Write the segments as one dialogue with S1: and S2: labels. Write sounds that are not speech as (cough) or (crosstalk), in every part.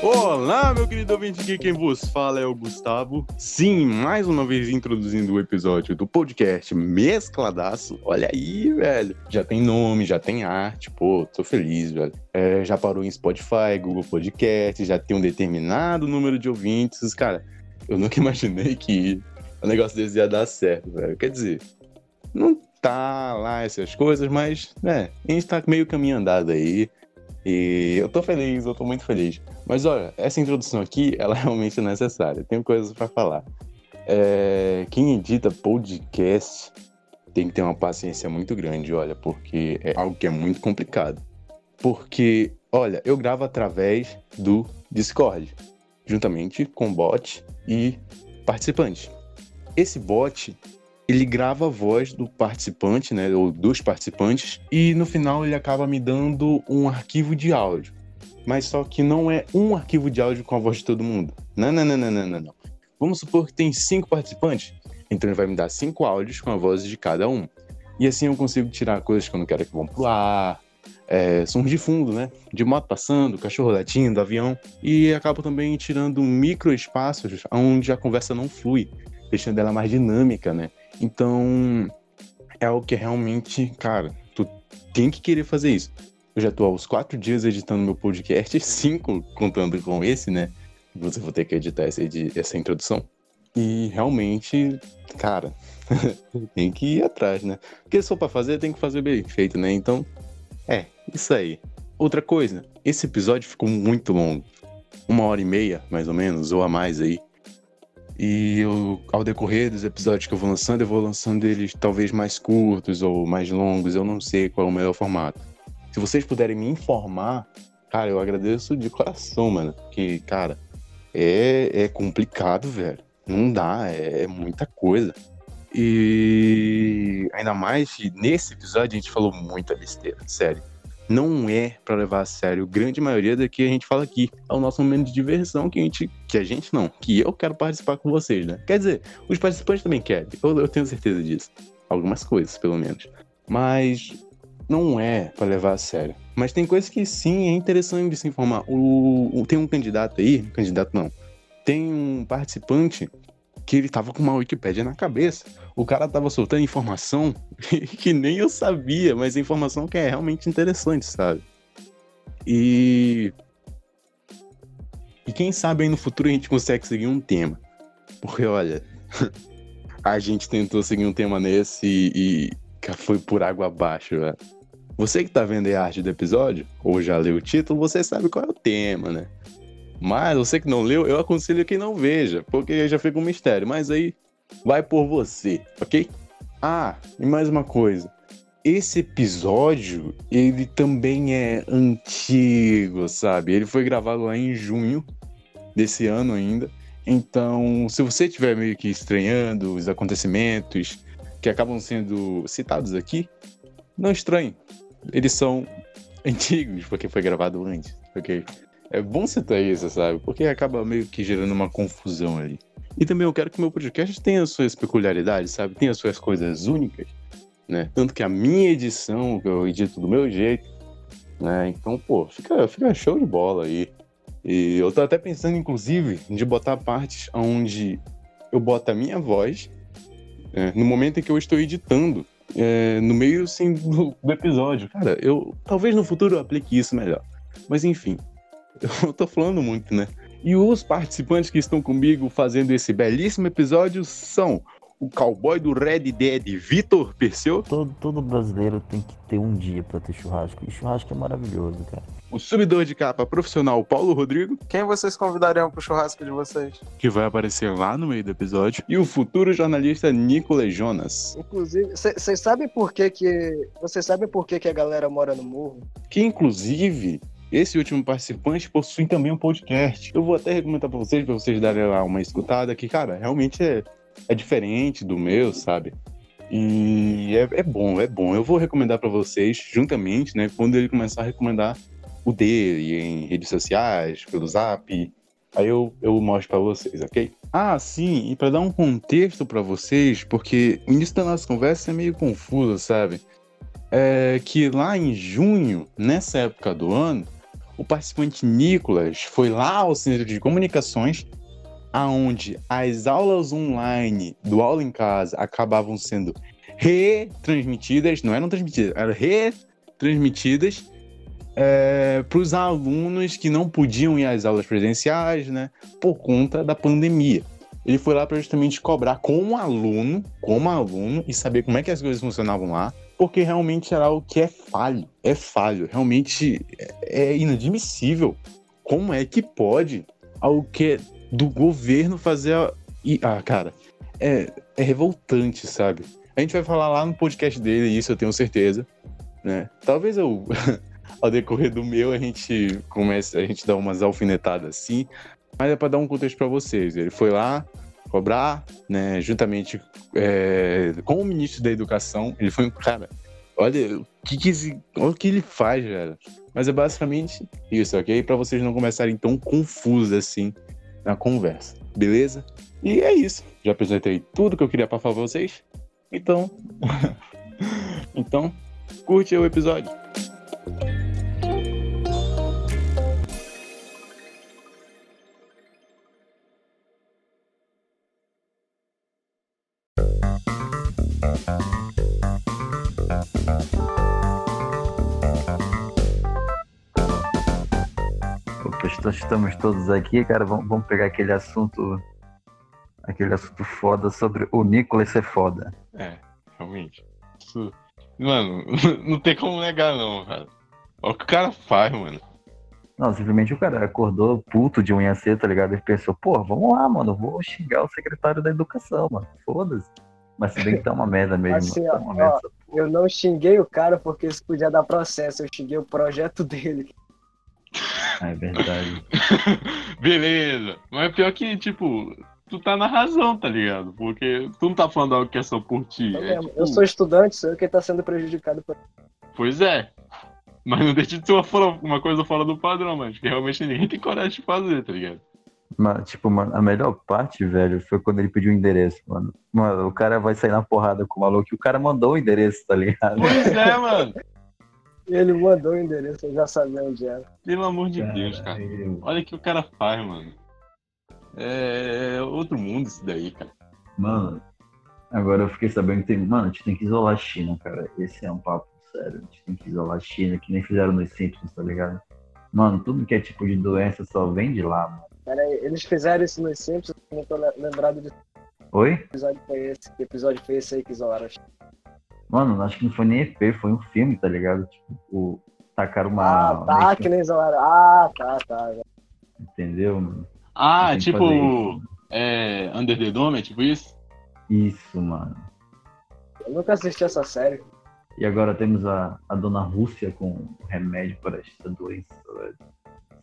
S1: Olá, meu querido ouvinte, aqui quem vos fala é o Gustavo. Sim, mais uma vez introduzindo o episódio do podcast Mescladaço. Olha aí, velho. Já tem nome, já tem arte, pô, tô feliz, velho. É, já parou em Spotify, Google Podcast, já tem um determinado número de ouvintes. Cara, eu nunca (laughs) imaginei que o negócio desse ia dar certo, velho. Quer dizer, não tá lá essas coisas, mas, né, a gente tá meio caminho andado aí. E eu tô feliz, eu tô muito feliz. Mas olha, essa introdução aqui, (laughs) ela é realmente necessária. Tenho coisas pra falar. É, quem edita podcast tem que ter uma paciência muito grande, olha, porque é algo que é muito complicado. Porque, olha, eu gravo através do Discord, juntamente com bot e participante. Esse bot, ele grava a voz do participante, né, ou dos participantes, e no final ele acaba me dando um arquivo de áudio. Mas só que não é um arquivo de áudio com a voz de todo mundo. Não, não, não, não, não, não. não. Vamos supor que tem cinco participantes, então ele vai me dar cinco áudios com a voz de cada um. E assim eu consigo tirar coisas que eu não quero que vão pro ar, é, sons de fundo, né? De moto passando, cachorro latindo, avião. E acabo também tirando micro espaços onde a conversa não flui, deixando ela mais dinâmica, né? Então, é o que realmente, cara, tu tem que querer fazer isso. Eu já tô há uns quatro dias editando meu podcast, cinco contando com esse, né? Você vai ter que editar essa, edi- essa introdução. E realmente, cara, (laughs) tem que ir atrás, né? Porque se for pra fazer, tem que fazer bem feito, né? Então, é, isso aí. Outra coisa, esse episódio ficou muito longo. Uma hora e meia, mais ou menos, ou a mais aí. E eu, ao decorrer dos episódios que eu vou lançando, eu vou lançando eles talvez mais curtos ou mais longos, eu não sei qual é o melhor formato. Se vocês puderem me informar, cara, eu agradeço de coração, mano. Porque, cara, é, é complicado, velho. Não dá, é, é muita coisa. E ainda mais que nesse episódio a gente falou muita besteira, sério. Não é pra levar a sério. A grande maioria do que a gente fala aqui é o nosso momento de diversão que a gente, que a gente não, que eu quero participar com vocês, né? Quer dizer, os participantes também querem. Eu, eu tenho certeza disso. Algumas coisas, pelo menos. Mas não é pra levar a sério. Mas tem coisas que sim é interessante de se informar. O, o- tem um candidato aí, candidato não. Tem um participante que ele tava com uma Wikipédia na cabeça. O cara tava soltando informação (laughs) que nem eu sabia, mas informação que é realmente interessante, sabe? E. E quem sabe aí no futuro a gente consegue seguir um tema. Porque olha, (laughs) a gente tentou seguir um tema nesse e, e foi por água abaixo, velho. Você que tá vendo aí a arte do episódio, ou já leu o título, você sabe qual é o tema, né? Mas você que não leu, eu aconselho que não veja, porque aí já fica um mistério. Mas aí vai por você, ok? Ah, e mais uma coisa. Esse episódio, ele também é antigo, sabe? Ele foi gravado lá em junho desse ano ainda. Então, se você estiver meio que estranhando os acontecimentos que acabam sendo citados aqui, não estranhe. Eles são (laughs) antigos, porque foi gravado antes, ok? É bom citar isso, sabe? Porque acaba meio que gerando uma confusão ali. E também eu quero que o meu podcast tenha as suas peculiaridades, sabe? Tenha as suas coisas únicas, né? Tanto que a minha edição, que eu edito do meu jeito, né? Então, pô, fica, fica show de bola aí. E eu tô até pensando, inclusive, de botar partes onde eu boto a minha voz né? no momento em que eu estou editando, é, no meio assim, do, do episódio. Cara, eu talvez no futuro eu aplique isso melhor. Mas enfim, (laughs) eu tô falando muito, né? E os participantes que estão comigo fazendo esse belíssimo episódio são o cowboy do Red Dead, Vitor Perseu,
S2: Todo, todo brasileiro tem que ter um dia pra ter churrasco. E churrasco é maravilhoso, cara.
S1: o subidor de capa profissional Paulo Rodrigo,
S3: Quem vocês convidariam pro churrasco de vocês?
S1: que vai aparecer lá no meio do episódio, e o futuro jornalista Nicolas Jonas,
S3: Inclusive, vocês sabem por que que... Vocês sabem por que que a galera mora no morro?
S1: que inclusive esse último participante possui também um podcast. Eu vou até recomendar pra vocês, pra vocês darem lá uma escutada, que, cara, realmente é, é diferente do meu, sabe? E é, é bom, é bom. Eu vou recomendar pra vocês juntamente, né? Quando ele começar a recomendar o dele em redes sociais, pelo zap. Aí eu, eu mostro pra vocês, ok? Ah, sim, e pra dar um contexto pra vocês, porque o início da nossa conversa é meio confuso, sabe? é que lá em junho, nessa época do ano, O participante Nicolas foi lá ao Centro de Comunicações, aonde as aulas online do Aula em Casa acabavam sendo retransmitidas, não eram transmitidas, eram retransmitidas para os alunos que não podiam ir às aulas presenciais, né, por conta da pandemia. Ele foi lá para justamente cobrar como aluno, como aluno, e saber como é que as coisas funcionavam lá, porque realmente era algo que é falho, é falho, realmente é inadmissível. Como é que pode algo que é do governo fazer a... e ah, cara, é, é revoltante, sabe? A gente vai falar lá no podcast dele isso, eu tenho certeza, né? Talvez eu (laughs) ao decorrer do meu a gente começa, a gente dá umas alfinetadas assim, mas é para dar um contexto para vocês. Ele foi lá cobrar, né, juntamente é, com o ministro da Educação, ele foi, um cara, olha o que, que esse- olha o que ele faz, cara. Mas é basicamente isso, ok? Para vocês não começarem tão confusos assim na conversa, beleza? E é isso. Já apresentei tudo que eu queria para falar pra vocês.
S4: (laughs)
S1: Então, então, curte o episódio.
S2: Opa, estou- estamos todos aqui, cara. Vamos, vamos pegar aquele assunto. Aquele assunto foda sobre o Nicolas ser foda.
S1: É, realmente. Isso-
S4: (laughs)
S1: Mano, não tem como negar, não, cara. Olha o que o cara faz, mano.
S2: Não, simplesmente o cara acordou puto de unha cedo, tá ligado? Ele pensou, pô, vamos lá, mano, vou xingar o secretário da educação, mano. Foda-se. Mas se bem que tá uma merda mesmo.
S3: Assim,
S2: tá
S3: ó,
S2: uma
S3: ó.
S2: merda. essa porra.
S3: Eu não xinguei o cara porque isso podia dar processo, eu xinguei o projeto dele.
S2: Ah, é verdade.
S4: Beleza. Mas é pior que, tipo, tu tá na razão, tá ligado? Porque tu não tá falando algo que é só por ti. (laughs)
S3: Eu,
S4: é
S3: mesmo,
S4: tipo,
S3: eu sou estudante, sou eu quem tá sendo prejudicado por
S4: Pois é. Mas não deixa de ser uma, fora- uma coisa fora do padrão, mas que realmente ninguém tem coragem de fazer, tá ligado?
S2: Mas, tipo, mano, a melhor parte, velho, foi quando ele pediu o endereço, mano. Mano, o cara vai sair na porrada com o maluco e o cara mandou o endereço, tá ligado?
S4: Pois é, mano.
S3: Ele mandou o endereço, eu já sabia onde era.
S4: Pelo amor de Deus, cara.
S2: É,
S4: Olha o que o cara faz, mano. É é outro mundo isso daí, cara.
S2: Mano, agora eu fiquei sabendo que tem. Mano, a gente tem que isolar a China, cara. Esse é um papo sério. A gente tem que isolar a China, que nem fizeram nos Simpsons, tá ligado? Mano, tudo que é tipo de doença só vem de lá, mano.
S3: Pera aí, eles fizeram isso nos Simpsons, não tô le- lembrado de que
S2: Oi?
S3: episódio foi esse. Que episódio foi esse aí que isolaram? a China?
S2: Mano, acho que não foi nem EP, foi um filme, tá ligado? Tipo, o- tacaram uma.
S4: é
S3: Ah, tá, que nem isolaram. Ah, tá, tá. já.
S2: Entendeu, mano?
S4: Ah,
S2: Tem que
S4: tipo,
S2: fazer isso.
S4: é, Under the Dome, é tipo isso?
S2: Isso, mano.
S3: Eu nunca assisti essa série.
S2: E agora temos a, a dona Rússia com remédio para esta doença, velho.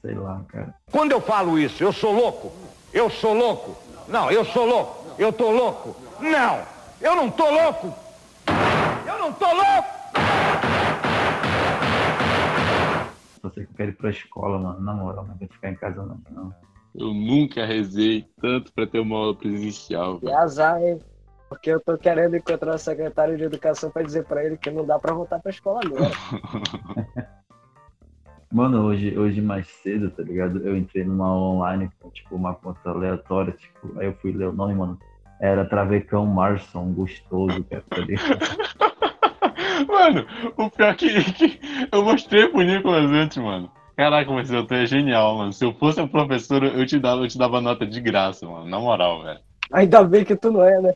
S2: Sei lá, cara.
S5: Quando eu falo isso, eu sou louco. Eu sou louco. Não, eu sou louco. Eu tô louco. Não, eu não tô louco. Eu não tô louco.
S2: Só sei que eu quero ir pra escola, mano. Na moral, não vou ficar em casa não. não.
S4: Eu nunca rezei tanto pra ter uma aula presencial,
S3: E
S4: velho.
S3: azar, hein? Porque eu tô querendo encontrar o secretário de educação pra dizer pra ele que não dá pra voltar pra escola agora.
S2: Mano, hoje, hoje mais cedo, tá ligado? Eu entrei numa aula online com, tipo, uma conta aleatória, tipo, aí eu fui ler o nome, mano. Era Travecão Marson, gostoso, cara, tá ligado?
S4: Mano, o pior que, que eu mostrei pro Nicolas antes, mano. Caraca, mas eu tô é genial, mano. Se eu fosse um professor, eu te dava, eu te dava nota de graça, mano. Na moral, velho.
S3: Ainda bem que tu não é, né?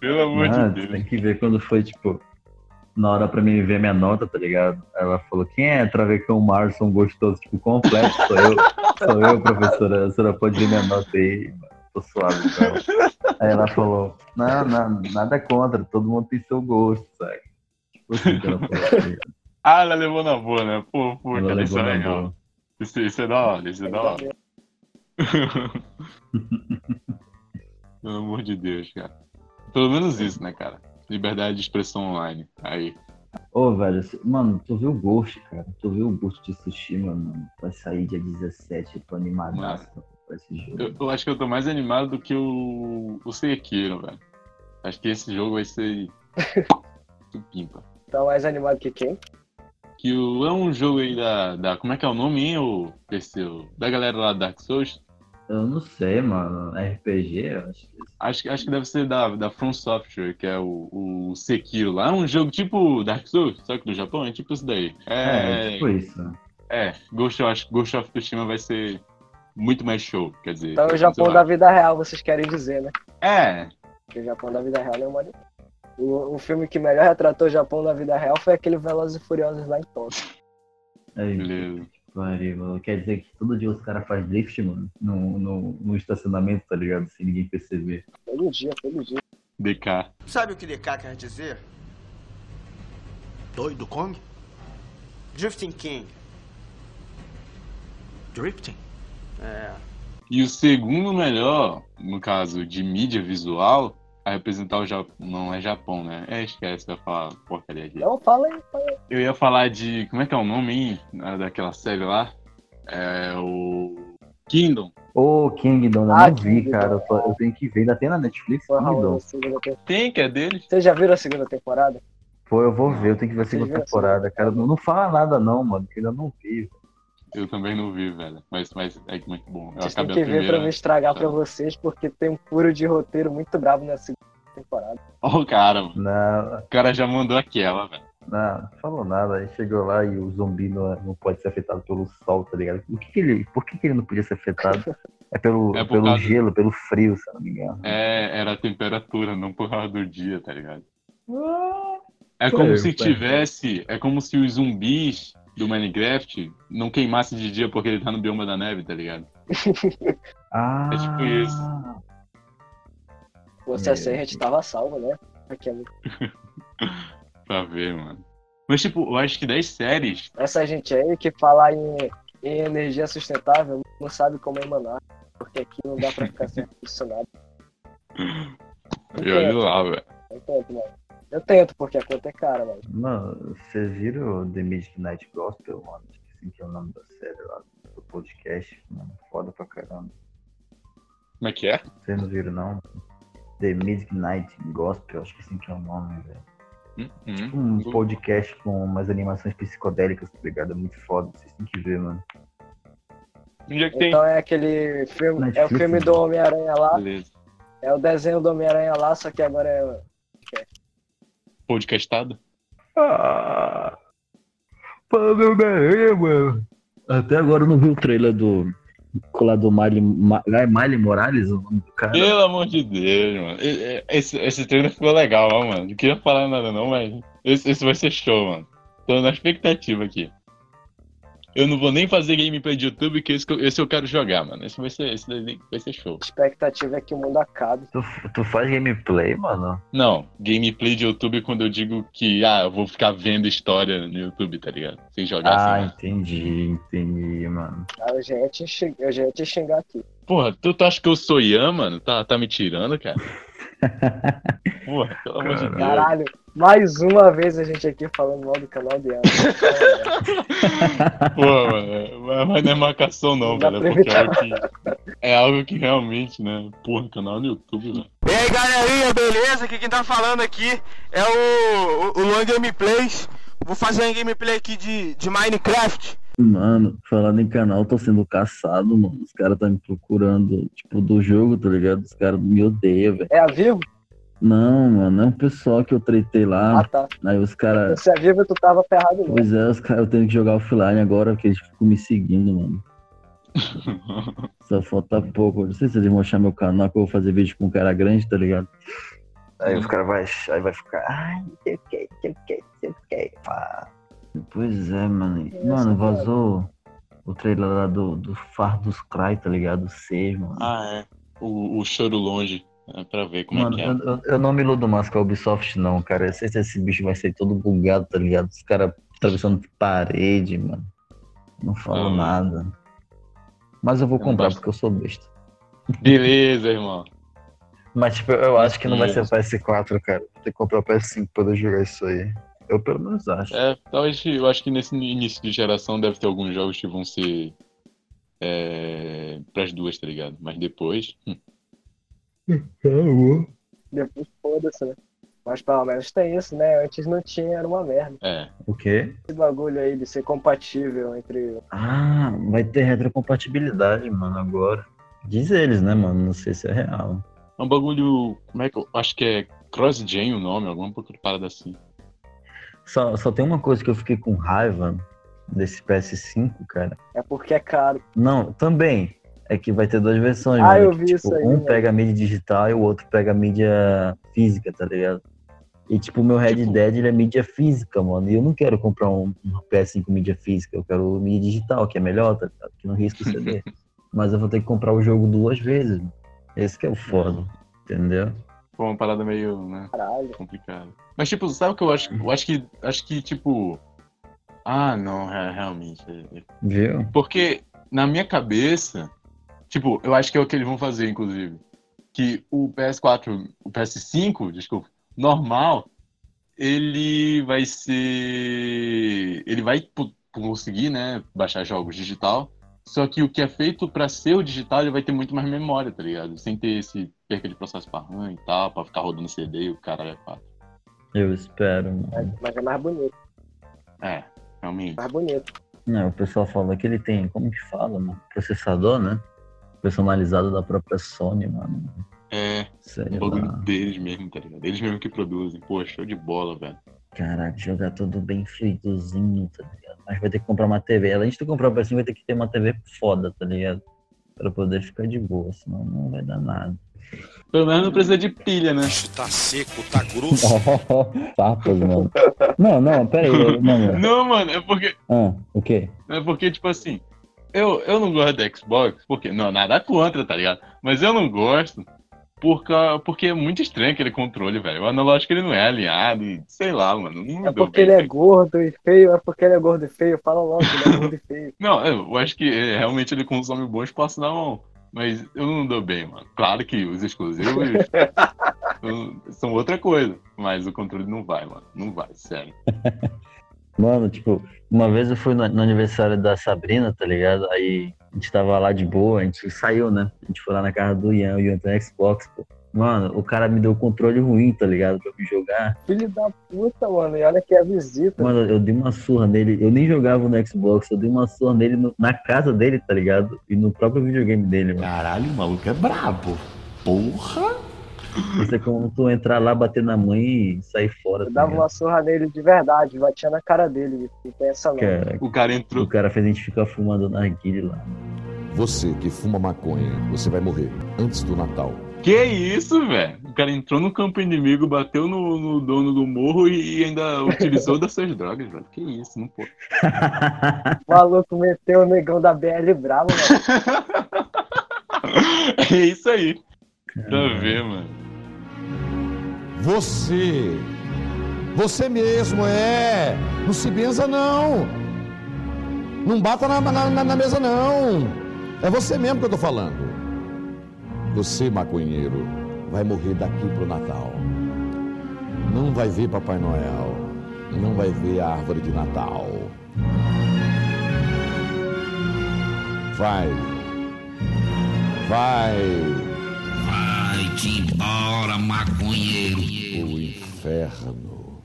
S4: Pelo amor
S2: Mano,
S4: de Deus.
S2: Ah, tem que ver quando foi, tipo, na hora pra mim ver minha nota, tá ligado? Aí Ela falou, quem é Travecão Marson, gostoso, tipo, completo, sou eu, sou eu, professora, a senhora pode ver minha nota aí, mano. Tô suave, então. Aí ela falou, não, não, nada contra, todo mundo tem seu gosto, sabe? Tipo assim que ela falou.
S4: (laughs)
S2: tá ligado?
S4: Ah, ela levou na boa, né? Pô, pô,
S2: Ela
S4: cara, isso é
S2: levou na
S4: legal.
S2: boa.
S4: Isso, isso é da hora, isso é da hora. Pelo amor de Deus, cara. Pelo menos isso, né, cara? Liberdade de expressão online. Aí.
S2: Ô, velho, se- mano, tu viu o Ghost, cara? Tu viu o Ghost de Tsushima, mano? Vai sair dia 17, eu tô animadaço pra esse jogo.
S4: Eu, eu acho que eu tô mais animado do que o, o Sekiro, velho.
S2: (laughs)
S4: Acho que esse jogo vai ser. Tu pimpa.
S3: Tá mais animado que quem?
S1: Que o- é um jogo aí da, da. Como é que é o nome, hein, o Perseu? Da galera lá da Dark Souls.
S2: Eu não sei, mano. RPG, eu acho que.
S1: Acho, que- acho que deve ser da, da From Software, que é o, o Sekiro lá. É um jogo tipo Dark Souls, só que do Japão é tipo isso daí.
S2: É,
S1: É,
S2: tipo isso.
S1: é, Ghost, eu acho que Ghost of Tsushima vai ser muito mais show, quer dizer.
S3: Então, o
S1: sei
S3: Japão
S1: lá.
S3: da vida real, vocês querem dizer, né?
S1: É,
S3: Que o Japão da vida real não é uma... O, o filme que melhor retratou o Japão da vida real foi aquele Velozes e Furiosos lá em Tóquio.
S2: Aí,
S1: beleza.
S2: pariu, É mano. Quer dizer que todo dia os caras fazem drift, mano, no, no, no estacionamento, tá ligado? Sem ninguém perceber.
S3: Todo dia, todo dia.
S1: DK.
S5: Sabe o que DK quer dizer? Doido Kong? Drifting King. Drifting? É.
S1: E o segundo melhor, no caso de mídia visual, a representar o Japão. Não é Japão, né? É, esquece, vai falar porcaria aqui.
S3: Não, fala aí, fala aí.
S1: Eu ia falar de. Como é que é o nome, hein? Ah, Daquela série lá? É o. Kingdom.
S2: Ô, Kingdom, eu não
S3: Ah,
S2: vi,
S3: Kingdom.
S2: cara. Eu, só- eu tenho que ver. Ainda tem na Netflix,
S3: Porra,
S2: Kingdom.
S3: a segunda temporada.
S1: Tem, que é deles?
S3: Vocês já viram a segunda temporada?
S2: Pô, eu vou ver. Eu tenho que ver a
S3: Vocês
S2: segunda
S3: viram a
S2: temporada, cara. Não, não fala nada, não, mano, que eu ainda não vi.
S1: Eu também não vi, velho. Mas, mas é muito bom. Eu
S3: Vocês têm
S1: acabei
S3: que
S1: a
S3: ver pra
S1: primeira. né?
S3: não estragar pra vocês, porque tem um furo de roteiro muito bravo na segunda temporada.
S1: Ó, o cara, mano.
S2: Não,
S1: O cara já mandou aquela, velho.
S2: não, não falou nada. Aí chegou lá e o zumbi não, não pode ser afetado pelo sol, tá ligado? O que que ele, por que, que ele não podia ser afetado? É pelo,
S1: (laughs) É por
S2: pelo
S1: causa-
S2: gelo, pelo frio, se eu não me engano.
S1: É, era a temperatura, não por causa do dia, tá ligado? É
S2: Foi,
S1: como se
S2: foi.
S1: tivesse. É como se os zumbis do Minecraft não queimassem de dia porque ele tá no bioma da neve, tá ligado?
S2: Ah,
S1: É tipo isso.
S3: Você assim, a gente tava salvo, né? Aqui é muito-
S1: Pra ver, mano. Mas, tipo, eu acho que das séries.
S3: Essa gente aí que falar em, em energia sustentável não sabe como emanar, porque aqui não dá pra ficar sem funcionário.
S1: Eu olho lá, velho.
S3: Eu tento, mano. Eu tento, porque a conta é cara, mano.
S2: Mano, vocês viram The Midnight Gospel, mano? Esqueci que é o nome da série lá do podcast, mano. Foda pra caramba.
S1: Como é que é?
S2: Vocês não viram, não? The Midnight Gospel, acho que assim que é o nome, velho.
S1: Hum, hum.
S2: Um
S1: Vou-
S2: podcast com umas animações psicodélicas, tá ligado? É muito foda, vocês têm que ver, mano.
S1: Onde é que tem?
S3: Então é aquele filme, é o
S2: Netflix,
S3: filme
S2: né?
S3: do Homem-Aranha lá,
S1: Beleza.
S3: é o desenho do Homem-Aranha lá, só que agora é.
S1: Podcastado?
S2: Ah, meu bem, mano. Até agora eu não vi o trailer do. Lá do Miley, Ma- é Miley Morales, o nome do cara.
S1: Pelo amor de Deus, mano. E- e- Esse, esse trailer ficou legal, ó, mano. Não queria falar nada, não, mas esse, esse vai ser show, mano. Tô na expectativa aqui. Eu não vou nem fazer gameplay de YouTube, que esse, que eu- esse eu quero jogar, mano. Esse vai ser, esse daí vai ser show.
S3: A expectativa é que o mundo acabe.
S2: Tu, tu faz gameplay, mano?
S1: Não, gameplay de YouTube é quando eu digo que, ah, eu vou ficar vendo história no YouTube, tá ligado? Sem jogar
S2: Ah,
S1: assim.
S2: entendi, entendi, mano.
S3: Ah, Eu já ia te xing- eu já ia te é xingar aqui.
S1: Porra, tu, tu acha que eu sou Ian, mano? Tá, tá me tirando, cara? Porra, pelo amor de Deus.
S3: Caralho, mais uma vez a gente aqui falando mal do canal de Ana.
S1: Pô, mano, mas- mas não é marcação não,
S3: Não dá
S1: velho.
S3: pra
S1: é Porque é algo, que, é algo que realmente, né? Porra, canal no YouTube, né? velho.
S5: E aí galerinha, beleza? Aqui quem tá falando aqui é o, o, o Long Gameplays. Vou fazer um gameplay aqui de, de Minecraft.
S2: Mano, falando em canal, eu tô sendo caçado, mano. Os caras tá me procurando, tipo, do jogo, tá ligado? Os caras me odeiam, velho.
S3: É a Vivo?
S2: Não, mano, é um pessoal que eu tretei
S3: Ah,
S2: lá.
S3: tá.
S2: Aí os caras.
S3: Se é Vivo, tu tava ferrado mesmo.
S2: Pois é, os caras, eu tenho que jogar offline agora, porque eles ficam me seguindo, mano. Só falta pouco. Não sei se eles vão achar meu canal, que eu vou fazer vídeo com um cara grande, tá ligado? Aí os caras vai, achar- aí vai ficar. Ai, não sei o que, não sei o que, não sei o que. pá." Pois é, mano.
S3: Nossa,
S2: Mano,
S3: cara.
S2: vazou o trailer lá do, do Far dos Cry, tá ligado? O 6, mano.
S1: Ah, é. O, o choro longe. É pra ver como
S2: Mano,
S1: é que é.
S2: eu, eu- eu não me iludo mais com a Ubisoft, não, cara. Eu sei se esse bicho vai ser todo bugado, tá ligado? Os caras atravessando parede, mano. Não falo
S1: Ah,
S2: nada. Mas eu vou
S1: Eu
S2: comprar
S1: gosto.
S2: porque eu sou besta.
S1: Beleza, irmão.
S2: Mas, tipo, eu acho que não vai ser
S1: Beleza.
S2: o PS4, cara. Vou ter que comprar o PS5 pra poder jogar isso aí. Eu pelo menos acho.
S1: É, talvez eu acho que nesse início de geração deve ter alguns jogos que vão ser. É, pras duas, tá ligado? Mas depois. hum,
S3: Depois foda-se, né? Mas pelo menos tem isso, né? Antes não tinha, era uma merda.
S1: É.
S2: O quê?
S3: Esse bagulho aí de ser compatível entre.
S2: Ah, vai ter retrocompatibilidade, mano, agora. Diz eles, né, mano? Não sei se é real.
S1: É um bagulho. Como é que eu. Acho que é CrossGen o nome, alguma parada assim.
S2: Só, só tem uma coisa que eu fiquei com raiva desse PS5, cara.
S3: É porque é caro.
S2: Não, também. É que vai ter duas versões,
S3: Ah,
S2: mano,
S3: eu
S2: que,
S3: vi
S2: tipo,
S3: isso aí,
S2: Um
S3: né?
S2: pega a mídia digital e o outro pega a mídia física, tá ligado? E tipo, o meu Red
S1: Tipo-
S2: Dead ele é mídia física, mano. E eu não quero comprar um, um PS5 mídia física, eu quero mídia digital, que é melhor, tá ligado? Que não risca o
S3: (laughs)
S2: CD. Mas eu vou ter que comprar o jogo duas vezes, mano. Esse que é o
S3: Uhum.
S2: foda, entendeu?
S1: Foi uma parada meio, né?
S3: Caralho.
S1: complicado. Mas, tipo, sabe o que eu acho? Eu acho que, acho que tipo. Ah, não, é, realmente. é- é.
S2: Viu?
S1: Porque, na minha cabeça, tipo, eu acho que é o que eles vão fazer, inclusive. Que o PS4, o PS5, desculpa, normal, ele vai ser. Ele vai po- conseguir, né, baixar jogos digital. Só que o que é feito pra ser o digital, ele vai ter muito mais memória, tá ligado? Sem ter esse perca de processo pra RAM e tal, pra ficar rodando CD e o caralho é quatro.
S2: Eu espero, mano.
S3: Mas, mas é mais bonito,
S1: É, realmente.
S3: mais bonito.
S2: Não, o pessoal fala que ele tem, como que fala, mano? Processador, né? Personalizado da própria Sony, mano.
S1: É,
S2: Sei
S1: um bagulho
S2: lá.
S1: deles mesmo, tá ligado? Eles mesmo que produzem. Pô, show de bola, velho.
S2: Caraca, jogar tudo bem fluidozinho, tá ligado? Mas vai ter que comprar uma TV. Além de tu comprar o PS5, vai ter que ter uma TV foda, tá ligado? Pra poder ficar de boa, senão não vai dar nada.
S1: Pelo menos não precisa de pilha, né?
S5: Bicho tá seco, tá grosso.
S2: (laughs) Papas, mano. Não, não, pera aí.
S1: (laughs)
S2: Não,
S1: (laughs)
S2: não.
S1: Não, mano, é porque,
S2: Ah, o quê?
S1: é porque tipo assim, eu, eu não gosto da Xbox, porque, não, nada contra, tá ligado? Mas eu não gosto por ca- porque é muito estranho aquele controle, velho. O analógico ele não é alinhado e sei lá, mano. Não
S3: É
S1: deu
S3: porque
S1: bem.
S3: ele é gordo e feio, é porque ele é gordo e feio. Fala logo que ele é gordo e feio. (laughs)
S1: Não, eu acho que é, realmente ele consome um bom espaço na mão. Mas eu não dou bem, mano. Claro que os exclusivos eu- são outra coisa. Mas o controle não vai, mano. Não vai, sério.
S2: Mano, tipo, uma vez eu fui no, no aniversário da Sabrina, tá ligado? Aí a gente tava lá de boa, a gente saiu, né? A gente foi lá na casa do Ian, o Ian tem Xbox, pô. Mano, o cara me deu controle ruim, tá ligado? Pra me jogar.
S3: Filho da puta, mano. E olha que é a visita.
S2: Mano, eu dei uma surra nele. Eu nem jogava no Xbox, eu dei uma surra nele no- na casa dele, tá ligado? E no próprio videogame dele, mano.
S6: Caralho, o maluco é brabo. Porra!
S2: Isso é como tu entrar lá, bater na mãe e sair fora,
S3: Eu
S2: tá
S3: dava
S2: ligado?
S3: uma surra nele de verdade, batia na cara dele. Não tem essa não.
S2: Cara,
S1: O cara entrou.
S2: é, o cara fez a gente ficar fumando narguilha lá.
S6: Você que fuma maconha, você vai morrer antes do Natal.
S1: Que isso, velho? O cara entrou no campo inimigo, bateu no, no dono do morro e ainda utilizou das suas drogas, velho. Que isso, não pode. (laughs)
S3: O maluco meteu o negão da BL bravo, mano.
S1: É isso aí. Pra ver, mano.
S6: Você! Você mesmo, é! Não se benza, não! Não bata na, na- na- na mesa, não! É você mesmo que eu tô falando. Você, maconheiro, vai morrer daqui pro Natal. Não vai ver Papai Noel. Não vai ver a árvore de Natal. Vai. Vai. O inferno.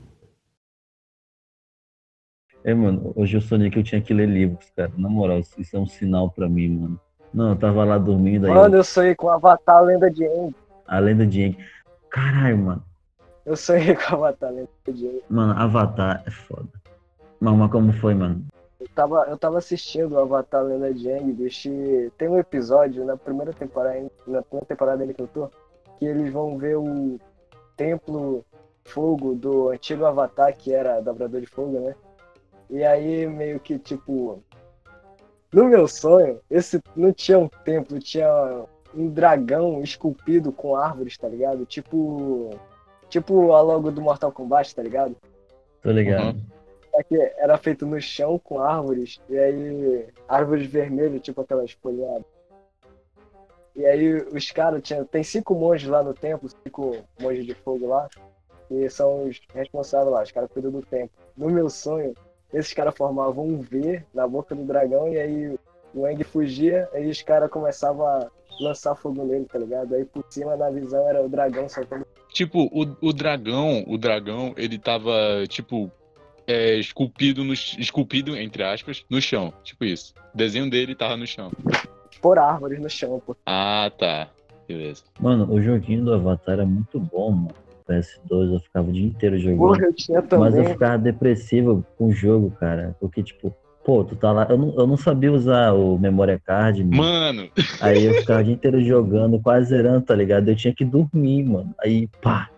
S2: É, mano, hoje eu sonhei que eu tinha que ler livros, cara. Na moral, isso isso é um sinal pra mim, mano. Não, eu tava lá dormindo aí.
S3: Mano, eu sonhei com Avatar Lenda de Aang.
S2: A lenda de Aang. Caralho, mano.
S3: Eu sonhei com Avatar Lenda de Aang.
S2: Mano, Avatar é foda. Mano, mas como foi, mano?
S3: Eu tava, eu tava assistindo o Avatar Lenda de Aang, bicho. e Tem um episódio na primeira temporada, ainda- na primeira temporada ainda que eu tô, que eles vão ver o templo fogo do antigo Avatar, que era dobrador de fogo, né? E aí meio que tipo. No meu sonho, esse não tinha um templo, tinha um dragão esculpido com árvores, tá ligado? Tipo. Tipo a logo do Mortal Kombat, tá ligado?
S2: Tô
S6: Uhum.
S2: ligado.
S3: Só É que era feito no chão com árvores, e aí árvores vermelhas, tipo aquelas folhadas. E aí os caras, tinha, tem cinco monges lá no templo, cinco monges de fogo lá, e são os responsáveis lá, os caras cuidam do templo. No meu sonho, esses caras formavam um V na boca do dragão, e aí o Ang fugia, e os caras começavam a lançar fogo nele, tá ligado? Aí por cima, na visão, era o dragão soltando
S1: Tipo, o, o dragão, o dragão, ele tava, tipo, é, esculpido, no, ch- esculpido, entre aspas, no chão. Tipo isso. O desenho dele tava no chão.
S3: Por árvores no chão, pô.
S1: Ah, tá. Beleza.
S7: Mano, o joguinho do Avatar é muito bom, mano. PS2, eu ficava o dia inteiro jogando.
S3: Porra, eu tinha
S7: Mas eu
S3: também.
S7: ficava depressivo com o jogo, cara. Porque, tipo, pô, tu tá lá. Eu não, eu não sabia usar o memory card, mano.
S1: Mano,
S7: Aí eu ficava o dia inteiro jogando, quase zerando, tá ligado? Eu tinha que dormir, mano. Aí, pá,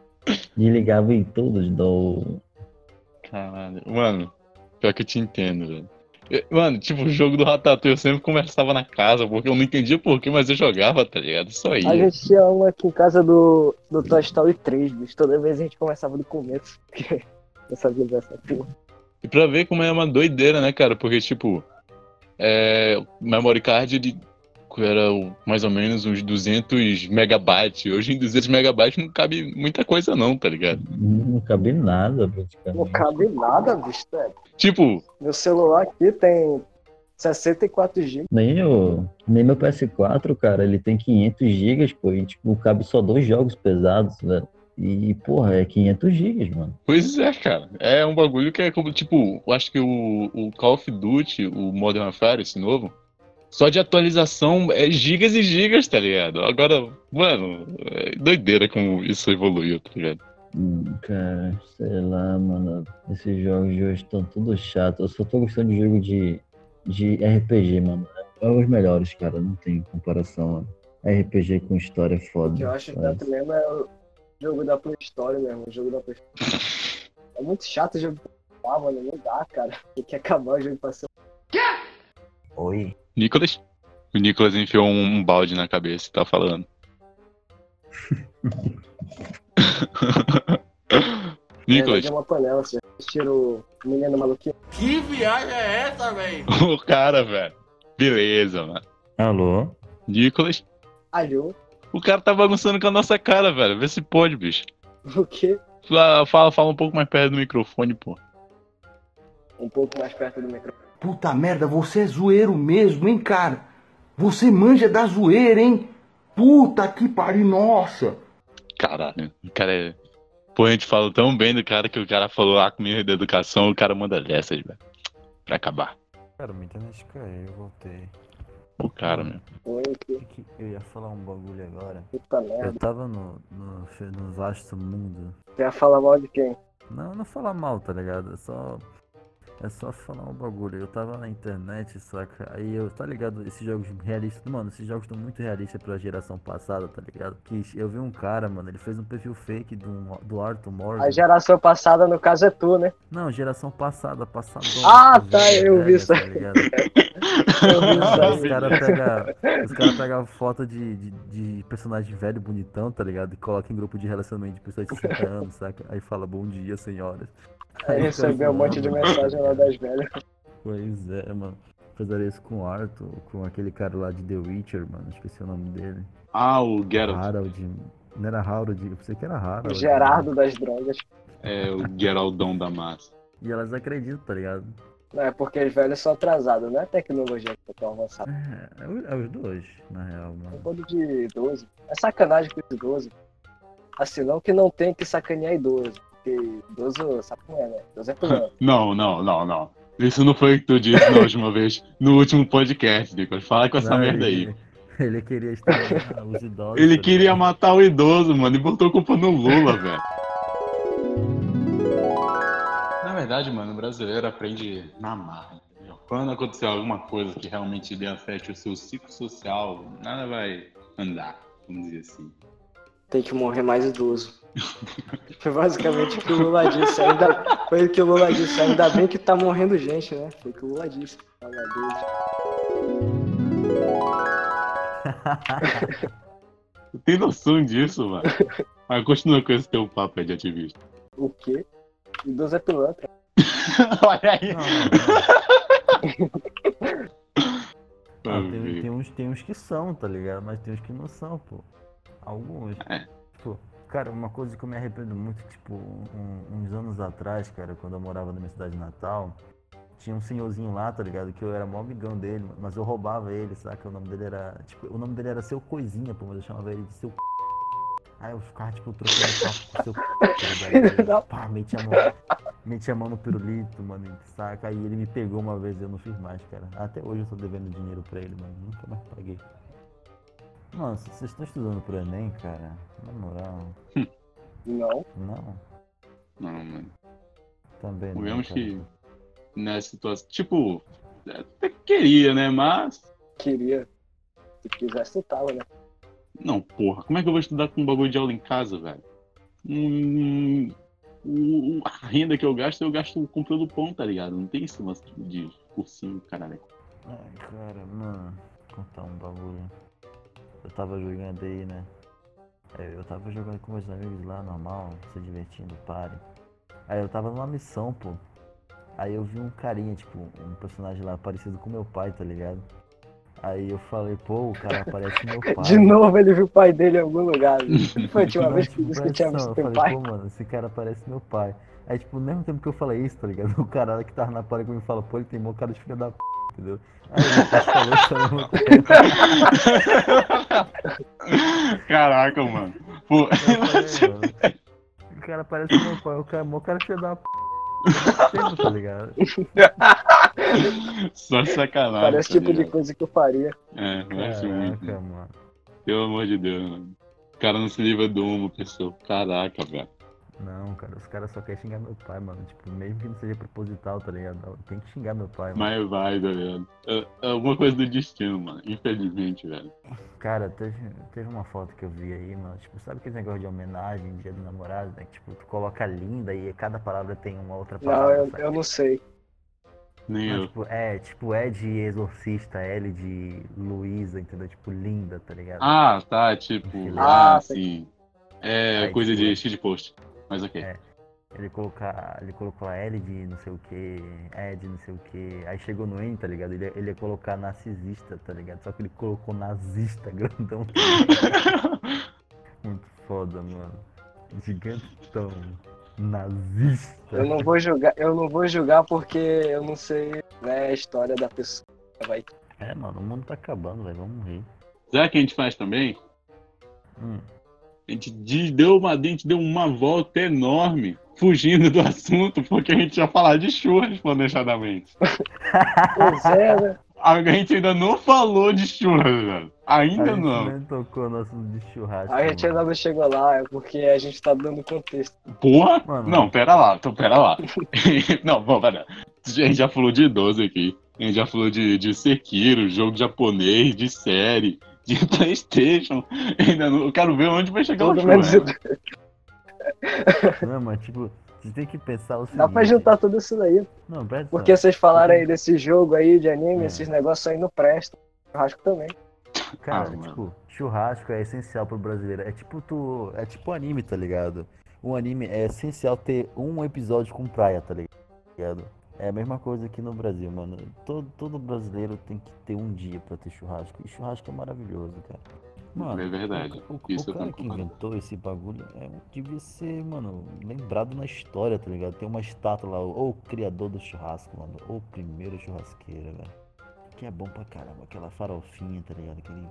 S7: desligava em tudo de novo.
S1: Caralho. Mano, pior que eu te entendo, velho. Eu- Mano, tipo, o jogo do Ratatouille eu sempre conversava na casa, porque eu não entendia porquê, mas eu jogava, tá ligado? Só
S3: A
S1: ia.
S3: gente tinha um aqui em casa do, do Toy Story 3, bicho. Toda vez a gente começava do começo. (laughs) porque Eu sabia dessa filme.
S1: E pra ver como é uma doideira, né, cara? Porque, tipo, é, o memory card ele era o- mais ou menos uns 200 megabytes. Hoje em 200 megabytes não cabe muita coisa, não, tá ligado?
S7: Não cabia nada,
S3: Não
S7: praticamente.
S3: cabe nada, bicho. né?
S1: Tipo,
S3: Meu celular aqui tem 64 GB.
S7: Nem, o, nem meu PS4, cara, ele tem 500 gigas, pô, e tipo, cabe só dois jogos pesados, velho. E, porra, é 500 gigas, mano.
S1: pois é, cara. É um bagulho que é como, tipo, eu acho que o, o Call of Duty, o Modern Warfare, esse novo, só de atualização é gigas e gigas, tá ligado? Agora, mano, é doideira como isso evoluiu, tá ligado?
S7: Hum, cara, sei lá, mano. Esses jogos de hoje estão tudo chato. Eu só tô gostando de jogo de, de RPG, mano. É os melhores, cara, não tem comparação, mano. RPG com história é
S3: O que eu
S7: foda.
S3: acho
S7: cara.
S3: chato mesmo é o jogo da Play Store mesmo. O jogo da Play Store. É muito chato o jogo. Ah, mano, não dá, cara. Tem que acabar o jogo pra ser. um
S7: Oi.
S1: Nicolas? O Nicolas enfiou um balde na cabeça e tá falando. Nicolas,
S3: É, uma panela, assim. Tira o menino maluquinho.
S8: Que viagem é essa, velho?
S1: o cara, velho. Beleza, mano.
S7: Alô?
S1: Nicolas,
S3: Alhou.
S1: o cara tá bagunçando com a nossa cara, velho. Vê se pode, bicho.
S3: (laughs) O quê?
S1: Fala, fala, fala um pouco mais perto do microfone, pô.
S3: Um pouco mais perto do microfone.
S5: Puta merda, você é zoeiro mesmo, hein, cara? Você manja da zoeira, hein? Puta que pariu, nossa!
S1: Caralho, o cara é. Pô, a gente falou tão bem do cara que o cara falou lá comigo da educação, o cara manda dessas, velho. Pra acabar.
S2: Cara, minha internet caiu, eu voltei.
S1: O cara, meu.
S3: Oi, que
S2: Que que- Eu ia falar um bagulho agora.
S3: puta
S2: Eu
S3: merda.
S2: tava no, no, no vasto mundo.
S3: Você ia falar mal de quem?
S2: Não, não falar mal, tá ligado? É só. É só falar um bagulho. Eu tava na internet, saca? Aí eu, tá ligado? Esses jogos realistas. Mano, esses jogos estão muito realistas pra geração passada, tá ligado? Que eu vi um cara, mano, ele fez um perfil fake do, do Arthur Morgan.
S3: A geração passada, no caso, é tu, né?
S2: Não, geração passada, passada.
S3: Ah, tá, eu vi isso aí. (laughs)
S2: ligado?
S3: Eu vi isso
S2: Não,
S3: aí.
S2: os caras pegam os cara pega foto de, de, de personagem velho, bonitão, tá ligado? E coloca em grupo de relacionamento de pessoas de
S3: (laughs)
S2: 50 anos, saca? Aí fala bom dia, senhoras.
S3: Aí
S2: eu
S3: recebeu um monte de mensagem lá das velhas.
S2: Pois é, mano. Fazer isso com o Arthur, com aquele cara lá de The Witcher, mano. Esqueci o nome dele.
S1: Ah, o Geralt.
S2: Harold. Não era Harold, eu pensei que era Harold.
S3: O Gerardo das drogas.
S1: É o Geraldão da massa.
S2: E elas acreditam, tá ligado?
S3: Não, é porque os velhos são atrasados, não é a tecnologia que tá tão avançada.
S2: É, é os- é os dois, na real,
S3: É um
S2: mano.
S3: bando de idoso. É sacanagem com idoso. Assim, não que não tem que sacanear idoso. Porque idoso, sabe como é, né? Idoso é plano.
S1: Não, não, não, não. Isso não foi o que tu disse na última vez, no último podcast, Nicolas. Fala com essa
S2: Não,
S1: merda aí.
S2: ele, Ele queria estar os idosos.
S1: Ele
S2: tá
S1: queria
S2: ligado?
S1: matar o idoso, mano, e botou a culpa no Lula, velho. Na verdade, mano, o brasileiro aprende na marra. entendeu? Quando acontecer alguma coisa que realmente lhe afete o seu ciclo social, nada vai andar, vamos dizer assim.
S3: Tem que morrer mais idoso. Foi basicamente o que o Lula disse. Ainda... Foi o que o Lula disse. Ainda bem que tá morrendo gente, né? Foi o que o Lula disse. Fala, Deus.
S1: Tu tem noção disso, mano? Mas continua com esse teu papo aí de ativista.
S3: O quê? Idoso é pilantra.
S1: Olha aí.
S2: Não, não,
S1: (laughs)
S2: não. Ah,
S1: Meu
S2: tem,
S1: Deus.
S2: tem uns, tem uns que são, tá ligado? Mas tem uns que não são, pô. Alguns.
S1: É.
S2: Tipo, cara, uma coisa que eu me arrependo muito, tipo, um- uns anos atrás, cara, quando eu morava na minha cidade natal, tinha um senhorzinho lá, tá ligado? Que eu era mó amigão dele, mano, mas eu roubava ele, saca? O nome dele era. Tipo, o nome dele era seu coisinha, pô, mas eu chamava ele de seu c. Aí eu ficava, tipo, trocando papo com seu p, tá ligado? Pá, meti a mão. Meti a mão no pirulito, mano, saca? Aí ele me pegou uma vez e eu não fiz mais, cara. Até hoje eu tô devendo dinheiro pra ele, mano. Nunca mais paguei. Mano, c- vocês estão estudando pro Enem, cara? Na moral.
S3: Não.
S2: Não,
S1: Não, mano.
S2: também não.
S1: Digamos
S2: cara.
S1: que nessa situação. Tipo, até que queria, né? Mas.
S3: Queria. Se quisesse, eu tava, né?
S1: Não, porra, como é que eu vou estudar com um bagulho de aula em casa, velho? Hum, o- o- a renda que eu gasto, eu gasto comprando pão, tá ligado? Não tem esse lance de cursinho, caralho.
S2: Ai, cara, mano, contar um bagulho. Eu tava jogando aí, né? É, Eu tava jogando com meus amigos lá, normal, se divertindo, pare. Aí eu tava numa missão, pô. Aí eu vi um carinha, tipo, um personagem lá parecido com meu pai, tá ligado? Aí eu falei, pô, o cara parece meu pai.
S3: (laughs) De novo ele viu o pai dele em algum
S2: (laughs)
S3: lugar. Foi a última
S2: Não,
S3: vez que
S2: tipo,
S3: eu disse que eu tinha
S2: parece
S3: visto
S2: não.
S3: teu
S2: eu
S3: pai.
S2: falei, pô, mano, esse cara parece meu pai. Aí, tipo, no mesmo tempo que eu falei isso, tá ligado? (laughs) O cara que tava na parada comigo fala, pô, ele tem mó cara de filho da p, entendeu? Aí eu falei isso ao mesmo tempo.
S1: Caraca, mano. Pô,
S2: Eu falei, mano, O cara parece meu pai, o cara, mó cara de filho da p. ao mesmo tempo, Tá ligado?
S1: só sacanagem.
S3: Parece
S1: tá
S3: tipo de
S1: ligado?
S3: coisa que eu faria.
S1: (laughs) É, parece muito.
S2: Caraca, mano.
S1: Pelo amor de Deus, mano. O cara não se livra de uma pessoa. Caraca, velho.
S2: Não, cara, os caras só querem xingar meu pai, mano. Tipo, mesmo que não seja proposital, tá ligado? Tem que xingar meu pai, mano.
S1: Mas vai, tá ligado? É- é Alguma coisa do destino, mano. Infelizmente, velho.
S2: Cara, teve, teve uma foto que eu vi aí, mano. Tipo, sabe aquele negócio de homenagem, dia do namorado, né? Que, tipo, tu coloca linda e cada palavra tem uma outra
S3: Não,
S2: palavra.
S3: eu,
S2: sabe?
S3: eu não sei.
S1: Nem
S2: Não,
S1: eu.
S2: tipo, é, tipo, é de exorcista, L de Luísa, entendeu? Tipo, linda, tá ligado?
S1: Ah, tá, tipo.
S3: Ah,
S1: Ah,
S3: tá.
S1: sim. É
S2: Uhum. Aí,
S1: coisa de
S2: tipo-
S1: shitpost. Mas ok.
S2: É. Ele, coloca, ele colocou a L de não sei o que, E de não sei o que. Aí chegou no N, tá ligado? Ele, ele ia colocar narcisista, tá ligado? Só que ele colocou nazista, (laughs) grandão. Muito foda, mano. Gigantão. Nazista.
S3: Eu não vou julgar, eu não vou julgar porque eu não sei né, a história da pessoa. Vai.
S2: É, mano, o mundo tá acabando, velho. Vamos morrer.
S1: Sabe o que a gente faz também?
S2: Hum.
S1: A gente de- deu uma, a gente deu uma volta enorme, fugindo do assunto, porque a gente ia falar de churras planejadamente.
S3: Pois é, né?
S1: A gente ainda não falou de churras, velho.
S2: a
S1: Ainda
S2: gente
S1: não.
S2: nem tocou no assunto de churrasco.
S3: A gente ainda
S2: mano.
S3: não chegou lá, é porque a gente tá dando contexto.
S1: Porra!
S2: Mano.
S1: Não, pera lá, então pera lá. (laughs) não, bom, pera. A gente já falou de idoso aqui. A gente já falou de, de Sekiro, jogo japonês, de série, de (laughs) Playstation. Ainda não, eu quero ver onde vai
S2: Então
S1: chegar o né?
S3: Todo
S1: churras.
S3: menos
S2: é.
S1: velho.
S2: Não, mas tipo, você tem que pensar o seguinte.
S3: Dá pra juntar tudo isso daí.
S2: Não, presta
S3: Porque vocês falaram aí desse jogo aí de anime,
S2: É.
S3: esses negócios aí não prestam. Churrasco também.
S2: Cara,
S1: Ah, mano.
S2: tipo, churrasco é essencial pro brasileiro. É tipo tu. É tipo anime, tá ligado? Um anime é essencial ter um episódio com praia, tá ligado? É a mesma coisa aqui no Brasil, mano. Todo, todo brasileiro tem que ter um dia pra ter churrasco. E churrasco é maravilhoso, cara. Mano,
S1: É verdade.
S2: O, o-
S1: Isso
S2: o
S1: eu
S2: cara que
S1: concordo.
S2: inventou esse bagulho é, devia ser, mano, lembrado na história, tá ligado? Tem uma estátua lá, ou o criador do churrasco, mano, ou o primeiro churrasqueiro, velho. Que é bom pra caramba, aquela farofinha, tá ligado? Aquele.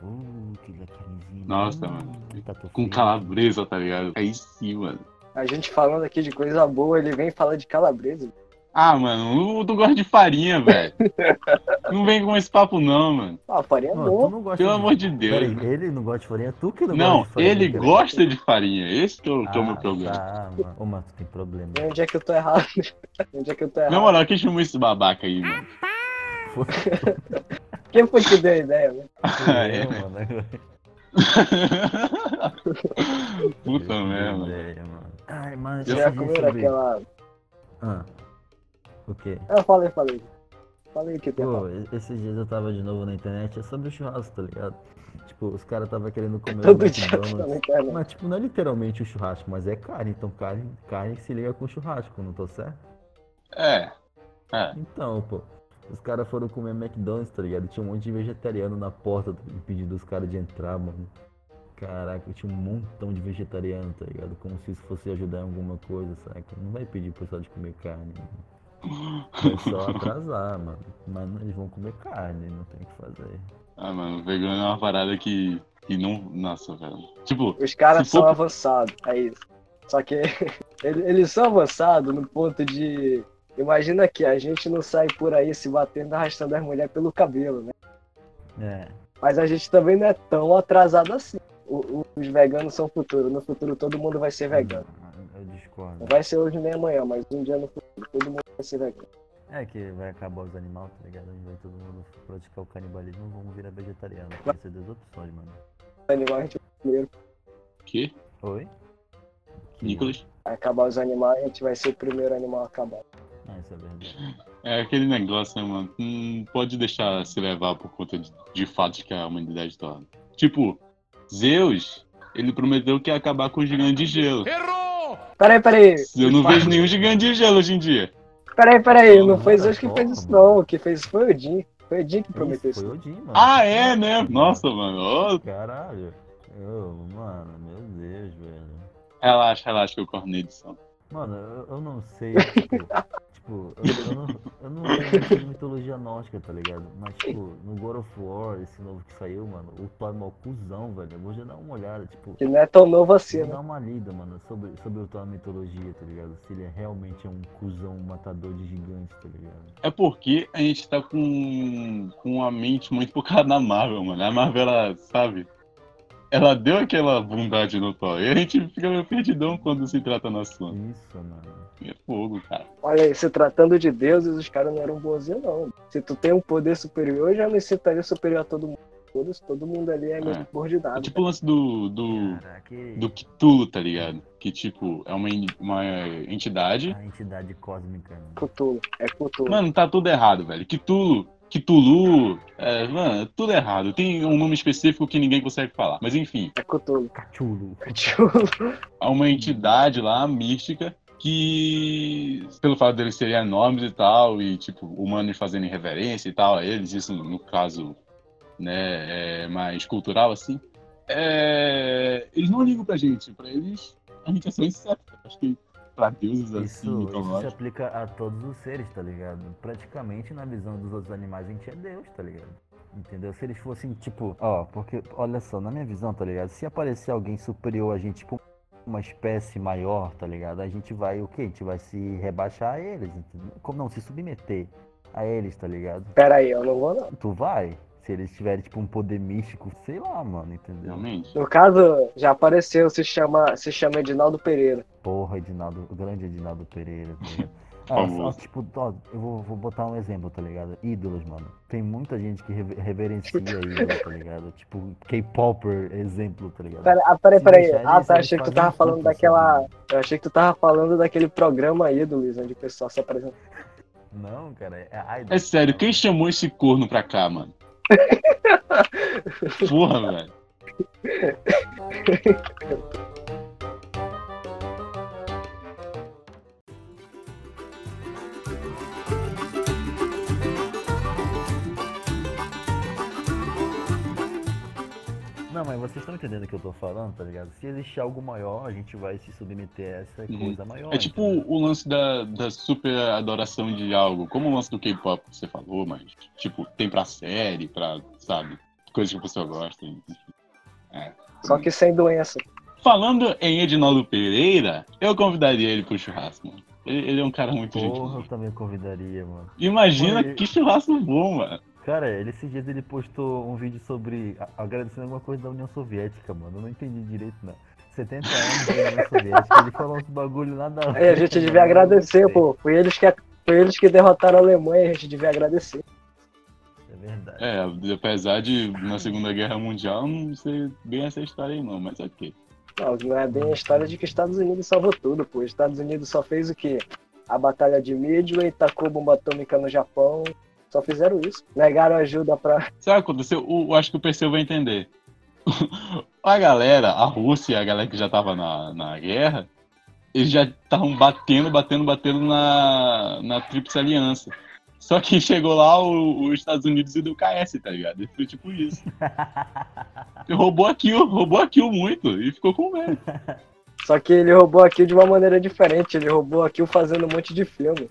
S2: Uh, aquela carnezinha.
S1: Nossa,
S2: hum,
S1: mano.
S2: tatu
S1: Com
S2: frito.
S1: calabresa, tá ligado? Aí sim, mano.
S3: A gente falando aqui de coisa boa, ele vem falar de calabresa.
S1: Ah, mano, eu- tu gosta de farinha, velho. não vem com esse papo, não, mano.
S3: Ah, farinha é
S2: Mano, tu
S3: boa.
S2: não gosta
S1: Pelo
S2: de-
S1: amor de Deus. né?
S2: Peraí, ele não gosta de farinha, tu que não,
S1: não,
S2: gosta de farinha.
S1: ele
S2: cara.
S1: gosta de farinha. Esse que é o, que é o meu
S2: Ah,
S1: problema.
S2: tá, mano. Ô, mas tu tem problema.
S3: E onde é que eu tô errado? onde é que eu tô
S1: Na
S3: errado?
S1: moral, quem chamou esse babaca aí, mano?
S2: Foi
S3: Quem foi que deu a ideia, né?
S1: (laughs) é.
S2: eu, mano.
S1: Puta merda.
S2: merda. Ai, mas
S3: Vocês
S2: eu
S3: já
S2: sabia
S3: comeram
S2: sobre...
S3: aquela.
S2: Ah. O quê?
S3: Ah, falei, falei. Falei que tem.
S2: Pô, e- esses dias eu tava de novo na internet, é sobre o churrasco, tá ligado? Tipo, os caras tava querendo comer o
S3: Todo dia eu tô na
S2: McDonald's.
S3: internet.
S2: Mas, tipo, não é literalmente o churrasco, mas é carne. Então, carne, carne se liga com churrasco, não tô certo?
S1: É. É.
S2: Então, pô. Os caras foram comer McDonald's, tá ligado? Tinha um monte de vegetariano na porta tá ligado? pedindo os caras de entrar, mano. Caraca, tinha um montão de vegetariano, tá ligado? Como se isso fosse ajudar em alguma coisa, saca? Não vai pedir pro pessoal de comer carne, mano. Vai só atrasar, mano. Mas não- eles vão comer carne, não tem o que fazer.
S1: Ah, mano, vegano é uma parada que. que não. Nossa, velho. Tipo,
S3: Os caras
S1: Se
S3: são
S1: for-
S3: avançados, é isso. Só que (laughs) ele- eles são avançados no ponto de. Imagina que a gente não sai por aí se batendo, arrastando as mulheres pelo cabelo, né?
S2: É.
S3: Mas a gente também não é tão atrasado assim. O- o- os veganos são o futuro. No futuro todo mundo vai ser vegano.
S2: Eu- Eu discordo.
S3: Não vai ser hoje nem amanhã, mas um dia no futuro todo mundo vai ser vegano.
S2: É que vai acabar os animais, tá ligado? Aí Vai todo mundo praticar o canibalismo, vamos virar vegetariano. Vai ser duas opções, mano.
S3: Os animais a gente vai primeiro.
S1: que?
S2: Oi? Que-
S1: Nicolas?
S3: Vai acabar os animais, a gente vai ser o primeiro animal a acabar.
S2: Ah, isso é verdade.
S1: É aquele negócio, né, mano? Não pode deixar se levar por conta de, de fatos que a humanidade torna. Tipo, Zeus, ele prometeu que ia acabar com os gigantes de gelo.
S5: Errou!
S3: Peraí, peraí.
S1: Eu não vejo nenhum gigante de gelo hoje em dia.
S3: Peraí, peraí. Não foi
S2: Olha
S3: Zeus que
S2: só,
S3: fez isso,
S2: mano.
S3: não. O que fez isso foi o Odin. Foi o Odin que prometeu
S2: Isso,
S3: isso.
S2: foi o Jim, mano.
S1: Ah, é, né? Nossa, mano. ó,
S2: Caralho. Eu, mano, meu Deus, velho.
S1: relaxa, relaxa que eu corro na edição.
S2: Mano, eu, eu não sei. Tipo, tipo, eu, eu não, eu não sei muito de mitologia nórdica, tá ligado? Mas, tipo, no God of War, esse novo que saiu, mano, o Thor é mó cuzão, velho. Eu vou já dar uma olhada, tipo.
S3: Que não é tão novo assim,
S2: Vou
S3: né?
S2: dar uma lida, mano, sobre, sobre o Thor na mitologia, tá ligado? Se ele é realmente é um cuzão matador de gigantes, tá ligado?
S1: É porque a gente tá com, com a mente muito focada na Marvel, mano. A Marvel, ela, sabe? Ela deu aquela bondade no Thor. E a gente fica meio perdidão quando se trata no assunto.
S2: Isso, mano.
S1: É fogo, cara.
S3: Olha aí, se tratando de deuses, os caras não eram bonzinhos, não. Se tu tem um poder superior, eu já me sentaria superior a todo mundo. Todos, todo mundo ali é mesmo
S1: É.
S3: por de nada.
S1: É tipo o lance do, do,
S2: Caraca,
S1: do Cthulhu, tá ligado? Que, tipo, é uma, en- uma entidade.
S2: a entidade cósmica, mano.
S3: Cthulhu. É Cthulhu.
S1: Mano, tá tudo errado, velho. Cthulhu, Cthulhu, é, mano, é tudo errado. Tem um nome específico que ninguém consegue falar. Mas enfim,
S3: É Cthulhu. (laughs) Tipo,
S2: Cachulo.
S3: Cthulhu.
S1: há uma entidade lá, mística, que, pelo fato deles serem enormes e tal, e, tipo, humanos fazendo reverência e tal a eles, isso, no caso, né, é mais cultural, assim, é, eles não ligam pra gente. Pra eles, a gente é só inseto. Acho que pra deuses, assim,
S2: Isso, é isso se
S1: mitológicos.
S2: aplica a todos os seres, tá ligado? Praticamente na visão dos outros animais a gente é Deus, tá ligado? Entendeu? Se eles fossem tipo, ó, porque olha só, na minha visão, tá ligado? Se aparecer alguém superior a gente, tipo uma espécie maior, tá ligado? A gente vai o quê? A gente vai se rebaixar a eles, entendeu? Como não se submeter a eles, tá ligado?
S3: Pera aí, eu não vou não.
S2: Tu vai? Se eles tiverem tipo um poder místico, sei lá, mano, entendeu?
S1: Realmente.
S3: No caso, já apareceu, se chama, se chama Edinaldo Pereira.
S2: Porra, Edinaldo, o grande Edinaldo Pereira.
S1: (laughs)
S2: tá ligado? Ah,
S1: Famoso.
S2: só, tipo, ó, eu vou, vou botar um exemplo, tá ligado? Ídolos, mano. Tem muita gente que rever- reverencia ídolos,
S1: (laughs)
S2: tá ligado? Tipo, K-Popper, exemplo, tá ligado?
S3: Pera, ah, peraí,
S2: Se
S3: peraí.
S2: deixar,
S3: Ah,
S2: eles-
S3: tá,
S2: eles
S3: achei que tu
S2: fazem
S3: tava
S2: um
S3: falando
S2: culto,
S3: daquela...
S2: sabe?
S3: Eu achei que tu tava falando daquele programa Ídolos, onde o pessoal se apresenta.
S2: Não, cara, é idol.
S1: É sério, quem chamou esse corno pra cá, mano?
S2: (laughs)
S1: Porra, velho.
S2: Não, mas vocês estão entendendo o que eu tô falando, tá ligado? Se existir algo maior, a gente vai se submeter a essa
S1: Uhum.
S2: coisa maior.
S1: É tipo
S2: entendeu?
S1: o lance da, da super adoração de algo, como o lance do K-pop que você falou, mas, tipo, tem pra série, pra, sabe, coisa que a pessoa gosta. enfim.
S3: Só que sem doença.
S1: Falando em Edinaldo Pereira, eu convidaria ele pro churrasco, mano. Ele, ele é um cara muito
S2: Porra, eu
S1: gentil.
S2: também convidaria, mano.
S1: Imagina
S2: Porra, ele-
S1: que churrasco bom, mano.
S2: Cara, ele, esses dias ele postou um vídeo sobre. a- agradecendo alguma coisa da União Soviética, mano. Eu não entendi direito, não. 70 anos da União Soviética, ele falou uns bagulho nada tá
S3: Aí É, a gente devia agradecer, pô. Foi eles que, foi eles que derrotaram a Alemanha, a gente devia agradecer.
S2: É verdade.
S1: É, apesar de na Segunda Guerra Mundial, não sei bem essa história aí não, mas ok.
S3: Não, não é bem a história de que os Estados Unidos salvou tudo, pô. Os Estados Unidos só fez o quê? A Batalha de Midway, tacou bomba atômica no Japão. Só fizeram isso. Negaram ajuda pra.
S1: Sabe o que aconteceu? O, eu acho que o Perseu vai entender. (laughs) A galera, a Rússia, a galera que já tava na, na guerra, eles já estavam batendo, batendo, batendo na, na Tríplice Aliança. Só que chegou lá o- os Estados Unidos e deu KS, tá ligado? E Foi tipo isso. roubou a kill, roubou a kill muito e ficou com medo.
S3: Só que ele roubou aqui de uma maneira diferente. Ele roubou aqui fazendo um monte de filme.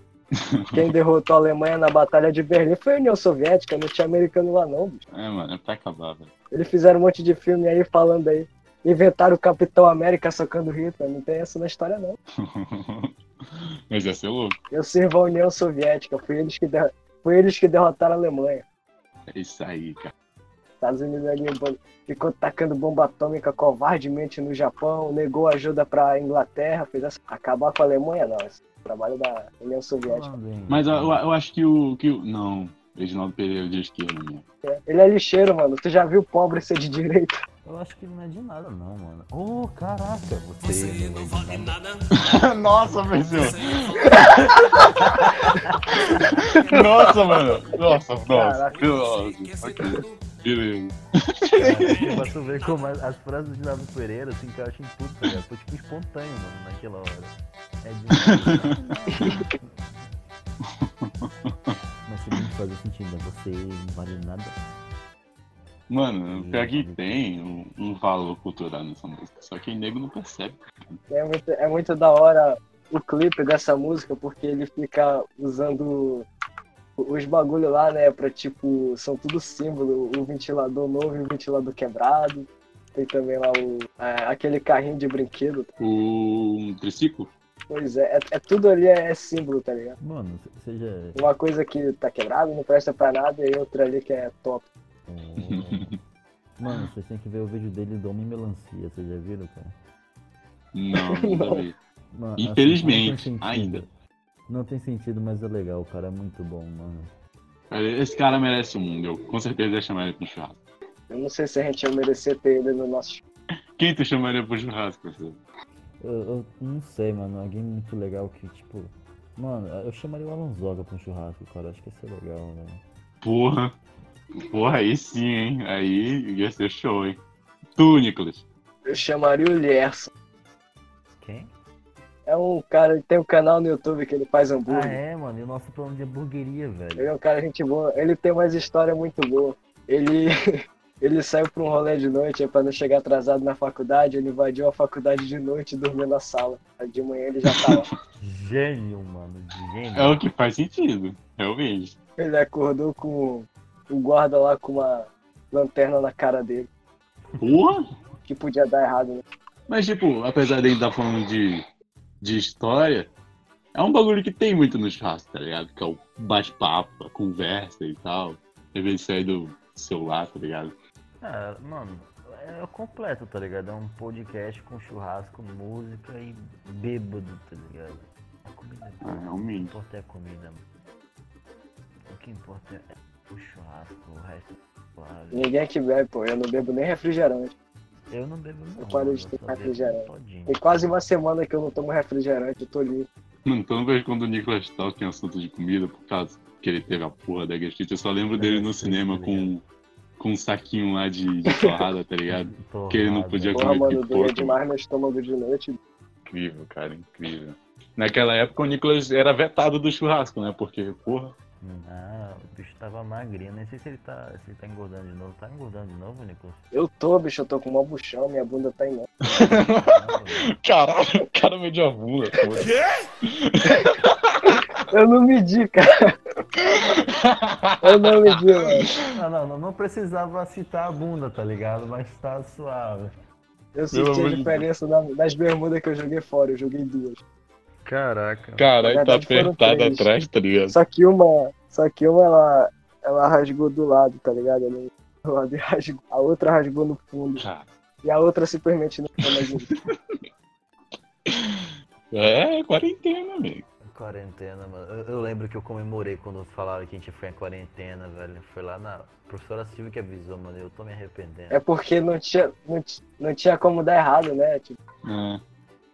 S3: Quem derrotou a Alemanha na Batalha de Berlim foi a União Soviética, não tinha americano lá não, bicho.
S1: É, mano, é pra acabar, velho. (laughs)
S3: Eles fizeram um monte de filme aí falando aí. Inventaram o Capitão América socando Hitler. Não tem essa na história, não.
S1: Mas ia ser louco.
S3: Eu sirvo a União Soviética. Foi eles que, derro- foi eles que derrotaram a Alemanha.
S1: É isso aí, cara.
S3: Estados Unidos ali bo- ficou tacando bomba atômica covardemente no Japão, negou ajuda pra Inglaterra, fez essa... acabar com a Alemanha, não. Esse é o trabalho da União Soviética.
S1: Mas eu, eu acho que o. Que o... Não, Reginaldo Pereira de esquerda, né?
S3: Ele é lixeiro, mano. Tu já viu pobre ser de direita?
S2: Eu acho que ele não é de nada, não, mano. Ô, caraca, você. não é de nada.
S1: Nossa, pessoal. Nossa, mano. Nossa, nossa.
S3: Caraca.
S1: Nossa. ok. Beleza.
S2: Mas tu vê como as, as frases de Nado Pereira se encaixam em tudo, tá ligado? Foi tipo espontâneo, mano, naquela hora. É de. Mas se não fazer sentido, né? você não vale nada.
S1: Mano, pior que tem um, um valor cultural nessa música. Só que o nego não percebe.
S3: É muito, é muito da hora o clipe dessa música, porque ele fica usando os bagulho lá, né? Pra tipo, são tudo símbolo. O ventilador novo e o ventilador quebrado. Tem também lá o, é, aquele carrinho de brinquedo.
S1: O um triciclo?
S3: Pois é, é, é tudo ali é, é símbolo, tá ligado?
S2: Mano, se- seja.
S3: Uma coisa que tá quebrada, não presta pra nada, e outra ali que é top.
S2: é, Mano, vocês têm que ver o vídeo dele do Homem Melancia, vocês já viram, cara?
S1: Não, não.
S3: Não.
S1: vi.
S2: Mano,
S1: Infelizmente,
S2: assim, não tem
S1: ainda.
S2: sentido. Não tem sentido, mas é legal, cara. É muito bom, mano.
S1: Cara, Esse cara merece o mundo. Eu com certeza ia chamar ele pro churrasco.
S3: Eu não sei se a gente ia merecer ter ele no nosso.
S1: Quem tu chamaria pro churrasco, você?
S2: Eu, eu não sei, mano. Alguém muito legal que, tipo. Mano, eu chamaria o Alonsoga pra um churrasco, cara. Acho que ia ser legal, né?
S1: Porra. Porra, aí sim, hein? Aí ia ser show, hein? Tu, Nicolas.
S3: Eu chamaria o Lierson.
S2: Quem?
S3: É um cara, tem um canal no YouTube que ele faz
S2: Ah,
S3: hambúrguer.
S2: é, mano. E o nosso plano de hamburgueria,
S3: Ele
S2: velho.
S3: é um cara gente boa, ele tem umas histórias muito boas. Ele, (laughs) ele saiu pra um rolê de noite, aí pra não chegar atrasado na faculdade, ele invadiu a faculdade de noite e dormiu na sala. Aí de manhã ele já tava.
S2: (laughs) Gênio, mano. Gênio.
S1: É o que faz sentido. Realmente.
S3: ele acordou com o guarda lá com uma lanterna na cara dele,
S1: Porra!
S3: que podia dar errado, né?
S1: Mas, tipo, apesar de a gente estar falando de, de história, é um bagulho que tem muito no churrasco, tá ligado? Que é o bate-papo, a conversa e tal. Às vezes sair do celular, tá ligado?
S2: Ah, mano, é completo, tá ligado? É um podcast com churrasco, música e bêbado, tá ligado? A comida.
S1: Ah,
S2: O que
S1: realmente.
S2: importa é a comida, mano. O que importa é o churrasco, o resto é claro.
S3: Ninguém que bebe, pô, eu não bebo nem refrigerante.
S2: Eu não bebo não.
S3: Eu parei de
S2: mano, só
S3: tomar
S2: bebo
S3: refrigerante.
S2: todinho.
S3: Tem quase uma semana que eu não tomo refrigerante, eu tô livre.
S1: Mano, toda vez quando o Nicolas Tal tem assunto de comida, por causa que ele teve a porra da gastrite, eu só lembro dele no cinema com, com um saquinho lá de, de torrada, tá ligado? Que ele não
S2: Torrada.
S1: podia
S3: Porra,
S1: comer
S3: mano, doía
S1: pipoca.
S3: demais meu estômago de noite.
S1: Incrível, cara, incrível. Naquela época o Nicolas era vetado do churrasco, né? Porque, porra, (laughs)
S2: Não, Ah, o bicho tava magrinho. Nem sei se ele tá, se ele tá engordando de novo. Tá engordando de novo, Nicolas?
S3: Eu tô, bicho, eu tô com mó buchão, minha bunda tá em
S2: Não,
S1: caralho, o cara meio de avula, porra.
S3: Eu não medi,
S1: (laughs)
S3: cara. Eu não medi, mano.
S2: não, não, não, não precisava citar a bunda, tá ligado? Mas tá suave.
S3: Eu senti
S1: amor
S3: a
S1: de
S3: diferença na- nas bermudas que eu joguei fora, eu joguei duas.
S2: Caraca.
S1: Caralho, tá
S3: Na verdade, foram
S1: apertado
S3: três.
S1: atrás, tá ligado?
S3: Só que uma. Só que uma ela, ela rasgou do lado, tá ligado? Ela- do lado e rasgou. A outra rasgou no fundo.
S1: Cara.
S3: E a outra simplesmente não foi mais junto.
S1: É, quarentena, velho.
S2: Quarentena, mano. Eu, eu lembro que eu comemorei quando falaram que a gente foi em quarentena, velho. Foi lá na a professora Silvia que avisou, mano. Eu tô me arrependendo.
S3: É porque não tinha, não, ti- não tinha como dar errado, né? Tipo,
S1: É,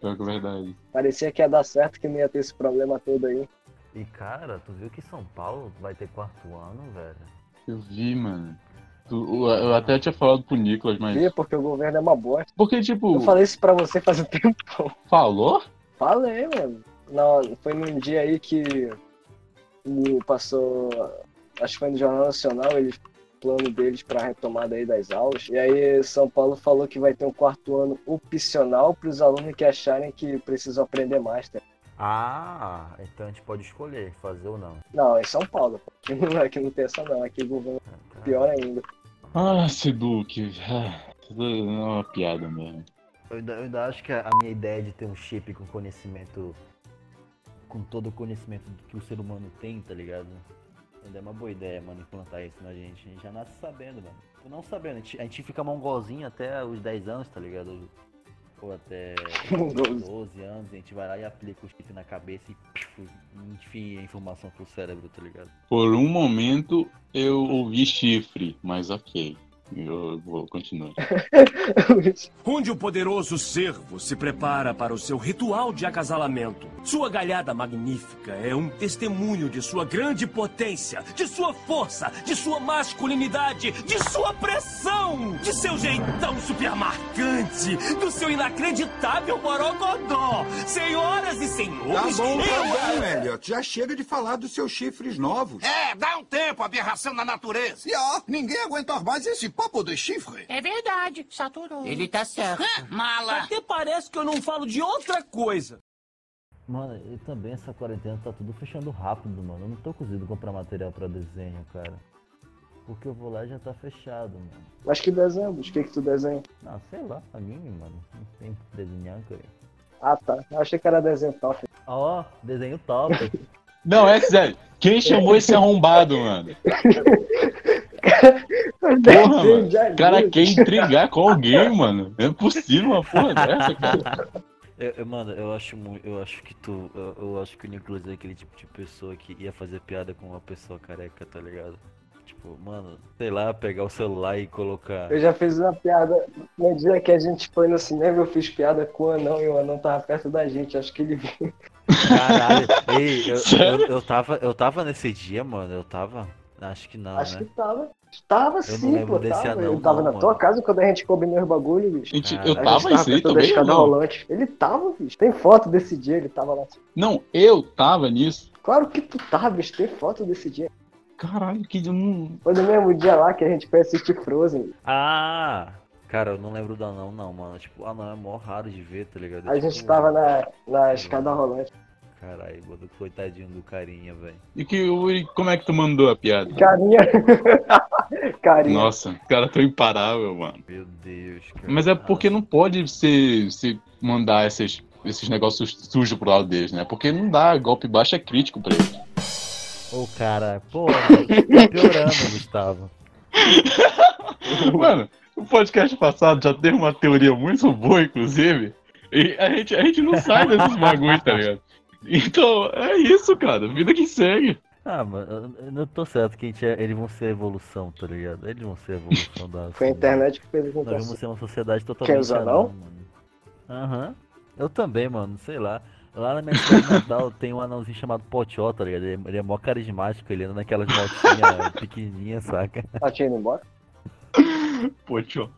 S1: pior que é verdade.
S3: parecia que ia dar certo, que não ia ter esse problema todo aí.
S2: E cara, tu viu que São Paulo vai ter quarto ano, velho?
S1: Eu vi, mano. Tu- Eu eu até tinha falado pro Nicolas, mas.
S3: Vê, porque o governo é uma bosta.
S1: Porque, tipo,
S3: Eu falei isso pra você faz um tempão.
S1: falou?
S3: Falei, mano. Não, foi num dia aí que o- passou, acho que foi no Jornal Nacional, eles plano deles para retomada aí das aulas. E aí São Paulo falou que vai ter um quarto ano opcional para os alunos que acharem que precisam aprender mais. tá?
S2: Ah, então a gente pode escolher fazer ou não.
S3: Não, é São Paulo. pô. (laughs) Aqui não, aqui não tem essa não. Aqui o governo
S2: Ah,
S3: é
S2: tá.
S3: pior ainda. (laughs)
S1: Ah, Seduc. Ah, tudo é uma piada mesmo.
S2: Eu ainda, eu ainda acho que a minha ideia de ter um chip com conhecimento. Com todo o conhecimento que o ser humano tem, tá ligado? Ainda é uma boa ideia, mano, implantar isso na gente. A gente já nasce sabendo, mano. Tipo, Não sabendo, a gente, a gente fica mongolzinho até os 10 anos, tá ligado? Ou até
S3: Mongolzinho.
S2: 12 anos, a gente vai lá e aplica o chip na cabeça e pif, enfim a informação pro cérebro, tá ligado?
S1: Por um momento eu ouvi chifre, mas ok. Eu vou continuar.
S9: Onde o poderoso servo se prepara para o seu ritual de acasalamento. Sua galhada magnífica é um testemunho de sua grande potência, de sua força, de sua masculinidade, de sua pressão, de seu jeitão supermarcante, do seu inacreditável borogodó. Senhoras e senhores, eu
S5: Elliot. Já chega de falar dos seus chifres novos.
S8: É, dá um tempo, aberração da natureza.
S5: E ó, ninguém aguenta mais esse papo de chifre.
S10: É verdade, saturou.
S8: Ele tá certo. Mala.
S9: até parece que eu não falo de outra coisa.
S2: Mano, e também essa quarentena tá tudo fechando rápido, mano. Eu não tô conseguindo comprar material pra desenho, cara. Porque eu vou lá e já tá fechado, mano.
S3: Mas que desenho? O que que tu desenha?
S2: Ah, sei lá, anime, mano. Não tem que desenhar, cara.
S3: Ah, tá. Eu achei que era desenho top.
S2: Ah, Ó, desenho (laughs) top.
S1: Não, é sério. Quem chamou esse arrombado,
S3: (laughs)
S1: mano? Porra, mano. O cara quer intrigar com alguém, mano. Não é possível uma porra dessa, cara.
S2: eu, eu- mano, eu acho muito. Eu acho que tu. Eu, eu acho que o Nicolas é aquele tipo de pessoa que ia fazer piada com uma pessoa careca, tá ligado? Tipo, mano, sei lá, pegar o celular e colocar.
S3: Eu já fiz uma piada. No dia que a gente foi no cinema, eu fiz piada com o anão e o anão tava perto da gente. Acho que ele viu.
S2: Caralho, ei, eu,
S1: Sério?
S2: (laughs) eu, eu tava, eu tava nesse dia, mano, eu tava. Acho que não,
S3: Acho
S2: né?
S3: que tava. Tava
S2: não
S3: sim,
S2: lembro
S3: pô.
S2: desse
S3: tava.
S2: anão,
S3: eu tava
S2: não,
S3: na
S2: mano.
S3: tua casa quando a gente combinou os bagulho, bicho.
S1: Gente,
S2: Cara,
S1: eu
S3: A
S1: tava
S3: gente
S1: isso aí
S3: perto da
S1: também? né,
S3: escada
S1: Não.
S3: rolante. Ele tava, bicho. Tem foto desse dia, ele tava lá.
S1: não, eu tava nisso.
S3: Claro que tu tá, bicho. Tem foto desse dia.
S1: Caralho, que eu não.
S3: Foi no mesmo dia lá que a gente foi assistir Frozen.
S2: Ah! Cara, eu não lembro do anão, não, mano. Tipo, anão é mó raro de ver, tá ligado?
S3: A gente tava na, na escada rolante.
S2: Caralho, mano, coitadinho do carinha, velho.
S1: E que, e como é que tu mandou a piada?
S3: Carinha. (laughs) Carinha.
S1: Nossa, os caras tão imparável, mano.
S2: Meu Deus, cara.
S1: Mas é porque não pode se, se mandar esses, esses negócios sujos pro lado deles, né? Porque não dá, golpe baixo é crítico pra eles.
S2: Ô, cara, pô, tá piorando, Gustavo.
S1: (laughs) Mano, o podcast passado já teve uma teoria muito boa, inclusive. E a gente, a gente não sai desses bagulhos, tá ligado? Então, é isso, cara. Vida que segue.
S2: Ah, mano, eu- eu não tô certo que a gente é- eles vão ser a evolução, tá ligado? Eles vão ser a evolução da.
S3: Foi a internet que fez a
S2: Nós vamos
S3: gente
S2: ser uma sociedade totalmente
S3: Quer usar,
S2: anão, mano. Aham. Eu também, mano, sei lá. Lá na minha cidade natal (laughs) tem um anãozinho chamado Pochó, tá ligado? Ele é, ele é mó carismático, ele anda naquelas motinhas (laughs) pequenininhas, saca?
S3: Tá te indo embora?
S1: Pô, tio.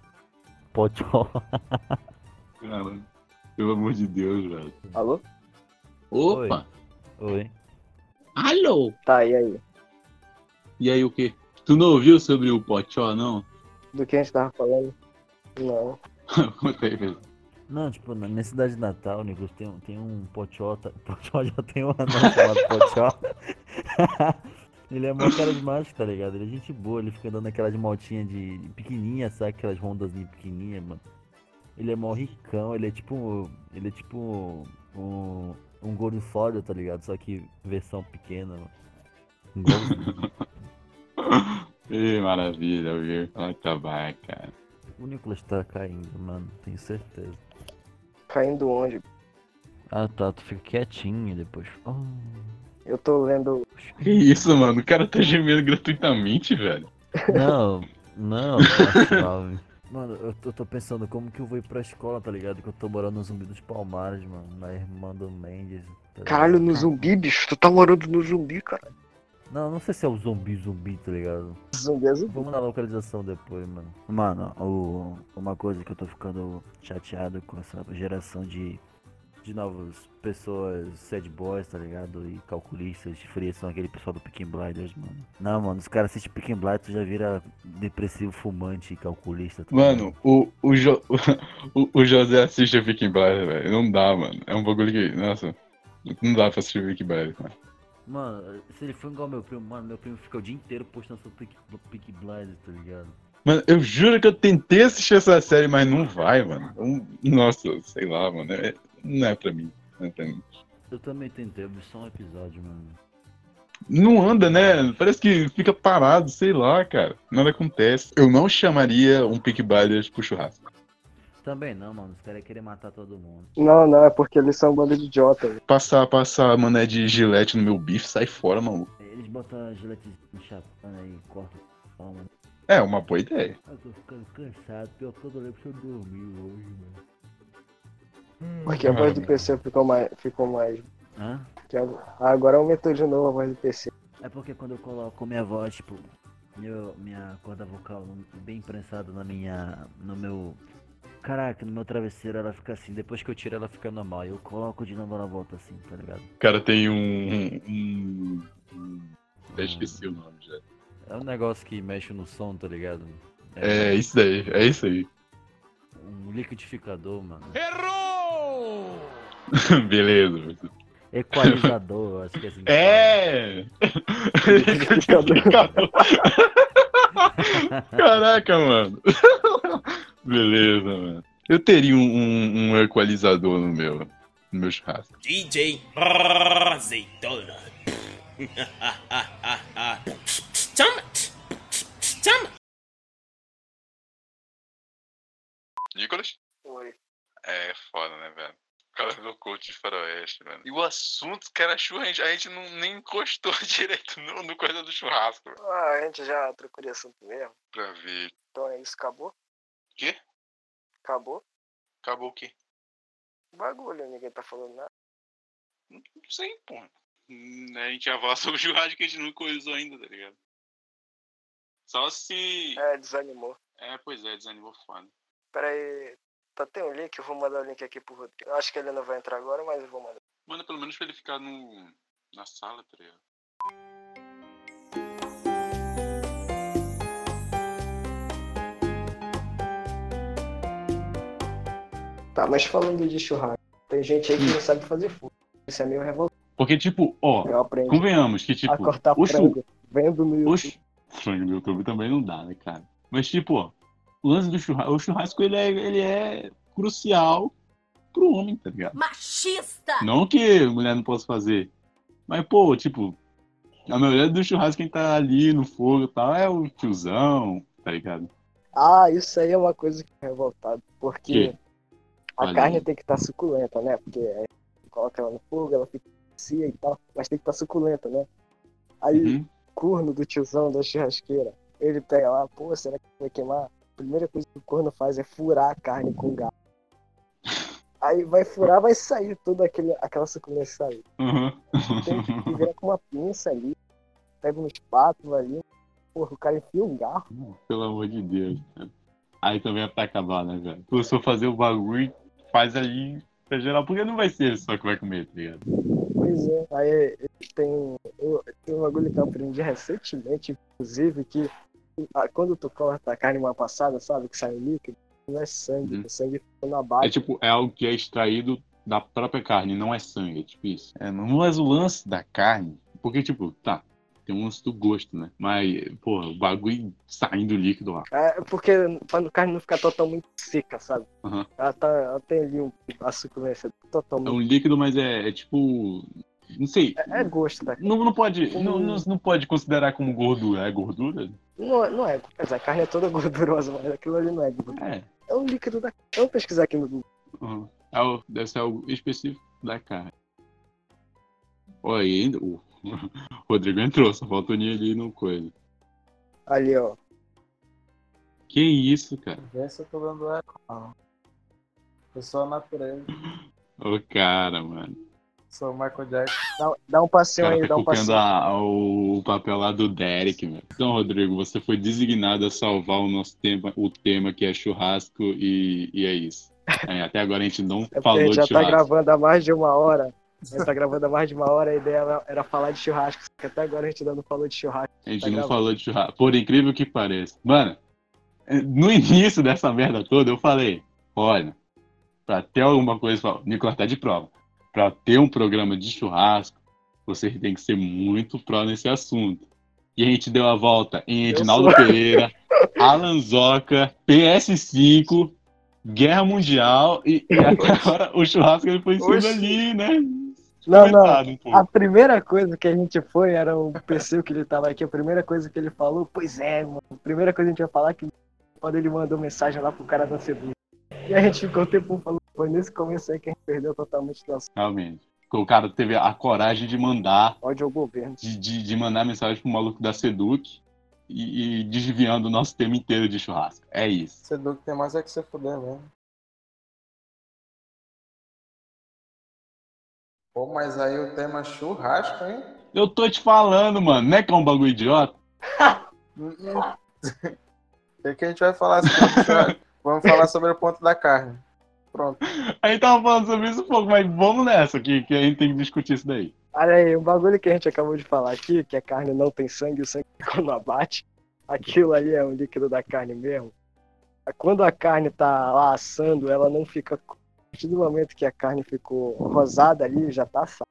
S2: Pochó.
S1: Cara, pelo amor de Deus, velho.
S3: Alô?
S1: Opa!
S2: (laughs) Oi.
S1: Alô!
S3: Tá, e aí?
S1: E aí, o quê? Tu não ouviu sobre o Potó, não? (laughs)
S3: Do que a gente tava falando? Não.
S1: Conta aí, velho.
S2: Não, tipo, na minha cidade natal, Nicolas, tem, um- tem um Pochó, (laughs) tá- Pochó já tem um anão chamado Pochó. (laughs) ele é mó carismático, tá ligado? Ele é gente boa, ele fica andando naquelas motinhas de pequenininha, sabe? Aquelas rondazinhas pequenininhas, mano. Ele é mó ricão, ele é tipo. Ele é tipo um, um gorifólio, tá ligado? Só que versão pequena, mano. Um gorifólio.
S1: Ih, maravilha, viu? Vai acabar, cara.
S2: o (laughs) Nicolas tá caindo, mano, tenho certeza.
S3: Caindo onde?
S2: Ah tá, tu fica quietinho depois. Oh.
S3: Eu tô lendo.
S1: Que isso, mano? O cara tá gemendo gratuitamente, velho.
S2: Não, não, (laughs) tá suave. Mano, eu tô, eu tô pensando como que eu vou ir pra escola, tá ligado? Que eu tô morando no Zumbi dos Palmares, mano. Na irmã do Mendes. tá
S3: Caralho,
S2: ligado?
S3: no zumbi, bicho. Tu tá morando no zumbi, cara.
S2: Não, não sei se é o zumbi zumbi, tá ligado?
S3: Zumbi é zumbi.
S2: Vamos na localização depois, mano. Mano, o- uma coisa que eu tô ficando chateado com essa geração de, de novas pessoas, sad boys, tá ligado? E calculistas, frias, são aquele pessoal do Peaky Blinders, mano. Não, mano, os caras assistem Peaky Blinders, tu já vira depressivo, fumante e calculista. tá ligado?
S1: Mano, o, o, (laughs) Jo- o, o José assiste a Viking Blast, velho. Não dá, mano. É um bagulho que. Nossa. Não dá pra assistir Rick Barry, cara.
S2: Mano, se ele for igual meu primo, mano, meu primo fica o dia inteiro postando sobre Peak, Peak Blinders, tá ligado?
S1: Mano, eu juro que eu tentei assistir essa série, mas não vai, mano. Eu- Nossa, sei lá, mano. é- Não é pra mim. Não é pra mim.
S2: Eu também tentei, eu vi só um episódio, mano.
S1: Não anda, né? Parece que fica parado, sei lá, cara. Nada acontece. Eu não chamaria um Peak Blinders pro churrasco.
S2: Também não, mano, os caras iam querer matar todo mundo.
S3: Não, não, é porque eles são um bando de idiota. velho.
S1: Passar, passar mané de gilete no meu bife, sai fora, maluco.
S2: Eles botam a gilete no chapéu aí, cortam a palma.
S1: É uma boa ideia.
S2: Eu tô ficando cansado, pior que eu não lembro se eu dormi hoje, mano.
S3: Porque a voz do PC ficou mais. Ficou mais.
S2: Hã?
S3: que agora- Agora aumentou de novo a voz do PC.
S2: É porque quando eu coloco minha voz, tipo, meu, minha corda vocal bem prensada na minha. no meu. Caraca, no meu travesseiro ela fica assim, depois que eu tiro ela fica normal. Eu coloco de novo ela volta assim, tá ligado?
S1: O cara tem um. um, um... Eu esqueci o nome já.
S2: É um negócio que mexe no som, tá ligado?
S1: É isso daí, é isso aí. (laughs)
S2: Um liquidificador, mano.
S1: Beleza. mano.
S2: Equalizador, eu acho que é assim. que
S1: É! (laughs) Caraca, mano. (laughs) Beleza, mano. Eu teria um, um- um equalizador no meu, no meu churrasco.
S8: DJ Brrr, Azeitona. Chama! Chama!
S1: Nicolas?
S3: Oi.
S1: É foda, né, velho? O cara do coach de faroeste, velho. E o assunto, cara, churra, a gente, a gente não, nem encostou (laughs) direito no, no coisa do churrasco, velho.
S3: Ah, a gente já trocou de assunto mesmo.
S1: Pra ver.
S3: Então é isso, acabou?
S1: Quê?
S3: Acabou?
S1: Acabou o quê?
S3: Bagulho, ninguém tá falando nada.
S1: Não sei, pô. Hum, A gente já fala (laughs) sobre o churrasco que a gente não coisou ainda, tá ligado? Só se.
S3: É, desanimou.
S1: É, pois é, desanimou foda.
S3: Pera aí. Tá, tem um link, eu vou mandar o link aqui pro Rodrigo. Eu acho que ele não vai entrar agora, mas eu vou mandar.
S1: Manda pelo menos pra ele ficar no. na sala, tá ligado?
S3: Tá, mas falando de churrasco, tem gente aí que não sabe fazer fogo. Isso é meio revoltante.
S1: Porque, tipo, ó,
S3: Eu aprendi
S1: convenhamos que, tipo,
S3: a cortar
S1: o, chu-
S3: frango. Vendo no
S1: o
S3: YouTube.
S1: chu- frango do YouTube também não dá, né, cara? Mas, tipo, ó, o lance do churrasco, o churrasco ele é, ele é crucial pro homem, tá ligado?
S8: Machista!
S1: Não que mulher não possa fazer. Mas, pô, tipo, a maioria do churrasco quem tá ali no fogo e tal é o tiozão, tá ligado?
S3: Ah, isso aí é uma coisa que me revoltado, porque
S1: Que?
S3: a
S1: Olha
S3: carne
S1: aí.
S3: tem que estar suculenta, né? Porque é, coloca ela no fogo, ela fica macia e tal, mas tem que estar suculenta, né? Aí
S1: Uhum.
S3: o corno do tiozão da churrasqueira, ele pega lá, pô, será que vai queimar? A primeira coisa que o corno faz é furar a carne com garfo. Aí vai furar, vai sair toda aquele, aquela suculência sabe?
S1: Uhum.
S3: tem que virar com uma pinça ali, pega uma espátula ali, porra, o cara enfia um garfo.
S1: Pelo amor de Deus, cara. Aí também é pra acabar, né, velho? Começou a fazer o bagulho e faz ali pra geral, porque não vai ser ele só que vai comer, tá ligado?
S3: Pois é, aí tem, eu, tem um bagulho que eu aprendi recentemente, inclusive, que ah, quando tu corta a carne uma passada, sabe, que sai o líquido, não é sangue,
S1: Uhum.
S3: o sangue fica na
S1: É
S3: base.
S1: tipo, é algo que é extraído da própria carne, não é sangue, é tipo isso. É, não é o lance da carne, porque, tipo, tá, tem um lance do gosto, né? Mas, porra, o bagulho saindo líquido lá.
S3: É porque quando a carne não fica totalmente seca, sabe?
S1: Aham.
S3: Ela, tá, ela tem ali um, a suculência
S1: É
S3: totalmente.
S1: um líquido, mas é, é tipo. Não sei.
S3: É, é gosto, tá?
S1: Não, não, pode, não, não, não pode considerar como gordura. É gordura?
S3: Não, é- não é, quer dizer, a carne é toda gordurosa, mas aquilo ali não é gordura.
S1: É.
S3: É um líquido da. Vamos pesquisar aqui no Google.
S1: Uhum. É o- deve ser algo específico da carne. Olha, e ainda. o (laughs) Rodrigo entrou, só falta o Ninho ali no coisa.
S3: Ali, ó.
S1: Que isso, cara?
S10: Vence cobrando ela. Eu sou a natureza.
S1: Ô, cara, mano.
S10: Sou o Michael Jackson.
S3: Dá, dá um
S1: O
S3: passeio
S1: cara
S3: aí,
S1: tá
S3: dá um
S1: copiando
S3: passeio.
S1: a- o papel lá do Derek, velho. Então, Rodrigo, você foi designado a salvar o nosso tema, o tema que é churrasco e, e é isso. É, até agora a gente não
S3: É porque a
S1: falou
S3: gente
S1: de
S3: já tá
S1: churrasco.
S3: gravando há mais de uma hora. A gente tá gravando há mais de uma hora, a ideia era- era falar de churrasco. só que Até agora a gente ainda não falou de churrasco.
S1: A gente
S3: Tá
S1: não
S3: gravando.
S1: falou de churrasco. Por incrível que pareça. Mano, no (laughs) início dessa merda toda, eu falei: olha, pra ter alguma coisa, pra- o Nicolas tá de prova. Pra ter um programa de churrasco, você tem que ser muito pró nesse assunto. E a gente deu a volta em Edinaldo
S11: sou.
S1: Pereira,
S3: (laughs)
S1: Alan Zoca, PS5, Guerra Mundial e, e até agora o churrasco ele foi sendo
S3: Oxi.
S1: ali, né?
S3: Não,
S1: Coitado um
S3: não.
S1: pouco.
S3: A primeira coisa que a gente foi era o PC que ele tava aqui. A primeira coisa que ele falou, pois é, mano. A primeira coisa que a gente ia falar é que quando ele mandou mensagem lá pro cara da Cebu. E a gente ficou o tempo falando, foi nesse começo aí que a gente perdeu totalmente nosso
S1: Realmente. O cara teve a coragem de mandar
S3: ódio ao governo.
S1: de, de, de mandar mensagem pro maluco da Seduc e, e desviando o nosso tema inteiro de churrasco. É isso.
S10: Você do que tem mais é que você fuder mesmo. Pô, mas aí o tema é churrasco, hein?
S1: Eu tô te falando, mano, né que é um bagulho idiota?
S10: Hum, hum. O que que a gente vai falar sobre o churrasco? (laughs) Vamos falar sobre o ponto da carne. Pronto.
S1: A gente tava falando sobre isso um pouco, mas vamos nessa, que, que a gente tem que discutir isso daí.
S3: Olha aí, um bagulho que a gente acabou de falar aqui, que a carne não tem sangue, o sangue (laughs) quando abate, aquilo ali é um líquido da carne mesmo. Quando a carne tá lá assando, ela não fica. A partir do momento que a carne ficou rosada ali, já tá assada.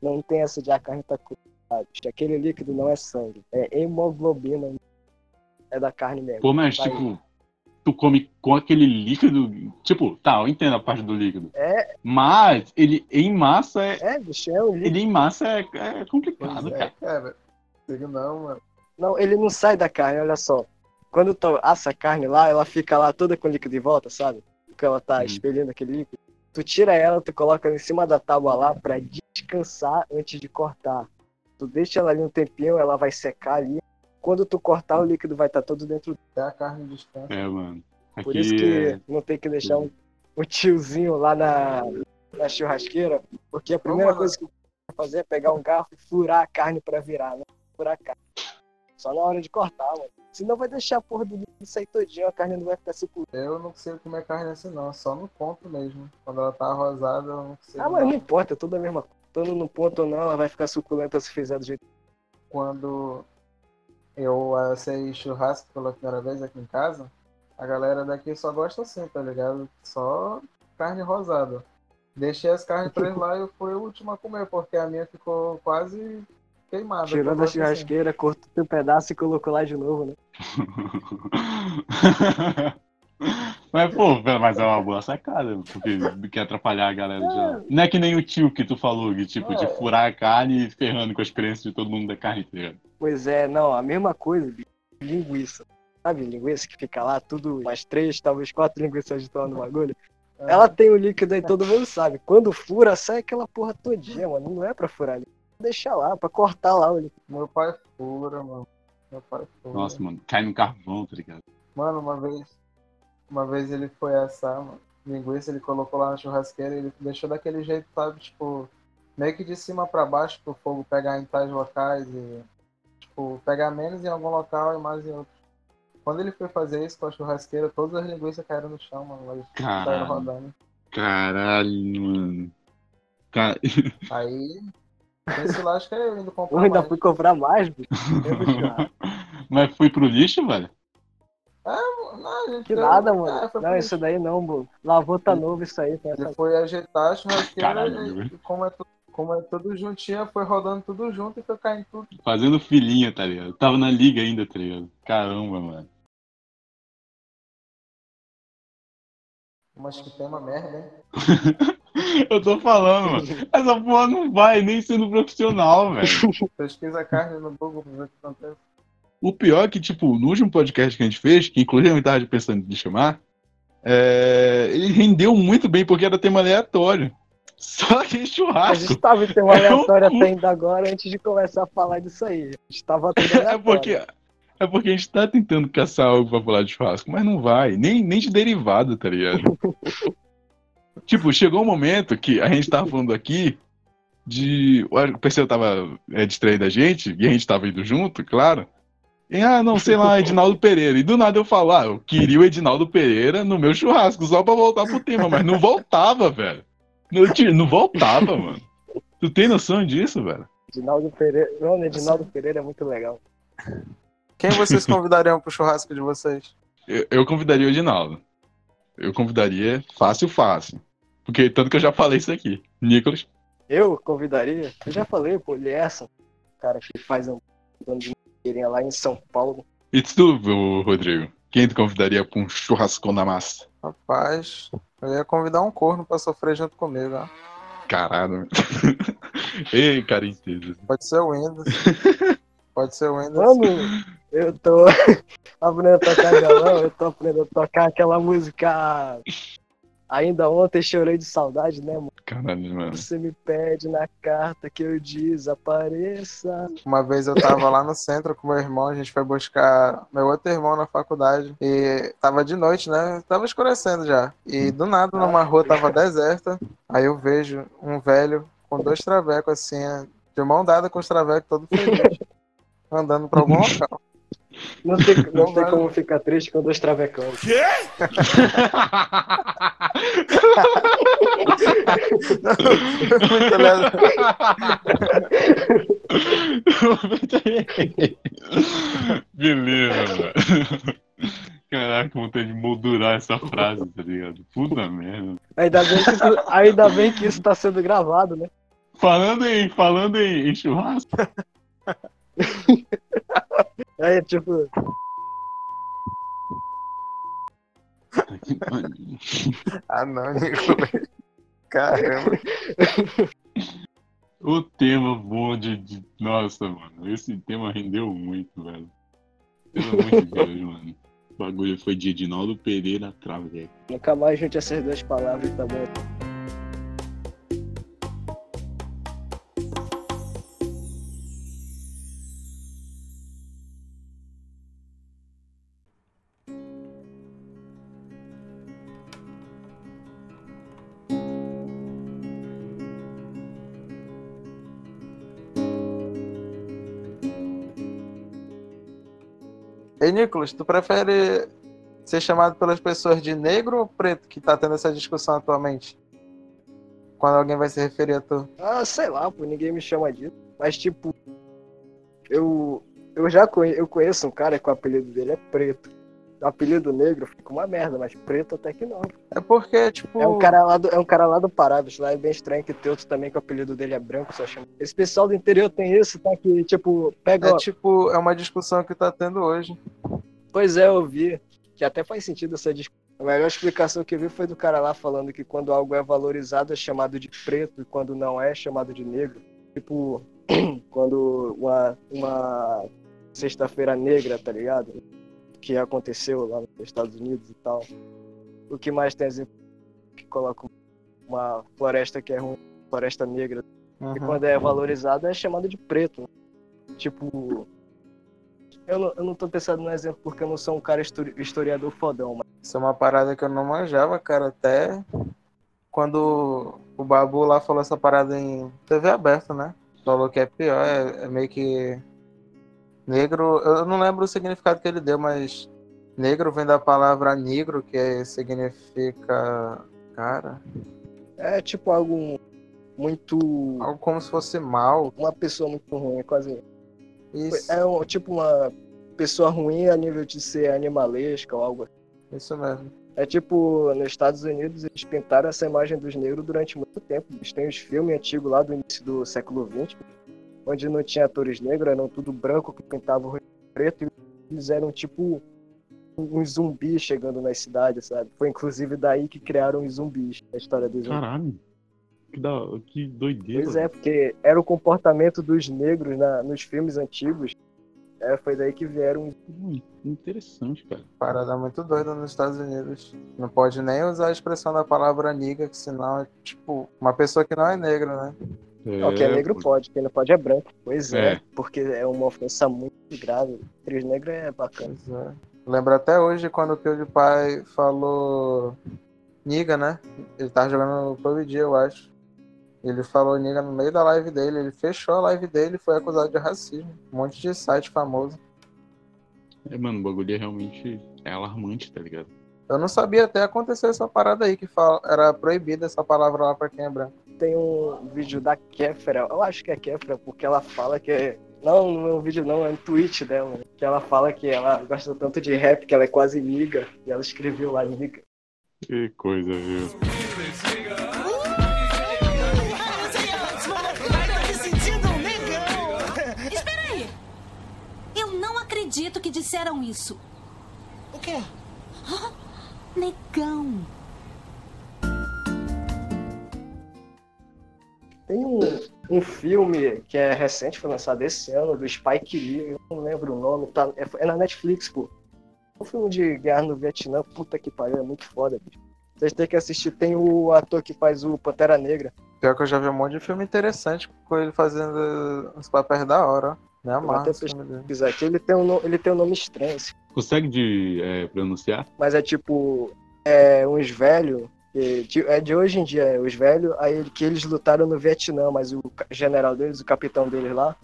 S3: Não tem essa de a carne tá crua. sabe? Aquele líquido não é sangue, é hemoglobina. É da carne mesmo.
S1: Pô, mas
S3: Tá aí.
S1: tipo, tu come com aquele líquido. Tipo, tá, eu entendo a parte do líquido.
S3: É,
S1: Mas ele em massa é.
S3: é, bicho, é um líquido.
S1: Ele em massa é, é complicado, cara.
S10: Cara, é, digo não, mano.
S3: Não, ele não sai da carne, olha só. Quando tu assa a carne lá, ela fica lá toda com líquido em volta, sabe? Porque ela tá expelindo aquele líquido. Tu tira ela, tu coloca ela em cima da tábua lá pra descansar antes de cortar. Tu deixa ela ali um tempinho, ela vai secar ali. Quando tu cortar, o líquido vai estar todo dentro
S10: da carne descansa.
S1: É, mano.
S3: Por
S1: Aqui
S3: isso que
S1: é-
S3: não tem que deixar um, um tiozinho lá na, na churrasqueira, porque a primeira coisa que tu vai fazer é pegar um garfo e furar a carne pra virar, né? Furar a carne. Só na hora de cortar, mano. Senão vai deixar a porra do líquido sair todinho, a carne não vai ficar se curando.
S10: Eu não consigo comer carne assim, não. Só no ponto mesmo. Quando ela tá rosada, eu não consigo.
S3: Ah, mas não importa, é tudo a mesma coisa. Estando no ponto ou não, ela vai ficar suculenta se fizer do jeito.
S10: Quando eu assei churrasco pela primeira vez aqui em casa, a galera daqui só gosta assim, tá ligado? Só carne rosada. Deixei as carnes três lá e eu fui o último a comer, porque a minha ficou quase queimada.
S3: Tirou
S10: Eu
S3: da
S10: gosto assim.
S3: churrasqueira, cortou um pedaço e colocou lá de novo, né?
S1: Mas, pô, mas é uma boa sacada, porque quer atrapalhar a galera de lá. Não é que nem o tio que tu falou, que, tipo, de furar a carne e ferrando com a experiência de todo mundo da carne, tá ligado?
S3: Pois é, não, a mesma coisa, bicho, linguiça. Sabe, linguiça que fica lá, tudo, umas três, talvez quatro linguiças de torno no bagulho.
S10: assim, é.
S3: Ela tem o líquido aí, todo mundo sabe. Quando fura, sai aquela porra todinha, mano. Não é pra furar ali. Deixa lá, pra cortar lá o líquido.
S10: Meu pai fura, mano. Meu pai fura.
S1: Nossa, mano, cai no carvão, tá ligado?
S10: Mano, uma vez, uma vez ele foi assar, mano, linguiça, ele colocou lá na churrasqueira, ele deixou daquele jeito, sabe, tipo, meio que de cima pra baixo pro fogo pegar em tais locais e, tipo, pegar menos em algum local e mais em outro. Quando ele foi fazer isso com a churrasqueira, todas as linguiças caíram no chão, mano, elas
S1: Caralho.
S10: saíram rodando.
S1: Caralho, mano. Cara...
S10: Aí, esse lá acho que é eu indo
S3: Eu
S10: comprar
S3: ainda
S10: mais.
S3: fui comprar mais, bicho. Eu vou tirar.
S1: Mas foi pro lixo, velho?
S10: É, não, gente,
S3: Que
S10: eu-
S3: nada,
S10: é,
S3: mano.
S10: foi
S3: Não,
S10: por
S3: isso daí não, mano. Lavou tá novo isso aí. Tem
S10: Ele
S3: essa...
S10: foi ajeitar a churrasqueira
S1: Caralho,
S10: e, como, é tudo, como é tudo juntinho, foi rodando tudo junto e foi caindo tudo.
S1: Fazendo filhinha, tá ligado? Tava na liga ainda, tá ligado? Caramba, mano.
S10: Mas que tema merda, hein?
S1: Eu tô falando, mano. Essa porra não vai nem sendo profissional, velho.
S10: Pesquisa carne no Google pra ver o que acontece.
S1: O pior é que, tipo, no último podcast que a gente fez, que inclusive eu tava pensando em chamar, é, ele rendeu muito bem, porque era tema aleatório. (laughs) Só que
S3: A
S1: churrasco.
S3: gente tava em tema aleatório até ainda agora, antes de começar a falar disso aí. A gente tava tudo
S1: (laughs) É
S3: aleatório.
S1: porque, é porque a gente tá tentando caçar algo pra falar de churrasco, mas não vai. Nem, nem de derivado, tá ligado? tipo, chegou um momento que a gente tava falando aqui de. O pessoal tava é, distraído da gente, e a gente tava indo junto, claro. E, ah, não, sei lá, Edinaldo Pereira. E do nada eu falo, ah, eu queria o Edinaldo Pereira no meu churrasco, só pra voltar pro tema, mas não voltava, velho. Não, ti- não voltava, mano. Tu tem noção disso, velho?
S3: Edinaldo Pereira. Mano, Edinaldo Pereira é muito legal.
S10: Quem vocês convidariam pro churrasco de vocês?
S1: Eu, eu convidaria o Edinaldo. Eu convidaria fácil, fácil. Porque tanto que eu já falei isso aqui. Nicolas.
S3: Eu convidaria, eu já falei, pô, ele é essa, cara que faz um dono de mangueirinha lá em São Paulo.
S1: E tu, ô, Rodrigo? Quem tu convidaria pra um churrascão na massa?
S10: Rapaz, eu ia convidar um corno pra sofrer junto comigo, né?
S1: Caralho. (laughs) Ei, cara inteiro.
S10: Pode ser o Windows. Pode ser o Windows.
S3: Mano, eu tô (laughs) aprendendo a tocar violão, eu tô aprendendo a tocar aquela música. Ainda ontem chorei de saudade, né, mano?
S1: Caralho,
S3: (laughs)
S1: mano.
S3: Você me pede na carta que eu desapareça.
S10: Uma vez eu tava lá no centro com meu irmão, a gente foi buscar meu outro irmão na faculdade. E tava de noite, né? Tava escurecendo já. E do nada, numa rua tava deserta. Aí eu vejo um velho com dois travecos assim, né? de mão dada com os travecos todo feliz. andando pra algum local.
S3: Não tem, não tem como ficar triste com dois travecão.
S5: Quê?
S10: (laughs) Muito legal.
S1: Beleza, mano. Caraca, vontade de moldurar essa frase, tá ligado? Puta merda.
S3: Ainda bem, que isso, ainda bem que isso tá sendo gravado, né?
S1: Falando em, falando em, em churrasco.
S3: Aí, tipo,
S1: Puta que pariu.
S10: Ah, não, Nicolas. Caramba.
S1: O tema bom de, de- Nossa, mano. Esse tema rendeu muito, velho. Pelo amor de
S3: (laughs)
S1: Deus, mano. O bagulho foi de Edinaldo Pereira Traveco.
S3: nunca mais junte essas duas palavras, tá bom?
S10: Ei, Nicolas, tu prefere ser chamado pelas pessoas de negro ou preto que tá tendo essa discussão atualmente? Quando alguém vai se referir a tu?
S3: Ah, sei lá, pô, ninguém me chama disso. Mas, tipo, eu, eu já conhe, eu conheço um cara que o apelido dele é preto. O apelido negro fica uma merda, mas preto até que não.
S10: É porque, tipo.
S3: É um cara lá do, é um cara lá do Pará, bicho, lá é bem estranho que tem outro também que o apelido dele é branco, só chama. Esse pessoal do interior tem isso, tá? Que, tipo, pega.
S10: É
S3: ó,
S10: tipo, é uma discussão que tá tendo hoje.
S3: Pois é, eu vi. Que até faz sentido essa discussão. A melhor explicação que eu vi foi do cara lá falando que quando algo é valorizado é chamado de preto e quando não é, é chamado de negro. Tipo, (clears throat) quando uma, uma sexta-feira negra, tá ligado? Que aconteceu lá nos Estados Unidos e tal. O que mais tem exemplo que coloca uma floresta que é ruim, floresta negra. E
S10: Uhum.
S3: quando é valorizado é chamado de preto. né? Tipo. Eu não, eu não tô pensando no exemplo porque eu não sou um cara histori- historiador fodão, mas.
S10: Isso é uma parada que eu não manjava, cara, até quando o Babu lá falou essa parada em TV aberta, né? Falou que é pior, é, é meio que negro, eu não lembro o significado que ele deu, mas negro vem da palavra negro, que é, significa, cara,
S3: É tipo algo muito.
S10: algo como se fosse mal.
S3: Uma pessoa muito ruim, é quase.
S10: Isso,
S3: É um, tipo uma pessoa ruim a nível de ser animalesca ou algo assim.
S10: isso mesmo.
S3: É tipo, nos Estados Unidos eles pintaram essa imagem dos negros durante muito tempo. Eles têm os filmes antigos lá do início do século XX, onde não tinha atores negros, eram tudo branco que pintava o rosto de preto e eles eram tipo um zumbi chegando nas cidades, sabe? Foi inclusive daí que criaram os zumbis, a história dos zumbis.
S1: Caralho. Que, da... que doideira.
S3: Pois é, porque era o comportamento dos negros na- nos filmes antigos. É, foi daí que vieram.
S1: Hum, Interessante, cara.
S10: Parada muito doida nos Estados Unidos. Não pode nem usar a expressão da palavra niga, que senão é tipo uma pessoa que não é negra, né?
S3: Não, quem é negro pode, quem não pode é branco. Pois é,
S1: É.
S3: porque é uma ofensa muito grave. Três negros é bacana.
S10: Pois é. Lembro até hoje quando o PewDiePie falou Niga, né? Ele tava jogando PUBG, eu acho. Ele falou Niga no meio da live dele, ele fechou a live dele e foi acusado de racismo. Um monte de site famoso.
S1: É, mano, o bagulho é realmente é alarmante, tá ligado?
S10: Eu não sabia até acontecer essa parada aí, que fala- era proibida essa palavra lá pra quem é branco.
S3: Tem um vídeo da Kéfera, eu acho que é Kéfera, porque ela fala que é. Não, não é um vídeo não, é um tweet dela. Que ela fala que ela gosta tanto de rap que ela é quase niga. E ela escreveu lá niga.
S1: Que coisa, viu?
S11: isso.
S12: O quê?
S11: Ah, Negão.
S3: Tem um, um filme que é recente, foi lançado esse ano, do Spike Lee, eu não lembro o nome, tá, é, é na Netflix, pô. É um filme de guerra no Vietnã, puta que pariu, é muito foda, bicho. Vocês têm que assistir, tem o ator que faz o Pantera Negra.
S10: Pior que eu já vi um monte de filme interessante com ele fazendo uns papéis da hora. Me
S3: Eu vou
S10: amarra
S3: até
S10: esse filme dele.
S3: pesquisar aqui, ele tem um, no- ele tem um nome estranho, assim,
S1: Consegue de, é, pronunciar?
S3: mas é tipo, é uns velhos, é de hoje em dia, é, os velhos, aí que eles lutaram no Vietnã, mas o ca- general deles, o capitão deles lá,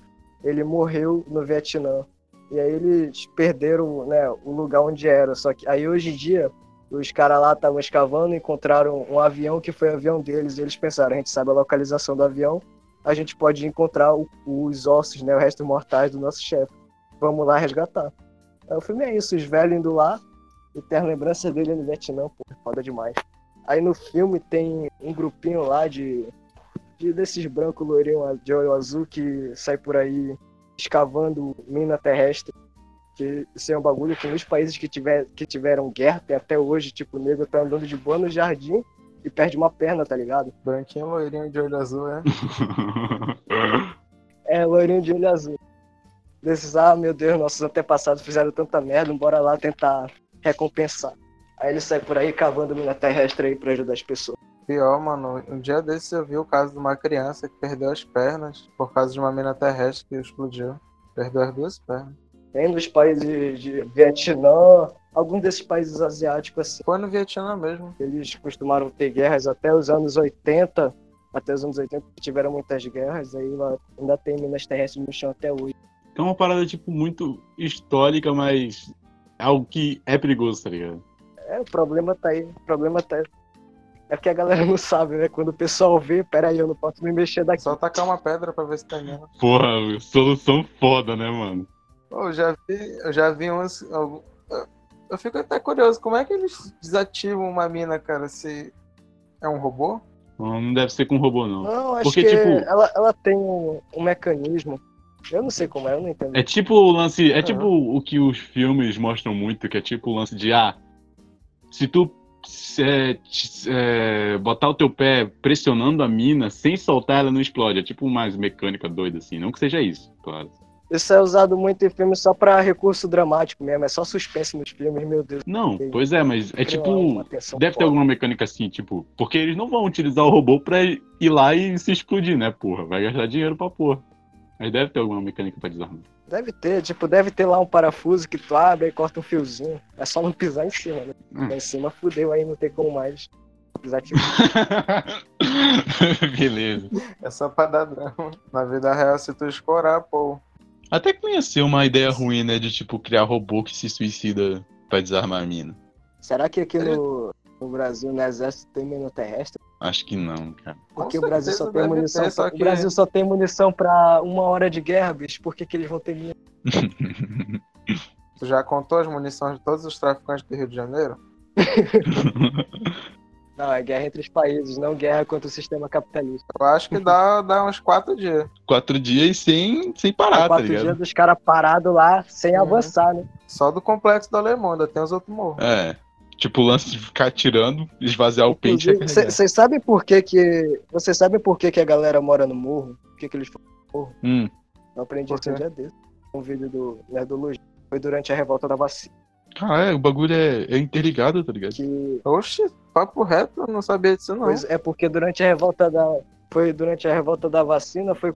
S3: ele morreu no Vietnã. E aí eles perderam né, o lugar onde era. Só que aí hoje em dia, os caras lá estavam escavando e encontraram um avião que foi o avião deles. E eles pensaram, a gente sabe a localização do avião, a gente pode encontrar o- os ossos, né, o resto mortais do nosso chefe. Vamos lá resgatar. Aí o filme é isso, os velhos indo lá e tem as lembranças dele no Vietnã, pô, é foda demais. Aí no filme tem um grupinho lá de, de desses brancos loirinhos de olho azul que sai por aí escavando mina terrestre. Que isso é um bagulho que nos países que, tiver, que tiveram guerra, tem até hoje, tipo, o nego tá andando de boa no jardim e perde uma perna, tá ligado?
S10: Branquinho, loirinho de olho azul, é?
S3: É, loirinho de olho azul. Desses, ah, meu Deus, nossos antepassados fizeram tanta merda, bora lá tentar recompensar. Aí ele sai por aí cavando mina terrestre aí pra ajudar as pessoas.
S10: Pior, mano, um dia desses eu vi o caso de uma criança que perdeu as pernas por causa de uma mina terrestre que explodiu. Perdeu as duas pernas.
S3: Tem nos países de Vietnã, alguns desses países asiáticos assim.
S10: Foi no Vietnã mesmo.
S3: Eles costumaram ter guerras até os anos 80. Até os anos 80 tiveram muitas guerras, aí lá ainda tem minas terrestres no chão até hoje.
S1: É uma parada, tipo, muito histórica, mas é algo que é perigoso, tá ligado?
S3: É, o problema tá aí, o problema tá aí. É porque a galera não sabe, né? Quando o pessoal vê, peraí, eu não posso me mexer daqui.
S10: Só tacar uma pedra pra ver se tem mesmo.
S1: Porra, solução foda, né, mano?
S10: Pô, eu já vi, eu já vi uns. algum- eu- Eu fico até curioso, como é que eles desativam uma mina, cara, se é um robô?
S1: Não deve ser com robô, não.
S3: Não, acho
S1: Porque,
S3: que
S1: tipo,
S3: ela, ela tem um, um mecanismo. Eu não sei como é, eu não entendo.
S1: É tipo o lance. É tipo o que os filmes mostram muito, que é tipo o lance de ah, se tu se- é, te- é, botar o teu pé pressionando a mina sem soltar, ela não explode. É tipo mais mecânica doida, assim. Não que seja isso, claro.
S3: Isso é usado muito em filmes só pra recurso dramático mesmo, é só suspense nos filmes, meu Deus.
S1: Não,
S3: Que-
S1: pois é, mas é
S3: Cria uma
S1: tipo.
S3: tensão
S1: Deve ter
S3: foda.
S1: alguma mecânica assim, tipo, porque eles não vão utilizar o robô pra ir lá e se explodir, né, porra? Vai gastar dinheiro pra porra. Mas deve ter alguma mecânica pra desarmar.
S3: Deve ter, tipo, deve ter lá um parafuso que tu abre e corta um fiozinho. É só não pisar em cima, né?
S1: Hum.
S3: Lá em cima fudeu, aí não tem como mais desativar.
S1: Beleza.
S10: É só pra dar drama. Na vida real, se tu escorar, pô.
S1: Até conhecer uma ideia ruim, né? De tipo criar robô que se suicida pra desarmar a mina.
S3: Será que aqui no, no Brasil, no exército, tem mina terrestre?
S1: Acho que não, cara.
S3: Porque o
S10: certeza
S3: Brasil só tem
S10: deve
S3: munição.
S10: ter, só
S3: O
S10: que-
S3: Brasil só tem munição pra uma hora de guerra, bicho. Por que, que eles vão ter mina?
S10: Tu já contou as munições de todos os traficantes do Rio de Janeiro?
S3: Não, é guerra entre os países, não guerra contra o sistema capitalista.
S10: Eu acho que dá, dá uns quatro dias.
S1: Quatro dias sem, sem parar,
S3: É
S1: tá
S3: quatro dias
S1: ligado?
S3: dos caras parados lá, sem
S10: Uhum.
S3: avançar, né?
S10: Só do complexo do Alemão, ainda tem os outros morros.
S1: É. Tipo, o lance de ficar atirando, esvaziar o pente. é
S3: Inclusive,
S1: verdade.
S3: Vocês sabem por que que... Vocês sabem por que que a galera mora no morro? Por que que eles
S1: Hum.
S3: Eu aprendi
S10: Por
S3: isso um
S10: quê?
S3: dia desse. Um vídeo do Nerdologia. Foi durante a revolta da vacina.
S1: Ah, é, o bagulho é, é interligado, tá ligado?
S3: Que,
S10: Oxi, papo reto, eu não sabia disso não.
S3: pois é porque durante a revolta da. Foi durante a revolta da vacina, foi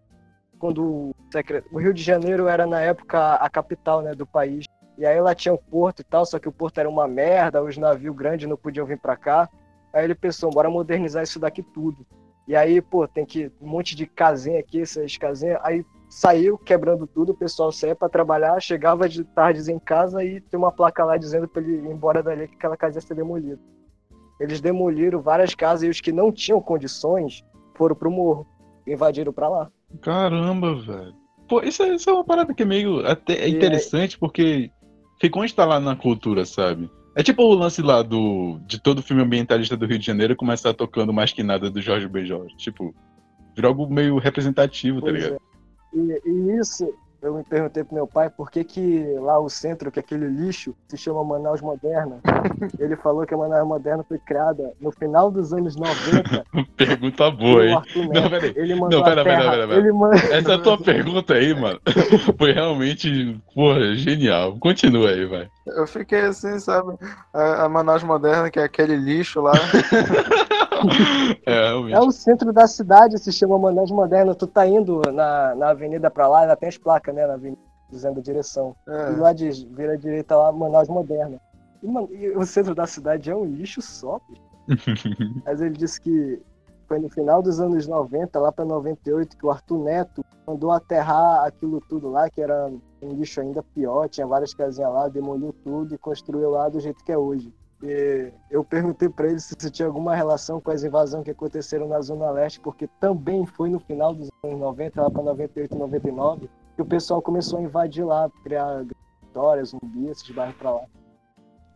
S3: quando o, secre- o Rio de Janeiro era na época a capital né, do país. E aí lá tinha um porto e tal, só que o porto era uma merda, os navios grandes não podiam vir pra cá. Aí ele pensou, bora modernizar isso daqui tudo. E aí, pô, tem que um monte de casinha aqui, essas casinhas. Aí saiu quebrando tudo, o pessoal saía pra trabalhar, chegava de tardes em casa e tem uma placa lá dizendo pra ele ir embora dali que aquela casa ia ser demolida. Eles demoliram várias casas e os que não tinham condições foram pro morro, invadiram pra lá.
S1: Caramba, velho. Pô, isso é, isso é uma parada que é meio até é
S3: E
S1: interessante porque ficou instalado na cultura, sabe? É tipo o lance lá do de todo filme ambientalista do Rio de Janeiro começar tocando mais que nada do Jorge Benjor. Tipo, virou algo meio representativo, tá
S3: Pois é.
S1: ligado?
S3: E, e isso, eu me perguntei pro meu pai por que que lá o centro, que é aquele lixo, se chama Manaus
S1: (laughs)
S3: Moderna. Ele falou que a Manaus Moderna foi criada no final dos anos 90.
S1: Pergunta boa, hein?
S3: Arthur Neto.
S1: Não, peraí.
S3: Ele mandou
S1: Não, pera,
S3: a
S1: pera,
S3: terra,
S1: pera,
S3: ele mandou...
S1: pera. Essa
S3: é
S1: tua pergunta aí, mano, (laughs) foi realmente, porra, genial. Continua aí, vai.
S10: Eu fiquei assim, sabe? A, a Manaus Moderna, que é aquele lixo
S3: (laughs)
S10: lá.
S1: É, realmente.
S3: É o centro da cidade, se chama Manaus Moderna. Tu tá indo na, na avenida pra lá, ainda tem as placas, né, na avenida, dizendo a direção.
S10: É.
S3: E lá diz, vira à direita lá, Manaus Moderna. E, mano, e o centro da cidade é um lixo só, bicho. Mas ele disse que foi no final dos anos 90, lá pra 98, que o Arthur Neto mandou aterrar aquilo tudo lá, que era um lixo ainda pior, tinha várias casinhas lá, demoliu tudo e construiu lá do jeito que é hoje. E eu perguntei pra ele se isso tinha alguma relação com as invasões que aconteceram na Zona Leste, porque também foi no final dos anos 90, lá pra 98, 99, que o pessoal começou a invadir lá, criar histórias, zumbi, esses bairros pra lá.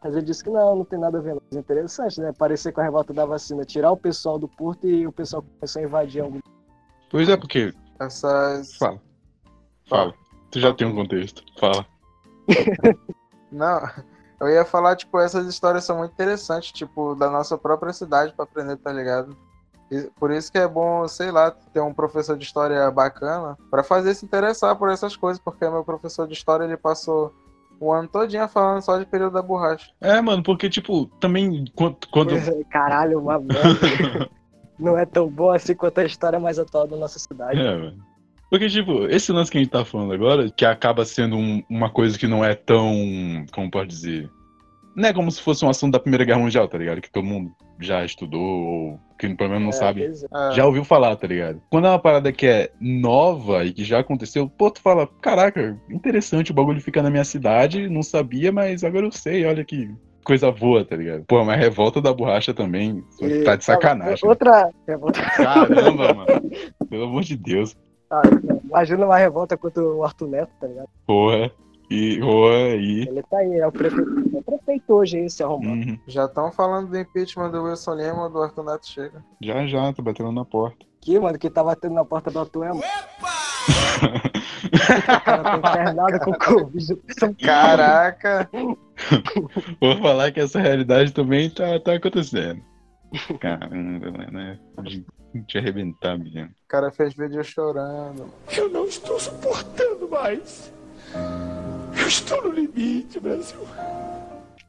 S3: Mas ele disse que não, não tem nada a ver. não. Mas é interessante, né? Parecer com a revolta da vacina, tirar o pessoal do porto e o pessoal começou a invadir algum.
S1: Pois é, porque.
S10: Essas.
S1: Fala. Fala. Tu já tem um contexto. Fala.
S10: Não, eu ia falar, tipo, essas histórias são muito interessantes, tipo, da nossa própria cidade pra aprender, tá ligado? E por isso que é bom, sei lá, ter um professor de história bacana pra fazer se interessar por essas coisas, porque meu professor de história ele passou o ano todinho falando só de período da borracha.
S1: É, mano, porque, tipo, também quando. quando...
S10: É
S3: (laughs) Caralho, uma merda. não é tão bom assim quanto a história mais atual da nossa cidade.
S1: É, mano. Porque, tipo, esse lance que a gente tá falando agora, que acaba sendo um- uma coisa que não é tão. Como pode dizer? Não é como se fosse um assunto da Primeira Guerra Mundial, tá ligado? Que todo mundo já estudou, ou que pelo menos não sabe.
S10: É.
S1: Já ouviu falar, tá ligado? Quando é uma parada que é nova e que já aconteceu, pô, tu fala, caraca, interessante, o bagulho fica na minha cidade, não sabia, mas agora eu sei, olha que coisa boa, tá ligado? Pô, mas revolta da borracha também,
S3: E-
S1: tá de sacanagem.
S3: Outra revolta.
S1: Caramba, mano. Pelo amor de Deus.
S3: Ah, imagina uma revolta contra o Arthur Neto, tá ligado?
S1: Porra. E, porra, e...
S3: Ele tá aí, é o prefeito, é o prefeito hoje, hein, esse arrombado.
S1: Uhum.
S10: Já estão falando do impeachment do Wilson Lima, do Arthur Neto chega.
S1: Já, já, tô batendo na porta.
S3: Que, mano, que tava batendo na porta do Arthur é, mano. (laughs) O cara tá internado com Covid.
S10: Caraca!
S1: Vou falar que essa realidade também tá, tá acontecendo. Caramba, mano, né? De, de arrebentar, menino.
S10: O cara fez vídeo chorando.
S5: Eu não estou suportando mais. Eu estou no limite, Brasil.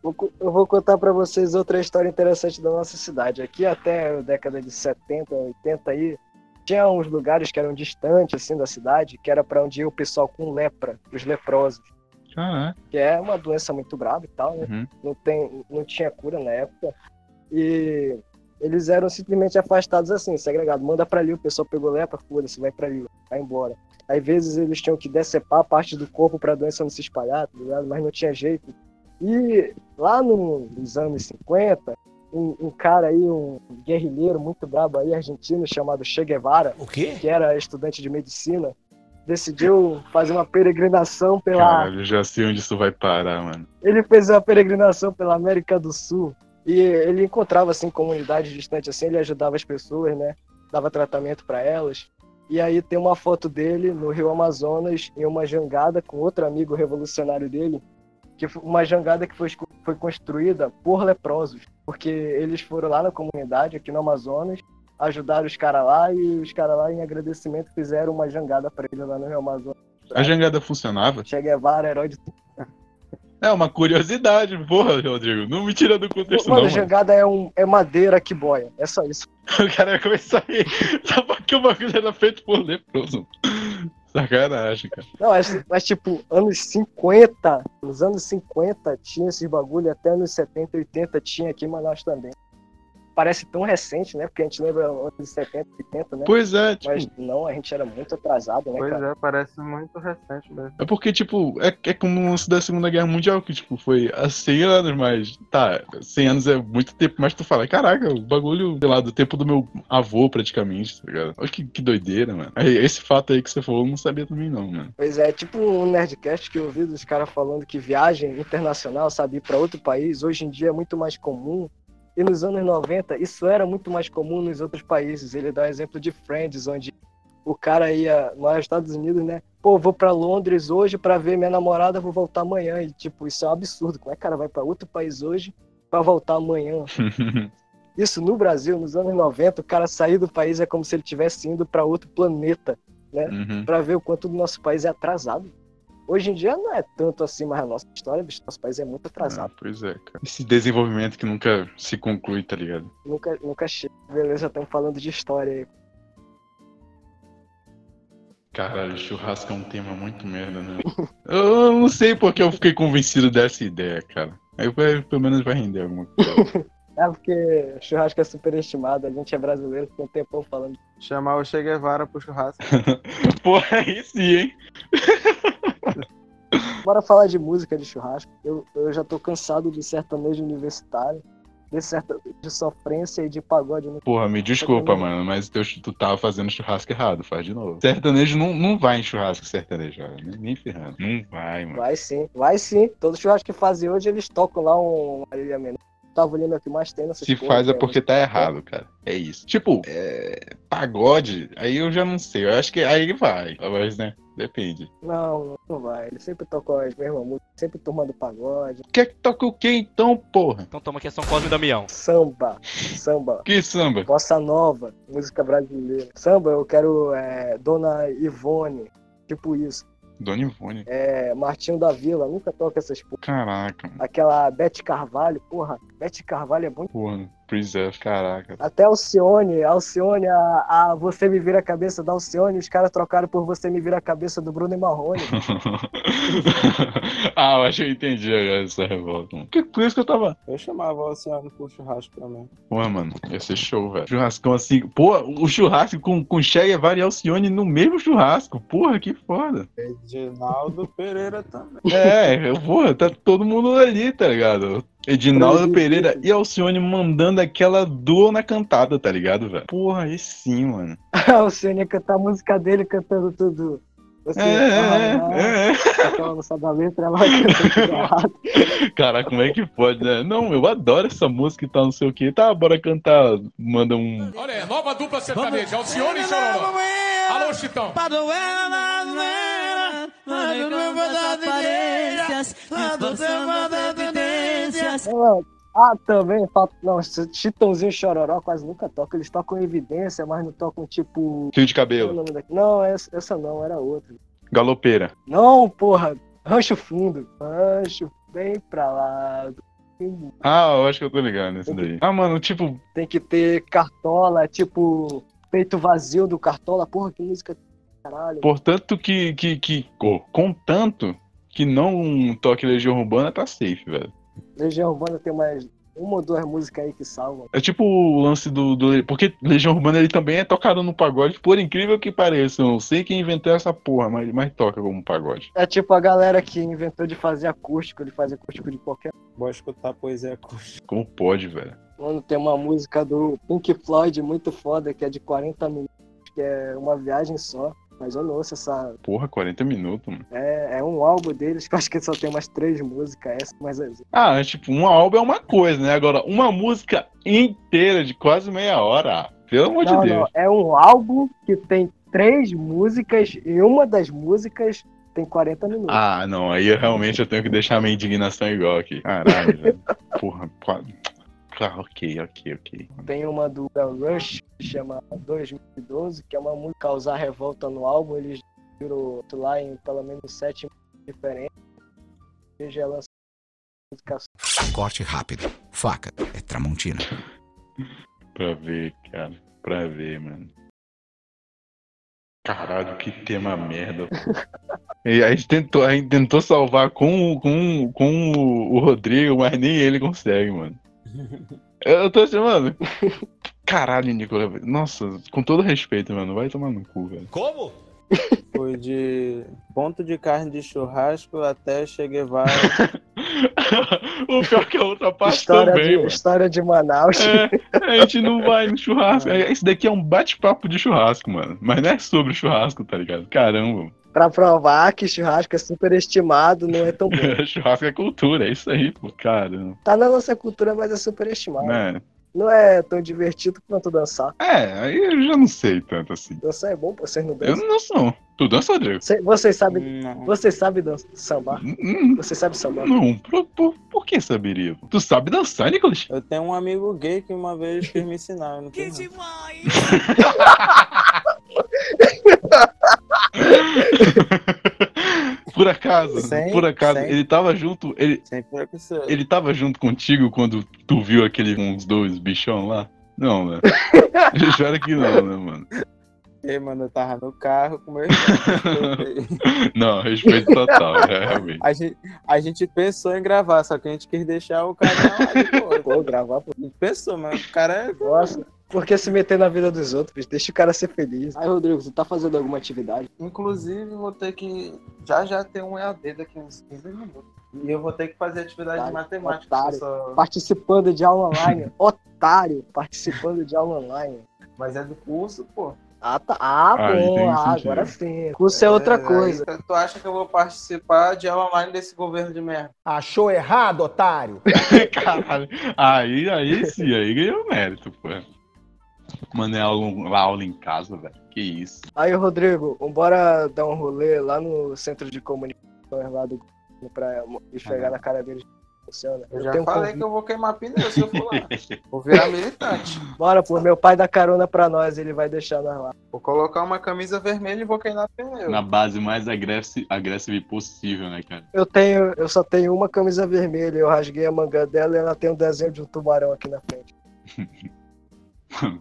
S3: Vou co- Eu vou contar pra vocês outra história interessante da nossa cidade. Aqui até a década de 70, 80 aí, tinha uns lugares que eram distantes assim da cidade, que era pra onde ia o pessoal com lepra, os leprosos,
S1: Caraca.
S3: que é uma doença muito grave e tal, né? não, tem, não tinha cura na época. E eles eram simplesmente afastados assim, segregado. Manda pra ali, o pessoal pegou lepra, foda-se, vai pra ali, vai embora. Às vezes eles tinham que decepar parte do corpo pra doença não se espalhar, tá ligado? Mas não tinha jeito. E lá no- nos anos 50, um, um cara aí, um guerrilheiro muito brabo aí, argentino, chamado Che Guevara,
S5: O quê?
S3: que era estudante de medicina, decidiu fazer uma peregrinação pela
S1: Caralho, já sei onde isso vai parar, mano.
S3: ele fez uma peregrinação pela América do Sul e ele encontrava assim comunidades distantes assim, ele ajudava as pessoas, né? Dava tratamento para elas. E aí tem uma foto dele no Rio Amazonas em uma jangada com outro amigo revolucionário dele, que foi uma jangada que foi, esco- foi construída por leprosos, porque eles foram lá na comunidade aqui no Amazonas ajudaram os caras lá e os caras lá em agradecimento fizeram uma jangada para ele lá no Rio Amazonas.
S1: A jangada funcionava?
S3: Che Guevara, herói de
S1: É uma curiosidade, porra, Rodrigo. Não me tira do contexto,
S3: Mano,
S1: não. Mano. (laughs)
S3: jangada é, um, é madeira que boia. É só isso.
S1: O cara ia começar a rir. Só porque o bagulho era feito por leproso. Sacanagem, cara.
S3: Não, mas, mas, tipo, anos 50, nos anos 50 tinha esses bagulho, até anos 70, 80 tinha aqui em Manaus também. Parece tão recente, né? Porque a gente lembra anos 70, 80, né?
S1: Pois é, tipo-
S3: Mas não, a gente era muito atrasado, né,
S10: Pois
S3: cara?
S10: é, parece muito recente mesmo.
S1: É porque, tipo, é, é como o lance da Segunda Guerra Mundial, que, tipo, foi há 100 anos, mas, tá, 100 anos é muito tempo, mas tu fala, caraca, o bagulho, sei lá, do tempo do meu avô, praticamente, tá ligado? Olha que, que doideira, mano. Aí, Esse fato aí que você falou, eu não sabia também, não, mano.
S3: Pois é, tipo um Nerdcast que eu ouvi dos caras falando que viagem internacional, sabe, ir pra outro país, hoje em dia é muito mais comum. E nos anos 90, isso era muito mais comum um nos outros países. Ele dá o exemplo de Friends, onde o cara ia lá nos Estados Unidos, né? pô, vou pra Londres hoje pra ver minha namorada, vou voltar amanhã. E, tipo, isso é um absurdo. Como é que o cara vai pra outro país hoje pra voltar amanhã? Isso no Brasil, nos anos 90, o cara sair do país é como se ele estivesse indo pra outro planeta, né?
S1: Uhum.
S3: Pra ver o quanto o nosso país é atrasado. Hoje em dia não é tanto assim, mas a nossa história, bicho, nosso país é muito
S1: Ah,
S3: atrasado.
S1: pois é, cara. Esse desenvolvimento que nunca se conclui, tá ligado?
S3: Nunca, nunca chega. Beleza, estamos falando de história aí.
S1: Caralho, churrasco é um tema muito merda, (laughs) né? Eu não sei porque eu fiquei convencido dessa ideia, cara. Aí vai- pelo menos vai render alguma coisa. (laughs)
S3: É porque churrasco é superestimado, a gente é brasileiro, tem um tempão falando.
S10: Chamar o Che Guevara pro churrasco.
S1: Pô, aí sim, hein?
S3: Bora falar de música de churrasco. Eu, eu já tô cansado do sertanejo universitário, desse sertanejo de sofrência e de pagode. no-
S1: Porra, me desculpa, mano, mas teu, tu tava fazendo churrasco errado, faz de novo. Sertanejo não, não vai em churrasco sertanejo, cara. Nem, nem ferrando. Não vai, mano.
S3: Vai sim, vai sim. Todo churrasco que fazem hoje, eles tocam lá um Marília Mendonça. Tava olhando aqui mais tem nessas
S1: Se
S3: porra,
S1: faz é
S3: né?
S1: porque tá errado, cara. É isso. Tipo, é... pagode, aí eu já não sei. Eu acho que aí vai. Mas, né? Depende.
S3: Não, não vai. Ele sempre tocou as mesmas músicas, sempre turma do pagode.
S1: Quer que toque o quê então, porra?
S12: Então toma aqui a São Cosme e Damião.
S3: Samba, samba.
S1: Que samba?
S3: Bossa nova, música brasileira. Samba, eu quero é, Dona Ivone, tipo isso.
S1: Dona Ivone.
S3: É, Martinho da Vila, nunca toca essas porra.
S1: Caraca, mano.
S3: Aquela Bete Carvalho, porra, Bete Carvalho é muito.
S1: Porra, Preserve, caraca. (laughs)
S3: Até Alcione, Alcione, a, a Você Me Vira a Cabeça da Alcione, os caras trocaram por Você Me Vira a Cabeça do Bruno
S1: (laughs)
S3: e Marrone.
S1: ah, eu acho que eu entendi agora essa revolta, mano. Que- Por isso que eu tava.
S10: Eu chamava o Oceano pro churrasco também.
S1: Porra, mano, ia ser show, velho. Churrascão assim. Pô, o churrasco com, com Che Guevara e Alcione no mesmo churrasco. Porra, que foda.
S10: Edinaldo Pereira também.
S1: É, (laughs) eu- porra, tá todo mundo ali, tá ligado? Edinaldo Pereira e Alcione mandando aquela duo na cantada, tá ligado, velho? Porra, aí sim, mano.
S3: A Alcione ia cantar a música dele cantando tudo. Você
S1: É,
S3: Ah,
S1: é, é.
S3: Só que ela não sabe a letra, ela (laughs) vai cantando tudo errado.
S1: Cara, como é que pode, né? Não, eu adoro essa música e tal, não sei o que. Tá, bora cantar. Manda um.
S13: Olha aí, nova dupla sertaneja, Alcione e Chororó. Alô, Chitão.
S3: Não, Ah, também, fato- não, Chitãozinho e Chororó quase nunca tocam. Eles tocam evidência, mas não tocam tipo.
S1: Fio de
S3: Qual é o
S1: cabelo.
S3: nome daqui? Não, essa, essa não, era outra.
S1: Galopeira.
S3: Não, porra, rancho fundo. Rancho, bem pra lá. do fundo.
S1: Ah, eu acho que eu tô ligado nesse daí. Ah, mano, tipo,
S3: Tem que ter cartola, tipo, peito vazio do cartola. Porra, que música do caralho.
S1: portanto que. que, que oh, contanto que não um toque Legião Urbana, tá safe, velho.
S3: Legião Urbana tem mais uma ou duas músicas aí que salvam.
S1: É tipo o lance do, do. Porque Legião Urbana ele também é tocado no pagode, por incrível que pareça. Eu não sei quem inventou essa porra, mas, mas toca como pagode.
S3: É tipo a galera que inventou de fazer acústico, ele faz acústico de qualquer.
S10: Bora escutar poesia acústica.
S1: Como pode, velho?
S3: Mano, tem uma música do Pink Floyd muito foda, que é de 40 minutos, que é uma viagem só. Mas eu não ouço essa.
S1: Porra, 40 minutos, mano.
S3: É, é um álbum deles que eu acho que só tem umas três músicas, essa, mas é
S1: Ah, é tipo, um álbum é uma coisa, né? Agora, uma música inteira de quase meia hora. ah, Pelo amor
S3: não,
S1: de
S3: não,
S1: Deus.
S3: é um álbum que tem três músicas e uma das músicas tem 40 minutos.
S1: Ah, não, aí eu realmente eu tenho que deixar minha indignação igual aqui. Caralho, velho. Porra, quase. Claro, ok, ok, ok.
S3: Tem uma do da Rush, que chama 2012, que é uma música que causar revolta no álbum. Eles viram outro lá em pelo menos sete músicas diferentes. E já lançou música
S14: Corte rápido. Faca. É Tramontina.
S1: Pra ver, cara. Pra ver, mano. Caralho, que tema merda. (laughs) E a gente tentou, a gente tentou salvar com, o- com, o- com o- o Rodrigo, mas nem ele consegue, (laughs) mano. Eu tô chamando. Caralho, Nicolas. Nossa, com todo respeito, mano. Vai tomar no cu, velho.
S10: Como? Foi de ponto de carne de churrasco até Che Guevara.
S1: o pior é que a outra parte
S3: história,
S1: também,
S3: de,
S1: mano.
S3: história de Manaus.
S1: É, a gente não vai no churrasco. (laughs) É, Esse daqui é um bate-papo de churrasco, mano. Mas não é sobre churrasco, tá ligado? Caramba. (laughs)
S3: pra provar que churrasco é superestimado, não é
S1: (laughs)
S3: tão bom.
S1: churrasco é cultura, é isso aí, pô. Caramba.
S3: Tá na nossa cultura, mas é superestimado.
S1: Né?
S3: não é tão divertido quanto dançar.
S1: É, aí eu já não sei tanto assim.
S3: Dançar é bom, pô, vocês não
S1: Eu
S3: dançam.
S1: não danço, não. Tu dança, Rodrigo?
S3: Cê- Vocês sabem, vocês sabem dan- sambar? Vocês sabem sambar?
S1: Hum, Não, por, por, por que saberia? Tu sabe dançar, Nicolas?
S12: Eu tenho um amigo gay que uma vez quis me ensinar. Eu não que demais!
S1: Por acaso,
S12: Sem-
S1: por acaso,
S12: sem-
S1: ele tava junto, ele,
S12: Sem preconceito.
S1: ele tava junto contigo quando tu viu aquele uns dois bichão lá? Não, né? (laughs) Espero que não, né, mano?
S12: E, mano, eu tava no carro com meu
S10: (laughs)
S12: irmão.
S1: Não, respeito total, é, realmente.
S12: A gente, a gente pensou em gravar, só que a gente quis deixar o cara lá
S3: (laughs)
S12: de
S3: Pô, gravar, pô.
S12: A gente pensou, mas o cara é.
S3: Nossa, por que se meter na vida dos outros, bicho? Deixa o cara ser feliz. Aí, Rodrigo, você tá fazendo alguma atividade?
S10: Inclusive, vou ter que. Já já tem um EAD daqui a uns 15 minutos. E eu vou ter que fazer atividade de matemática.
S3: otário.
S10: pessoal.
S3: Participando de aula
S1: (laughs)
S3: online. Otário, participando de aula online.
S10: Mas é do curso, pô.
S3: Ah, tá. Ah,
S10: Aí
S3: bom,
S10: tem
S3: ah,
S10: sentido.
S3: agora sim. Curso é outra
S10: aí
S3: coisa.
S10: tu- tu acha que eu vou participar de aula online desse governo de merda?
S15: Achou errado, otário?
S1: Caralho. Aí, aí sim, aí ganhou mérito, pô. Mano, é aula, aula em casa, velho. Que isso.
S3: Aí, Rodrigo, bora dar um rolê lá no centro de comunicações lá do governo pra mo- esfregar na cara deles como é funciona. um
S10: Eu, já falei que eu vou queimar pneu se eu for
S3: (laughs)
S10: lá. vou virar militante.
S3: Bora, pô, meu pai dá carona pra nós, ele vai deixar nós lá.
S10: Vou colocar uma camisa vermelha e vou queimar pneu.
S1: Na base mais agressi- agressiva possível, né, cara? (laughs)
S3: Eu tenho, eu só tenho uma camisa vermelha, eu rasguei a manga dela e ela tem um desenho de um tubarão aqui na frente.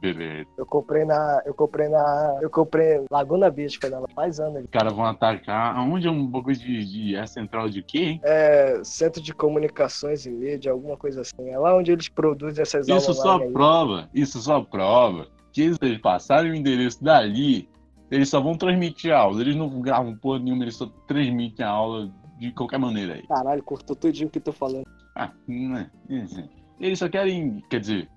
S1: Beleza.
S3: Eu comprei na, eu comprei na, eu comprei Laguna Beach, foi nela faz anos.
S1: Os caras vão atacar. Aonde é um bagulho de, de. É central de quê, hein?
S3: É, Centro de Comunicações e Mídia, alguma coisa assim. É lá onde eles produzem essas
S1: Isso
S3: aulas
S1: só
S3: online aí.
S1: prova, isso só prova que eles eles passaram o endereço dali, eles só vão transmitir a aula. Eles não gravam porra nenhuma, eles só transmitem a aula de qualquer maneira aí.
S3: Caralho, cortou tudinho o que tô falando.
S1: Ah, né? Isso. Eles só querem. Quer dizer,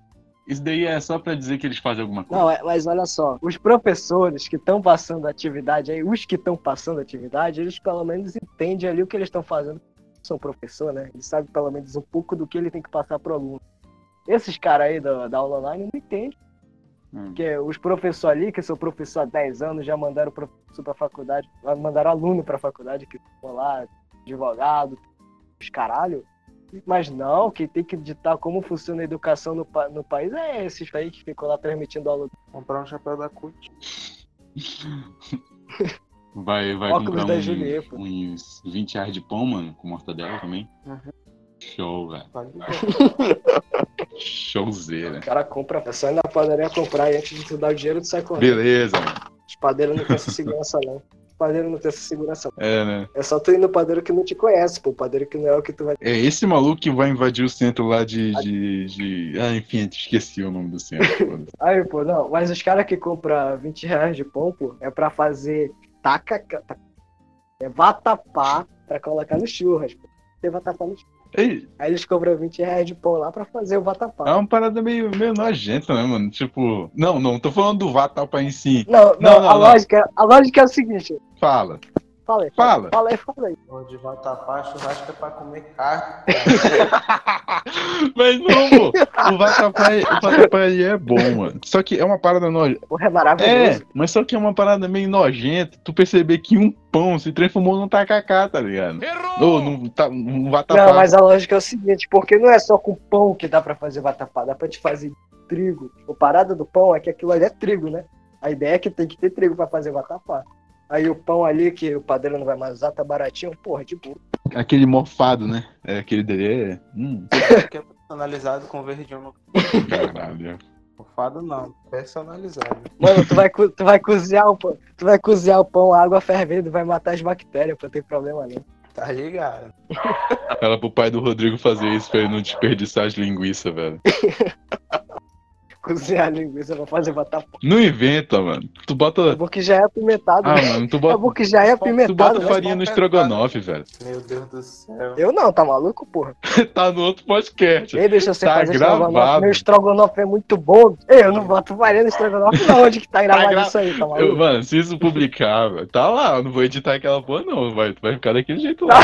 S1: isso daí é só pra dizer que eles fazem alguma coisa.
S3: Não, é- mas olha só, os professores que estão passando atividade aí, os que estão passando atividade, eles pelo menos entendem ali o que eles estão fazendo. São professor, né? Ele sabe pelo menos um pouco do que ele tem que passar pro aluno. Esses caras aí da, da aula online não entendem. Porque os professores ali, que são professor há 10 anos, já mandaram professor pra faculdade, ah, mandaram aluno pra faculdade, que ficou lá, advogado, os caralho. Mas não, quem tem que ditar como funciona a educação no, pa- no país é esses aí que ficou lá transmitindo aula.
S10: Comprar um chapéu da CUT.
S1: Vai, vai
S3: Óculos
S1: comprar
S3: da
S1: uns,
S3: Julieta.
S1: uns 20 reais de pão, mano, com mortadela também. Show, velho. (laughs) Showzeira.
S3: O cara compra, é só ir na padaria comprar e antes de tu dar o dinheiro, tu sai correndo.
S1: Beleza, mano.
S3: Os padeiros não têm essa segurança, não. Os padeiros não têm essa segurança. não.
S1: É, né?
S3: É só tu ir no padeiro que não te conhece, pô. O padeiro que não é o que tu vai.
S1: É esse maluco que vai invadir o centro lá de. de, de- Ah, enfim, esqueci o nome do centro. foda-se.
S3: Aí, pô, não. Mas os caras que compram 20 reais de pão, pô, é pra fazer taca. taca- É vatapá pra colocar no churras, pô. Tem vatapá no churras.
S1: (laughs) Ei,
S3: Aí eles cobram 20 reais de pão lá pra fazer o vatapá.
S1: é uma parada meio, meio nojenta, né, mano? Tipo. Não, não, tô falando do Vatapa em si.
S3: Não, não, a, Lógica, a lógica é o seguinte.
S1: Fala.
S3: Fala aí.
S1: Fala.
S3: Fala aí, fala aí.
S10: Vou de vatapá, churrasco é pra comer carne.
S1: Mas não, pô. O Vatapá, é- o Vatapá ele é bom, mano. Só que é uma parada nojenta.
S3: Porra, é
S1: É,
S3: maravilhoso.
S1: mas só que é uma parada meio nojenta. Tu perceber que um pão se transformou num tacacá, tá ligado? Ou num, ta- num vatapá.
S3: Não, mas a lógica é o seguinte, porque não é só com pão que dá pra fazer vatapá, dá pra te fazer de trigo. O parada do pão é que aquilo ali é trigo, né? A ideia é que tem que ter trigo pra fazer vatapá. Aí o pão ali, que o padeiro não vai mais usar, tá baratinho, porra, de boa.
S1: Aquele morfado, né? É, aquele dele é. Hum,
S10: que é personalizado com verdinho no
S1: caralho.
S10: Fado não, personalizado.
S3: Mano, tu vai, co- tu vai cozinhar o pão, tu vai cozinhar o pão, a água fervendo vai matar as bactérias, pô, não tem problema não.
S10: Tá ligado?
S1: Fala pro pai do Rodrigo fazer isso pra ele não desperdiçar as linguiças, velho.
S3: Cozinhar a linguiça pra fazer vatapá.
S1: Não inventa, mano. Tu bota.
S3: Porque já é apimentado,
S1: Ah,
S3: né?
S1: mano, tu bota-
S3: É bom que já é apimentado.
S1: Tu bota
S3: né?
S1: farinha no estrogonofe, velho.
S10: Meu Deus do céu.
S3: Eu não, tá maluco, porra?
S1: tá no outro podcast.
S3: Ei, deixa eu ser
S1: tá
S3: fazer estrogonofe.
S1: gravado.
S3: Meu estrogonofe é muito bom. Ei, eu não boto farinha no estrogonofe, não. Onde que tá gravado
S1: gra-
S3: isso aí, tá maluco?
S1: Eu-
S3: (laughs)
S1: mano, se isso publicar, velho, tá lá. Eu não vou editar aquela porra, não, vai. Tu vai ficar daquele jeito lá.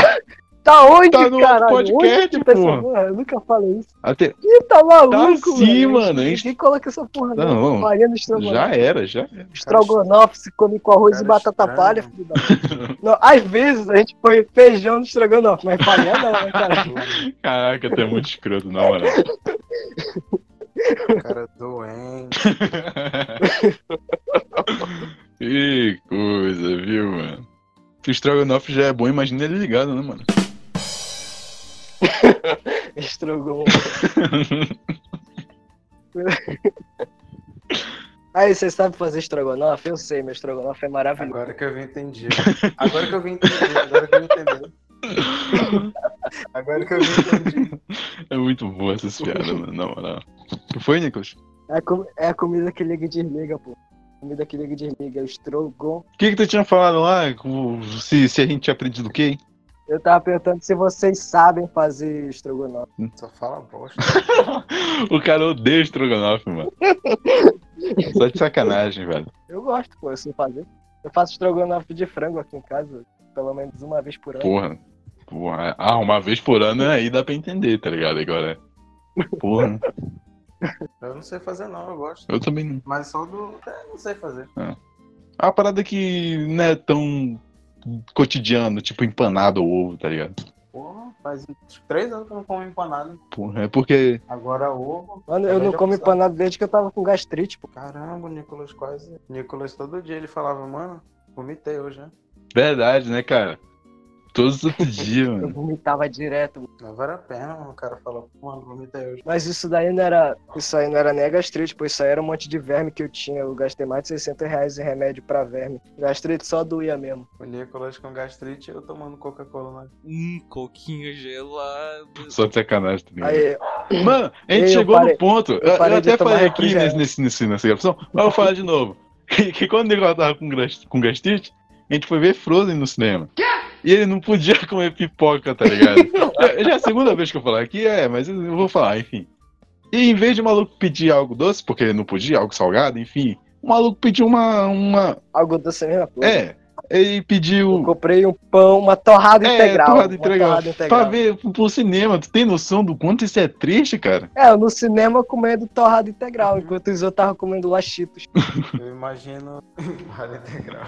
S3: Tá onde,
S1: Tá no
S3: caralho?
S1: podcast,
S3: Onde que tá essa
S1: porra.
S3: porra? Eu nunca falei isso.
S1: Até...
S3: Ih, tá maluco,
S1: Tá sim, mano, hein?
S3: Ninguém coloca essa porra,
S1: Não, vamos.
S3: Mariana
S1: Já era, já era.
S3: Estrogonofe se come com arroz e batata palha, filho da puta. Não, Às vezes a gente põe feijão no estrogonofe, mas palha não, né, cara?
S1: Caraca, tu é muito escroto, na moral.
S12: Cara doente.
S1: Que coisa, viu, mano? Se o estrogonofe já é bom, imagina ele ligado, né, mano?
S3: Estrogou. (laughs) Aí, você sabe fazer estrogonofe? Eu sei, meu estrogonofe é maravilhoso.
S12: Agora que eu vim entendi. Agora que eu vim entender, agora que eu vim entender. Agora que eu vim entender.
S1: É muito boa essa piada, mano, na moral. O que foi, Nicolas?
S3: É a, com- é a comida que liga e desliga, pô. Comida que liga e desliga, é o estrogonofe.
S1: O que que tu tinha falado lá? com- Se, se a gente tinha aprendido o quê? hein?
S3: Eu tava perguntando se vocês sabem fazer estrogonofe.
S12: Só fala bosta.
S1: O cara odeia estrogonofe, mano. Só de sacanagem, velho.
S3: Eu gosto, pô, eu sei fazer. Eu faço estrogonofe de frango aqui em casa, pelo menos uma vez por ano.
S1: Porra. Porra. Ah, uma vez por ano aí dá pra entender, tá ligado? Agora. Porra.
S12: Eu não sei fazer não, eu gosto.
S1: Eu também não.
S12: Mas só do. É, não sei fazer.
S1: A É parada que não é tão cotidiano, tipo empanado ou ovo, tá ligado?
S12: Porra, faz uns três anos que eu não como empanada.
S1: Porra, é porque.
S12: Agora ovo.
S3: Mano, eu não como empanado desde que eu tava com gastrite, pô.
S12: Caramba, o Nicolas quase. Nicolas todo dia ele falava, mano, vomitei hoje, né?
S1: Verdade, né, cara? Todos os outros dias,
S3: Eu
S1: mano.
S3: vomitava direto. mano.
S12: Não vale a pena, mano. O cara fala, mano, vomitei hoje.
S3: Mas isso daí não era. Isso aí não era nem a gastrite, pô. Isso aí era um monte de verme que eu tinha. Eu gastei mais de 60 reais em remédio pra verme. Gastrite só doía mesmo.
S12: O Nicolas com gastrite eu tomando Coca-Cola, né?
S16: Hum, coquinho gelado.
S1: Só de sacanagem, tá ligado?
S3: Aí,
S1: Mano, a gente
S16: Ei, eu
S1: chegou
S16: parei-
S1: no ponto.
S16: eu
S1: Eu, eu
S16: parei de
S1: até
S16: tomar
S1: falei aqui
S16: refrigerante.
S1: nesse, nesse, nesse- nessa gravação, mas eu vou falar de novo. (laughs) Que, que quando o Nicolau tava com, gras- com gastrite, a gente foi ver Frozen no cinema. E ele não podia (laughs) comer pipoca, tá ligado? É, Já é a segunda vez que eu falar aqui, é, mas eu vou falar, enfim. E em vez de o maluco pedir algo doce, porque ele não podia, algo salgado, enfim, o maluco pediu uma. uma...
S3: Algo doce mesmo, pô.
S1: É. Ele pediu. Eu
S3: comprei um pão, uma torrada integral,
S1: É, Torrada
S3: uma
S1: integral.
S3: torrada integral.
S1: Pra ver pro- pro cinema. Tu tem noção do quanto isso é triste, cara?
S3: É, eu no cinema comendo torrada integral,
S1: Uhum.
S3: enquanto os outros estavam comendo
S1: (laughs)
S3: lachitos.
S12: Eu imagino. (laughs) Vale integral.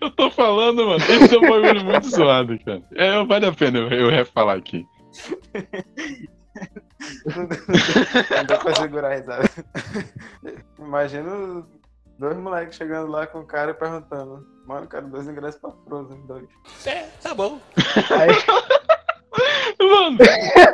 S1: Eu tô falando, mano. Esse é um bagulho muito (laughs) zoado, cara. É, vale a pena eu, eu refalar aqui.
S12: Não dá pra segurar a risada. (laughs) Imagina dois moleques chegando lá com o cara e perguntando. Mano, quero dois ingressos pra Frozen, dois.
S16: É, tá bom.
S3: (laughs)
S1: Mano,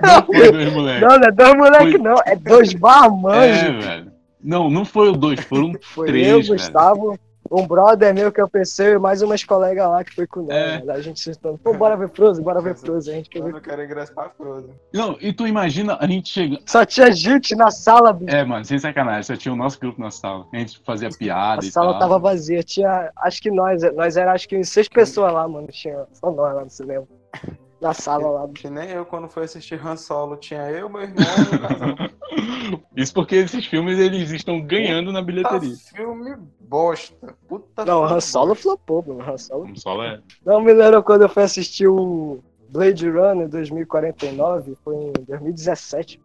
S1: não foi dois moleque.
S3: Não, não é dois moleque, não. É dois
S1: É,
S3: barmanjos.
S1: velho. Não, não foi o dois, foram
S3: (laughs) Foi
S1: três,
S3: eu,
S1: velho.
S3: Gustavo, um brother meu que eu pensei e mais umas colegas lá que foi com nós.
S1: É.
S3: velho. A gente sentando, pô, bora ver Frozen, bora ver Frozen. A gente quer
S12: Eu
S3: ver.
S12: não quero ingresso pra Frozen.
S1: Não, e tu imagina a gente chegando...
S3: Só tinha gente na sala, bicho.
S1: É, mano, sem sacanagem. Só tinha o nosso grupo na sala. A gente fazia piada
S3: A
S1: e
S3: sala
S1: tal.
S3: tava vazia, tinha. Acho que nós, nós era acho que uns seis pessoas lá, mano. Tinha só nós lá no cinema. Na sala lá.
S12: Que nem eu, quando fui assistir Han Solo, tinha eu, meu irmão e meu casal.
S1: Isso porque esses filmes, eles estão ganhando na bilheteria.
S12: um Filme bosta. Puta
S3: Não, o Han Solo flopou, mano. Han Solo.
S1: Só é...
S3: Não me lembro quando eu fui assistir o Blade Runner 2049, foi em 2017.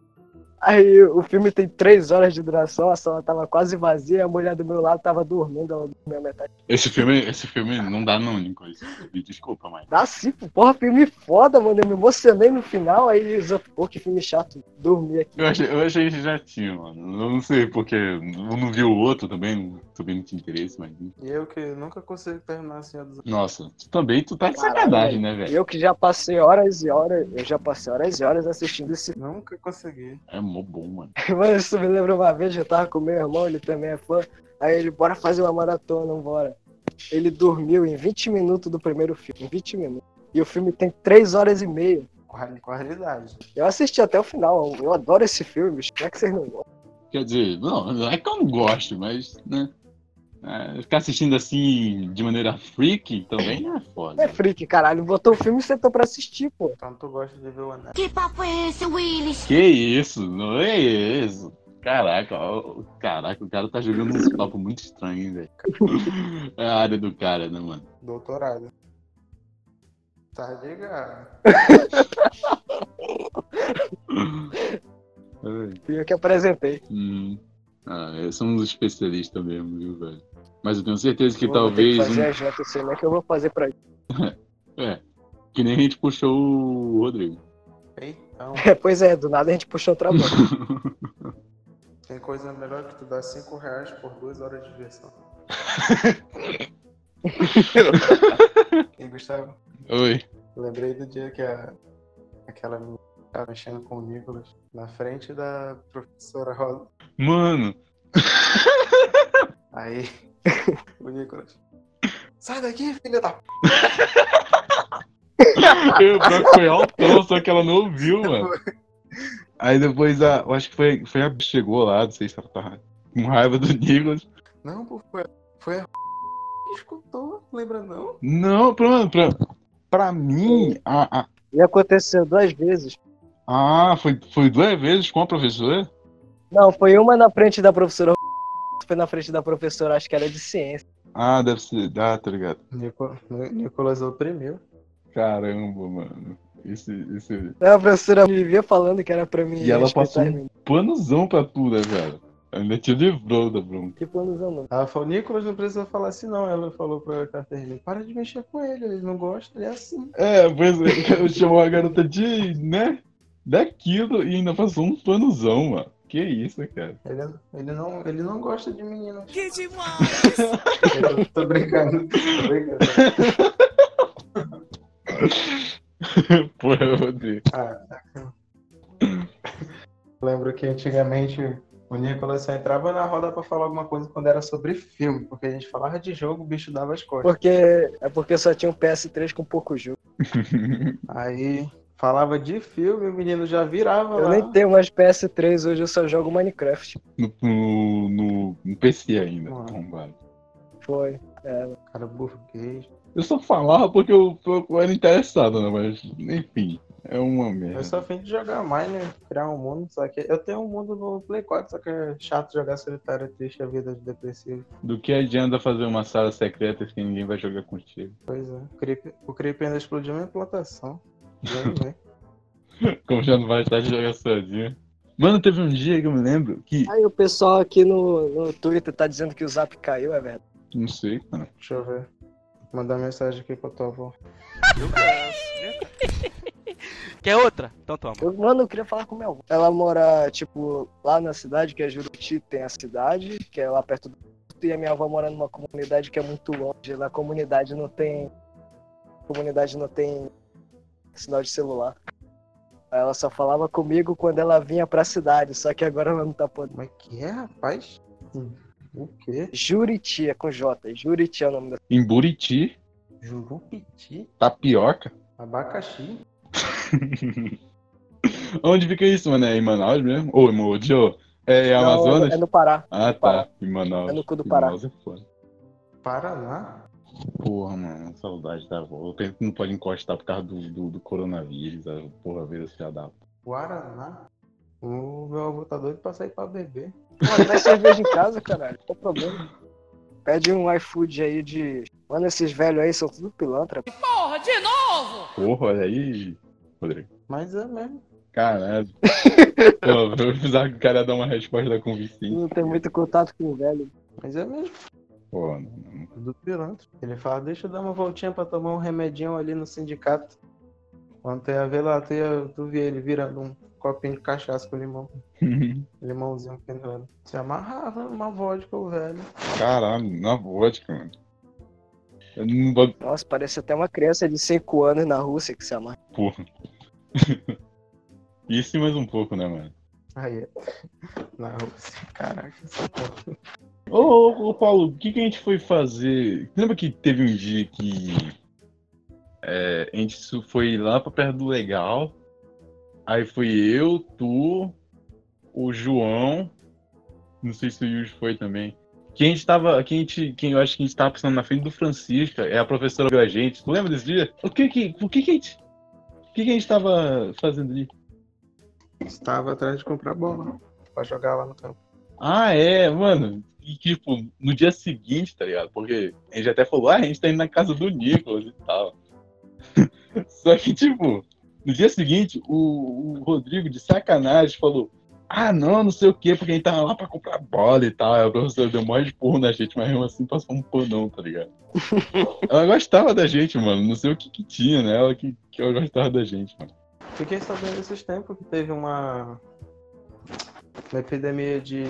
S3: Aí o filme tem três horas de duração, a sala tava quase vazia, a mulher do meu lado tava dormindo, ela dormiu a metade.
S1: Esse filme, esse filme não dá não, Nicolas. Me desculpa, mas...
S3: Dá sim, pô. porra, filme foda, mano. Eu me emocionei no final, aí os outros, pô, que filme chato, dormi aqui.
S1: Eu achei, eu achei que já tinha, mano. Eu não sei porque eu não vi o outro também, não- também não tinha interesse, mas.
S12: E eu que nunca consigo terminar assim a dos
S1: Nossa, tu também tu tá de
S3: Caralho,
S1: sacanagem, né, velho?
S3: Eu que já passei horas e horas, eu já passei horas e horas assistindo esse
S12: Nunca consegui.
S1: É mó bom, mano.
S3: (laughs) Mano, isso me lembra uma vez, eu tava com meu irmão, ele também é fã. Aí ele, bora fazer uma maratona, bora. Ele dormiu em 20 minutos do primeiro filme, em 20 minutos. E o filme tem 3 horas e meia.
S12: Quali- Qualidade.
S3: Eu assisti até o final, eu adoro esse filme, bicho. Como é que vocês não gostam?
S1: Quer dizer, não, não é que eu não gosto, mas, né? é, ficar assistindo assim de maneira freak também é foda.
S3: É (laughs) freak, caralho, botou o filme e sentou pra assistir, pô.
S12: Então tu gosta de ver o anel.
S11: Que papo é esse, Willis?
S1: Que isso, não é isso? Caraca, ó, caraca, o cara tá jogando uns papo muito (laughs) estranho, hein, velho. É a área do cara, né, mano?
S12: Doutorado.
S10: Tá ligado?
S1: É,
S3: Fui eu que apresentei.
S1: Hum. Ah, eu sou um dos especialistas mesmo, viu, velho? Mas eu tenho certeza que
S3: Vou ter
S1: talvez.
S3: que fazer
S1: um-
S3: a janta, sei lá o que eu vou fazer pra.
S1: É. Que nem a gente puxou o Rodrigo.
S10: Então,
S3: (laughs) pois é, do nada a gente puxou o trabalho.
S10: tem coisa melhor que tu dar 5 reais por 2 horas de (laughs) diversão. e Gustavo,
S1: Oi.
S10: lembrei do dia que a, aquela menina tava mexendo com o Nicolas na frente da professora Rosa.
S1: Mano, (laughs)
S10: Aí, (laughs) o Nicolas. Sai daqui, filha da p.
S1: eu foi altão, só que ela não ouviu, mano. Aí depois a. Eu acho que foi, foi a bicha que chegou lá, não sei se ela tava com raiva do Nicolas.
S10: Não, pô, foi, foi a que escutou, lembra não?
S1: Não, pra, pra, pra mim. A, a...
S3: E aconteceu duas vezes.
S1: Ah, foi, foi duas vezes com a professora?
S3: Não, foi uma na frente da professora. Foi na frente da professora, acho que era de ciência.
S1: Ah, deve ser. Ah, tá ligado.
S10: Nico- Nicolas oprimiu.
S1: Caramba, mano. Esse, esse...
S3: Não, a professora vivia falando que era pra mim.
S1: E ela
S3: respeitar
S1: passou
S3: as
S1: um
S3: meninas.
S1: panuzão pra tu, né, cara? Ainda te livrou da bronca.
S3: Que planozão, mano.
S10: Ela falou, Nicolas não precisa falar assim não. Ela falou pra Caterina, para de mexer com ele, ele não gosta, ele é assim.
S1: É, pois é, (laughs) eu chamou a garota de, né? Daquilo e ainda passou um panuzão, mano. Que isso, cara?
S10: Ele, ele, não, ele não gosta de meninas.
S17: Que demais!
S10: Eu (laughs) tô brincando, tô brincando.
S1: Pô, Rodrigo.
S10: Ah, Lembro que antigamente o Nicolas só entrava na roda pra falar alguma coisa quando era sobre filme, porque a gente falava de jogo, o bicho dava as costas.
S3: Porque é porque só tinha um PS3 com pouco jogo.
S10: Aí falava de filme, o menino já virava
S3: Eu
S10: lá.
S3: nem tenho mais PS3 hoje, eu só jogo Minecraft.
S1: No, no, no- no PC ainda, arrombado.
S3: Foi. É.
S10: Cara burguês.
S1: Eu só falava porque eu, eu era interessado, né? Mas, enfim, é uma
S10: Eu
S1: merda.
S10: só fim de jogar Mine, criar um mundo, só que eu tenho um mundo no Play 4, só que é chato jogar solitário, é triste a vida de depressivo.
S1: Do que adianta fazer uma sala secreta se ninguém vai jogar contigo?
S10: Pois é, o Creep- o Creep ainda explodiu minha plantação.
S3: (laughs)
S10: Bem, bem.
S1: Como já não vai estar de jogar sozinho. Mano, teve um dia que eu me lembro que.
S3: Aí o pessoal aqui no, no Twitter tá dizendo que o zap caiu, é verdade.
S1: Não sei, cara.
S10: Deixa eu ver. Mandar mensagem aqui pra tua avó.
S18: Quer outra? Então toma.
S3: Eu, mano, eu queria falar com minha avó. Ela mora, tipo, lá na cidade, que é Juruti, tem a cidade, que é lá perto do. E a minha avó mora numa comunidade que é muito longe. Na comunidade não tem. Comunidade não tem sinal de celular. Aí Ela só falava comigo quando ela vinha pra cidade, só que agora ela não tá podendo.
S10: Mas que é, rapaz? O quê?
S3: Juriti, é com J. Juriti é o nome da.
S1: Em Buriti,
S10: Jurupiti?
S1: tapioca.
S10: Abacaxi?
S1: Onde fica isso, mano? É em Manaus mesmo? Ou em Mojo? É em
S3: Não,
S1: Amazonas?
S3: é no Pará.
S1: Ah, tá. Em Manaus.
S3: É no cu do
S1: Em
S3: Pará.
S1: Manaus é foda.
S10: Paraná?
S1: Porra, mano, saudade da avó. Eu penso que não pode encostar por causa do, do, do coronavírus. A porra, vira se já dá.
S10: Guaraná? O meu avô tá doido pra sair pra beber.
S3: Mano, faz cerveja em casa, caralho. Qual o problema? Pede um iFood aí de. Mano, esses velhos aí são tudo pilantra.
S17: Porra, de novo!
S1: Porra, olha aí, Rodrigo.
S10: Mas é mesmo.
S3: (laughs)
S1: Caralho. Pô, eu precisava que o cara ia dar uma resposta convincente.
S3: Não tem muito contato com o velho.
S10: Mas é mesmo.
S1: Pô, não, não.
S10: Do pilantra. Ele fala, deixa eu dar uma voltinha pra tomar um remedinho ali no sindicato. Quando tu ia ver lá, tu, ia, tu via ele virando um copinho de cachaça com limão. Limãozinho pendurado. Se amarrava numa vodka, o velho.
S1: Caralho, na vodka, mano. Eu não vou-
S3: Nossa, parece até uma criança de 5 anos na Rússia que se amarra.
S1: Porra. Isso e mais um pouco, né, mano?
S10: Aí, (laughs) na Rússia. Caraca, essa porra.
S1: Ô, ô, ô, Paulo, o que, que a gente foi fazer? Lembra que teve um dia que é, a gente su- foi lá pra perto do Legal. Aí foi eu, tu, o João. Não sei se o Yus foi também. Que a gente tava. Que a gente, que eu acho que a gente tava passando na frente do Francisca. É a professora viu a gente. Tu lembra desse dia? O que que, o que, que a gente. O que, que a gente tava fazendo ali?
S10: Estava atrás de comprar bola. Pra jogar lá no campo.
S1: Ah, é, mano. E tipo, no dia seguinte, tá ligado? Porque a gente até falou, ah, a gente tá indo na casa do Nicolas e tal. (laughs) Só que, tipo, no dia seguinte, o, o Rodrigo, de sacanagem, falou: Ah, não, não sei o quê, porque a gente tava lá pra comprar bola e tal. Aí o professor deu maior esporro na gente, mas mesmo assim passou um panão, tá (laughs) ligado? Ela gostava da gente, mano. Não sei o que que tinha, né? Ela que, que ela gostava da gente, mano.
S12: Fiquei sabendo esses tempos que teve uma, uma epidemia de.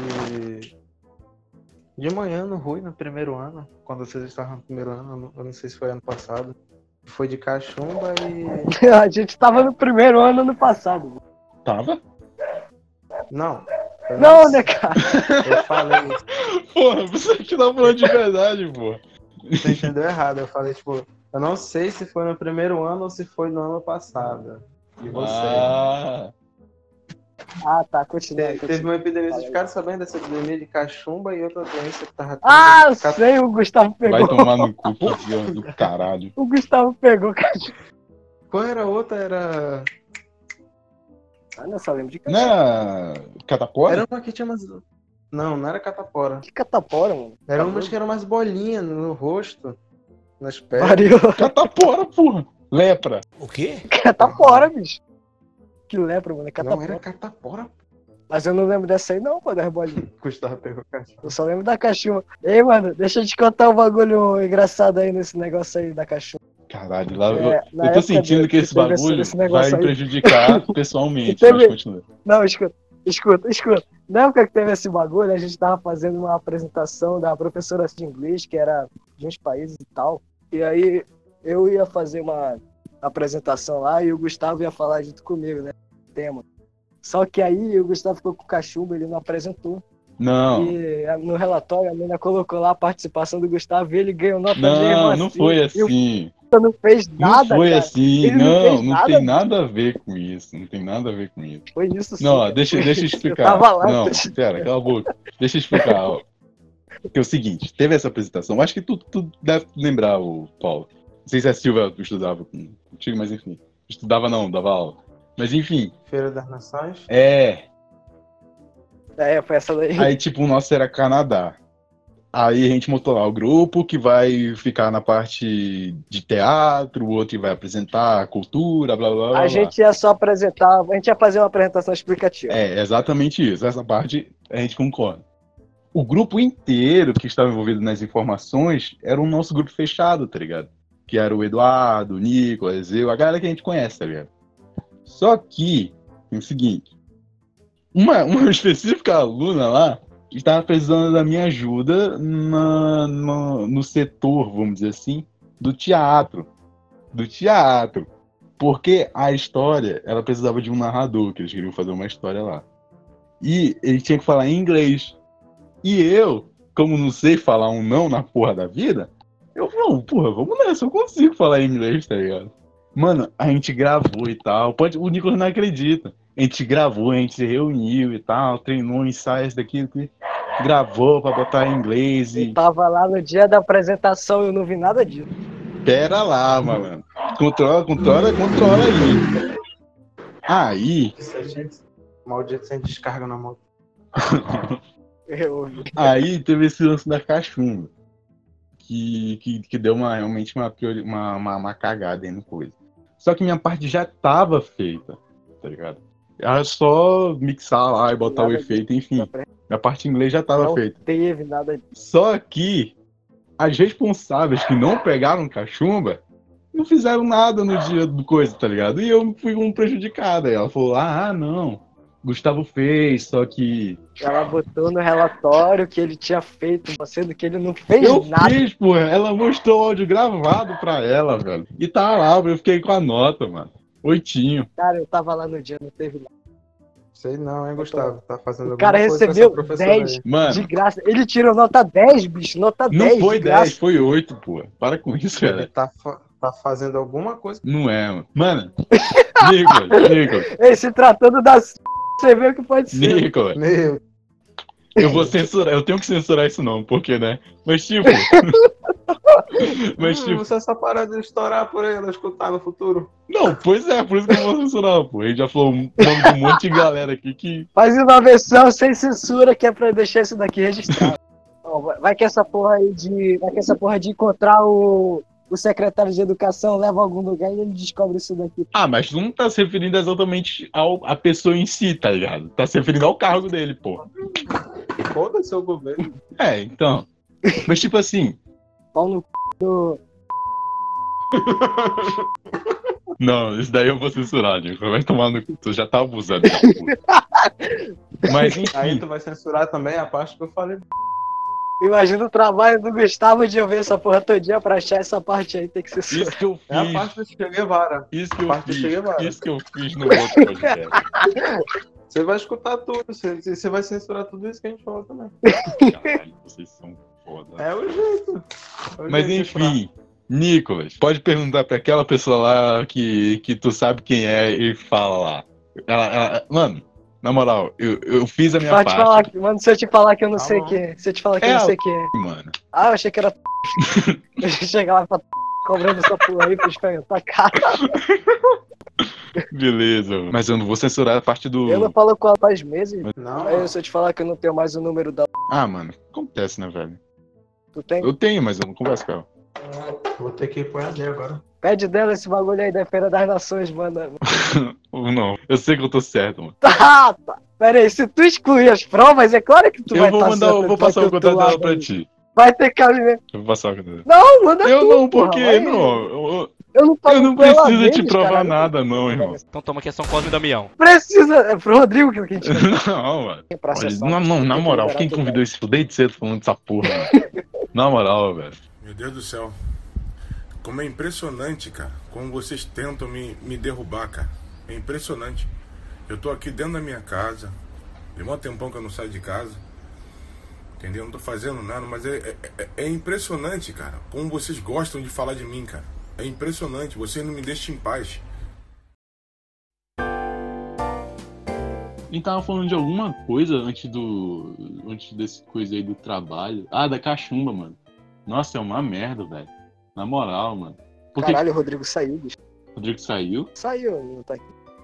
S12: de manhã no Rui, no primeiro ano, quando vocês estavam no primeiro ano, eu não sei se foi ano passado. Foi de cachumba e.
S3: (laughs) A gente tava no primeiro ano ano passado.
S1: Tava?
S12: Não. eu
S3: Não, né, cara?
S12: Eu falei isso.
S1: Porra, você que tá falando de verdade, pô.
S12: Você entendeu errado. Eu falei, tipo, eu não sei se foi no primeiro ano ou se foi no ano passado. E você?
S1: Ah,
S3: Ah, tá, continua.
S12: Te-
S1: um
S12: Teve uma epidemia, vocês ficaram sabendo dessa epidemia de cachumba e outra doença que tava.
S3: Ah, eu
S12: Cat-
S3: sei, o Gustavo
S1: vai
S3: pegou.
S1: tomar no cu, que dia do caralho.
S3: O Gustavo pegou, cara.
S12: Qual era a outra? Era.
S3: Ah, não, só lembro de
S1: Não era catapora?
S12: Era uma que tinha umas. Não, não era catapora.
S3: Que catapora, mano.
S12: Era umas que eram umas bolinhas no rosto, nas
S1: É.
S12: pernas.
S3: Pariu. (laughs)
S1: Catapora, tá porra. Lepra.
S12: O quê?
S3: Catapora, bicho. Que lepra, mano. É catapora.
S12: Não era catapora.
S3: Mas eu não lembro dessa aí, não, pô, das bolinhas.
S12: Gustavo pegou cachumba.
S3: Eu só lembro da cachumba. Ei, mano, deixa eu te contar um bagulho engraçado aí nesse negócio aí da cachumba.
S1: Caralho, lá,
S3: É, na
S1: eu, eu tô
S3: época
S1: sentindo
S3: do-
S1: que esse
S3: que teve esse-
S1: bagulho
S3: esse
S1: vai
S3: negócio
S1: me
S3: aí.
S1: prejudicar pessoalmente,
S3: (laughs) Que teve-
S1: mas continua.
S3: Não, escuta, escuta, escuta. Na época que teve esse bagulho, né, a gente tava fazendo uma apresentação da professora de inglês, que era de uns países e tal. E aí eu ia fazer uma apresentação lá e o Gustavo ia falar junto comigo, né? Tema. Só que aí o Gustavo ficou com cachumba, ele não apresentou.
S1: Não,
S3: E ah, no relatório a menina colocou lá a participação do Gustavo e ele ganhou nota
S1: não,
S3: mesmo
S1: não
S3: assim.
S1: foi
S3: E o
S1: assim.
S3: Puta não fez nada,
S1: não foi
S3: cara.
S1: assim,
S3: Ele
S1: não,
S3: fez
S1: não
S3: nada,
S1: tem nada a ver com isso, não tem nada a ver com isso.
S3: Foi isso sim.
S1: Não, ó,
S3: cara.
S1: deixa,
S3: Foi (laughs)
S1: deixa eu
S3: isso.
S1: explicar.
S3: tava lá,
S1: não, pera, cala a boca. Deixa eu explicar. ó. Porque é o seguinte, teve essa apresentação, acho que tu, tu deve lembrar, o Paulo. Não sei se a Silvia estudava com- contigo, mas enfim. Estudava não, dava aula. Mas enfim,
S12: Feira das Nações.
S1: é,
S3: É, foi essa daí.
S1: Aí, tipo, o nosso era Canadá. Aí a gente montou lá o grupo que vai ficar na parte de teatro, o outro que vai apresentar a cultura, blá blá blá.
S3: a
S1: blá.
S3: gente ia só apresentar, a gente ia fazer uma apresentação explicativa.
S1: É, exatamente isso. Essa parte a gente concorda. O grupo inteiro que estava envolvido nas informações era o nosso grupo fechado, tá ligado? Que era o Eduardo, o Nicolas, eu, a galera que a gente conhece, tá ligado? Só que, tem o seguinte, uma, (laughs) uma específica aluna lá estava precisando da minha ajuda na- no, no setor, vamos dizer assim, do teatro. Do teatro. Porque a história, ela precisava de um narrador, que eles queriam fazer uma história lá. E ele tinha que falar em inglês. E eu, como não sei falar um não na porra da vida, eu falo, porra, vamos nessa, eu consigo falar em inglês, tá ligado? Mano, a gente gravou e tal. Pode, o Nicolas não acredita. A gente gravou, a gente se reuniu e tal, treinou ensaios daquilo que gravou pra botar em inglês e
S3: Tava lá no dia da apresentação e eu não vi nada disso.
S1: Pera lá, malandro. Controla, controla, controla aí. Aí,
S12: Maldito sem descarga na moto.
S3: Eu...
S1: aí teve esse lance da cachumba. Que, que, que deu uma, realmente uma, priori- uma, uma, uma cagada aí no coisa. Só que minha parte já tava feita, tá ligado? Era só mixar lá e botar o
S3: Nada
S1: efeito, enfim. Minha parte em inglês já tava
S3: não
S1: feita.
S3: teve nada disso.
S1: Só que as responsáveis que não pegaram cachumba não fizeram nada no dia do coisa, tá ligado? E eu fui um prejudicado. Aí ela falou: ah, não, Gustavo fez, só que.
S3: Ela botou no relatório que ele tinha feito, sendo que ele não fez
S1: Eu
S3: nada.
S1: fiz, porra. Ela mostrou o áudio gravado pra ela, velho. E tá lá, eu fiquei com a nota, mano. Oitinho.
S3: Cara, eu tava lá no dia, não teve nada.
S12: Sei não, hein, Gustavo? Tá fazendo
S3: O cara
S12: alguma coisa com essa
S3: recebeu
S12: professora aí.
S3: 10
S1: Mano.
S3: de graça. Ele tirou nota 10, bicho. Nota 10
S1: Não foi
S3: de
S1: 10,
S3: graça.
S1: foi 8, porra. Para com isso,
S12: Ele
S1: velho.
S12: tá, fa- tá fazendo alguma coisa.
S1: Não é, mano. Mano,
S3: (laughs)
S1: Nicolas, Nicolas,
S3: Ele se tratando da c... Você vê o que pode ser.
S1: Nicolas.
S12: Meu,
S1: Eu vou censurar, eu tenho que censurar isso não, porque, né? Mas tipo. (laughs) Mas
S12: hum,
S1: tipo.
S12: se essa parada estourar por aí, ela escutar no futuro.
S1: Não, pois é, por isso que eu vou censurar, pô. A gente já falou o nome de um monte de galera aqui que.
S3: Faz uma versão sem censura que é pra
S1: (laughs)
S3: deixar isso daqui registrado. Ó, vai- vai que essa porra aí de. Vai que essa porra de encontrar o. o secretário de educação leva a algum lugar e ele descobre isso daqui.
S1: Ah, mas tu não tá se referindo exatamente ao, à pessoa em si, tá ligado? Tá se referindo ao cargo dele, pô.
S12: Foda seu governo.
S1: É, então. Mas tipo assim.
S3: Pau no c... do...
S1: Não, isso daí eu vou censurar, Diego. Vai tomar no cu. Tu já tá abusando. da puta. Mas enfim.
S12: Aí tu vai censurar também a parte que eu falei.
S3: Imagina o trabalho do Gustavo de eu ver essa porra todinha pra achar essa parte aí, tem que ser sua.
S1: Isso que eu fiz.
S12: É a parte do Che Guevara.
S1: Isso que eu
S12: Parte do Che
S1: fiz.
S12: Guevara.
S1: Isso que eu fiz no outro podcast.
S12: Você vai escutar tudo, você, você vai censurar tudo isso que a gente falou também.
S1: (laughs) Caralho, vocês são foda.
S12: É o jeito. É o
S1: Mas
S12: jeito de censurar.
S1: enfim. Nicolas, pode perguntar pra aquela pessoa lá que, que tu sabe quem é e fala lá. Ela, ela- mano, na moral, eu, eu fiz a minha
S3: Só te
S1: parte.
S3: falar, que- mano, se eu te falar que eu não
S1: Tá
S3: sei
S1: bom.
S3: o que é, se eu te falar que
S1: É
S3: eu não
S1: a
S3: sei o que é.
S1: Mano.
S3: Ah, eu achei
S1: (laughs)
S3: que era. eu chegar lá pra cobrando essa porra aí tá pra experimentar, cara.
S1: Beleza. mano. Mas eu não vou censurar a parte do.
S3: Eu não falo com ela faz meses.
S12: Não.
S3: Aí se eu te falar que eu não tenho mais o número da.
S1: Ah, mano, acontece, né, velho?
S3: Tu tem?
S1: Eu tenho, mas eu não converso com ela.
S12: Vou ter que ir pro AD agora.
S3: Pede dela esse bagulho aí da Feira das Nações, mano.
S1: Ou não. Eu sei que eu tô certo, mano.
S3: Tá, tá. Pera aí, se tu excluir as provas, é claro que tu
S1: eu
S3: vai
S1: vou
S3: tá
S1: mandar,
S3: certo,
S1: eu vou
S3: tu vai
S1: passar o
S3: ter
S1: contato
S3: teu
S1: dela
S3: lado
S1: pra
S3: aí.
S1: ti.
S3: Vai ter cabimento.
S1: Eu vou passar o contato dela.
S3: Não, manda
S1: Eu
S3: tu,
S1: não,
S3: porra,
S1: porque
S3: vai.
S1: não. Eu,
S3: Eu não,
S1: eu
S3: falo
S1: não
S3: com ela
S1: preciso te
S3: meses,
S1: provar
S3: caralho.
S1: nada, não, irmão.
S16: Então toma aqui é São Cosme e Damião.
S3: Precisa. É pro Rodrigo que a gente
S1: (laughs) Não, mano.
S3: tem pra
S1: Olha,
S3: acessar.
S1: na, não, na moral, quem convidou esse fudente cedo falando dessa porra, (laughs) mano? Na moral, velho.
S19: Meu Deus do céu. Como é impressionante, cara. Como vocês tentam me, me derrubar, cara. É impressionante. Eu tô aqui dentro da minha casa. De mó tempão que eu não saio de casa. Entendeu? Não tô fazendo nada, mas é, é- é- é impressionante, cara. Como vocês gostam de falar de mim, cara. É impressionante. Vocês não me deixam em paz.
S1: A gente tava falando de alguma coisa antes do. Antes desse coisa aí do trabalho. Ah, da cachumba, mano. Nossa, é uma merda, velho. Na moral, mano. Porque
S3: Caralho, o Rodrigo saiu, bicho.
S1: o Rodrigo saiu.
S3: Saiu, não tá aqui.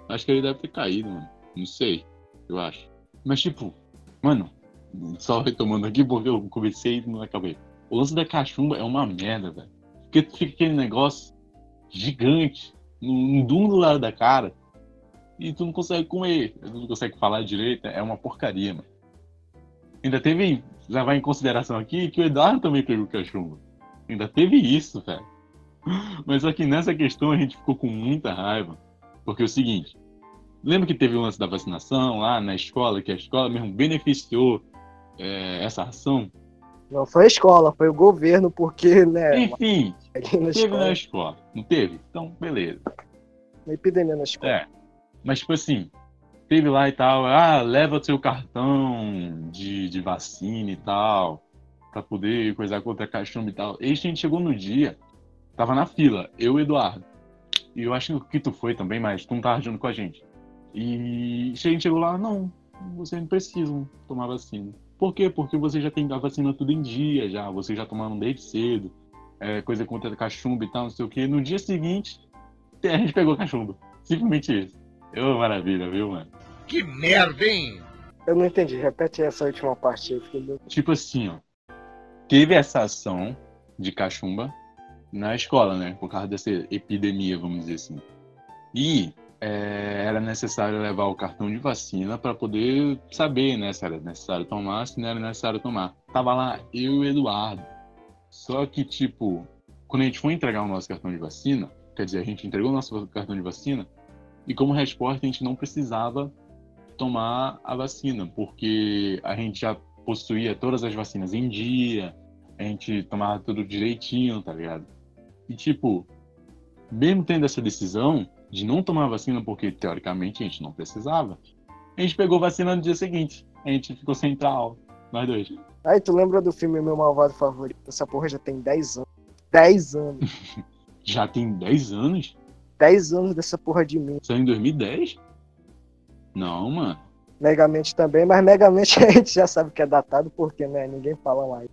S1: Acho que ele deve ter caído, mano. Não sei, eu acho. Mas, tipo, mano, só retomando aqui porque eu comecei e não acabei. O lance da cachumba é uma merda, velho. Porque tu fica aquele negócio gigante, num de um lado da cara, e tu não consegue comer, tu não consegue falar direito, é uma porcaria, mano. Ainda teve, já vai em consideração aqui, que o Eduardo também pegou cachumba. Ainda teve isso, velho. Mas só que nessa questão a gente ficou com muita raiva. Porque é o seguinte, lembra que teve o lance da vacinação lá na escola, que a escola mesmo beneficiou é, essa ação?
S3: Não foi a escola, foi o governo, porque, né?
S1: Enfim,
S3: ali na
S1: teve na
S3: escola.
S1: escola, não teve? Então, beleza.
S3: Uma epidemia na escola.
S1: É. Mas, tipo assim, teve lá e tal, ah, leva seu cartão de, de vacina e tal, pra poder coisar contra a cachumba e tal. E a gente chegou no dia, tava na fila, eu e o Eduardo. E eu acho que tu foi também, mas tu não tava junto com a gente. E a gente chegou lá, não, vocês não precisam tomar vacina. Por quê? Porque vocês já têm a vacina tudo em dia, já, vocês já tomaram desde cedo, é, coisa contra a cachumba e tal, não sei o quê. No dia seguinte, (laughs) a gente pegou cachumba. Simplesmente isso. É uma maravilha, viu, mano?
S3: Que merda, hein? Eu não entendi. Repete essa última parte aí. Porque... eu-
S1: Tipo assim, ó. Teve essa ação de cachumba na escola, né? Por causa dessa epidemia, vamos dizer assim. E é, era necessário levar o cartão de vacina para poder saber, né? Se era necessário tomar, se não era necessário tomar. Tava lá eu e o Eduardo. Só que, tipo, quando a gente foi entregar o nosso cartão de vacina, quer dizer, a gente entregou o nosso cartão de vacina, e como resposta a gente não precisava tomar a vacina, porque a gente já possuía todas as vacinas em dia, a gente tomava tudo direitinho, tá ligado? E tipo, mesmo tendo essa decisão de não tomar vacina, porque teoricamente a gente não precisava, a gente pegou vacina no dia seguinte. A gente ficou sem entrar aula, nós dois.
S3: Aí tu lembra do filme Meu Malvado Favorito? Essa porra já tem 10 anos. 10 anos.
S1: Já tem 10 anos?
S3: 10 anos dessa porra de mim.
S1: Saiu em 2010? Não, mano.
S3: Megamente também, mas Megamente (laughs) a gente já sabe que é datado, porque, né? Ninguém fala mais.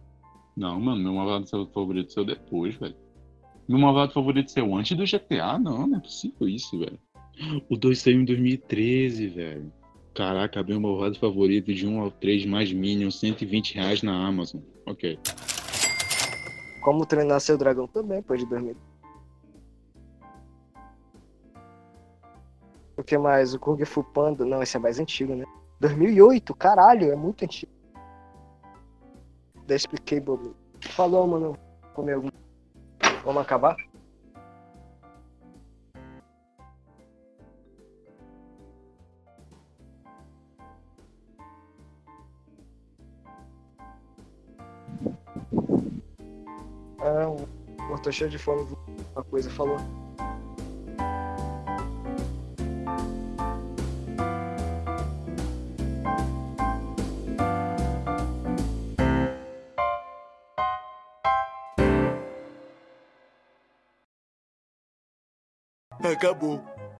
S1: Não, mano, meu malvado favorito saiu depois, velho. Meu malvado favorito saiu antes do GTA? Não, não é possível isso, velho. O 2 saiu em 2013, velho. Caraca, meu malvado favorito um de 1 ao 3 mais Minion, 120 reais na Amazon. Ok.
S3: Como treinar seu dragão também, pô, de 2000. O que mais? O Kung Fu Panda. Não, esse é mais antigo, né? 2008, caralho, é muito antigo. Da Explicable. Falou, mano. Comer algum. Vamos acabar? Ah, o tô cheio de fome. Uma coisa falou.
S20: Acabou.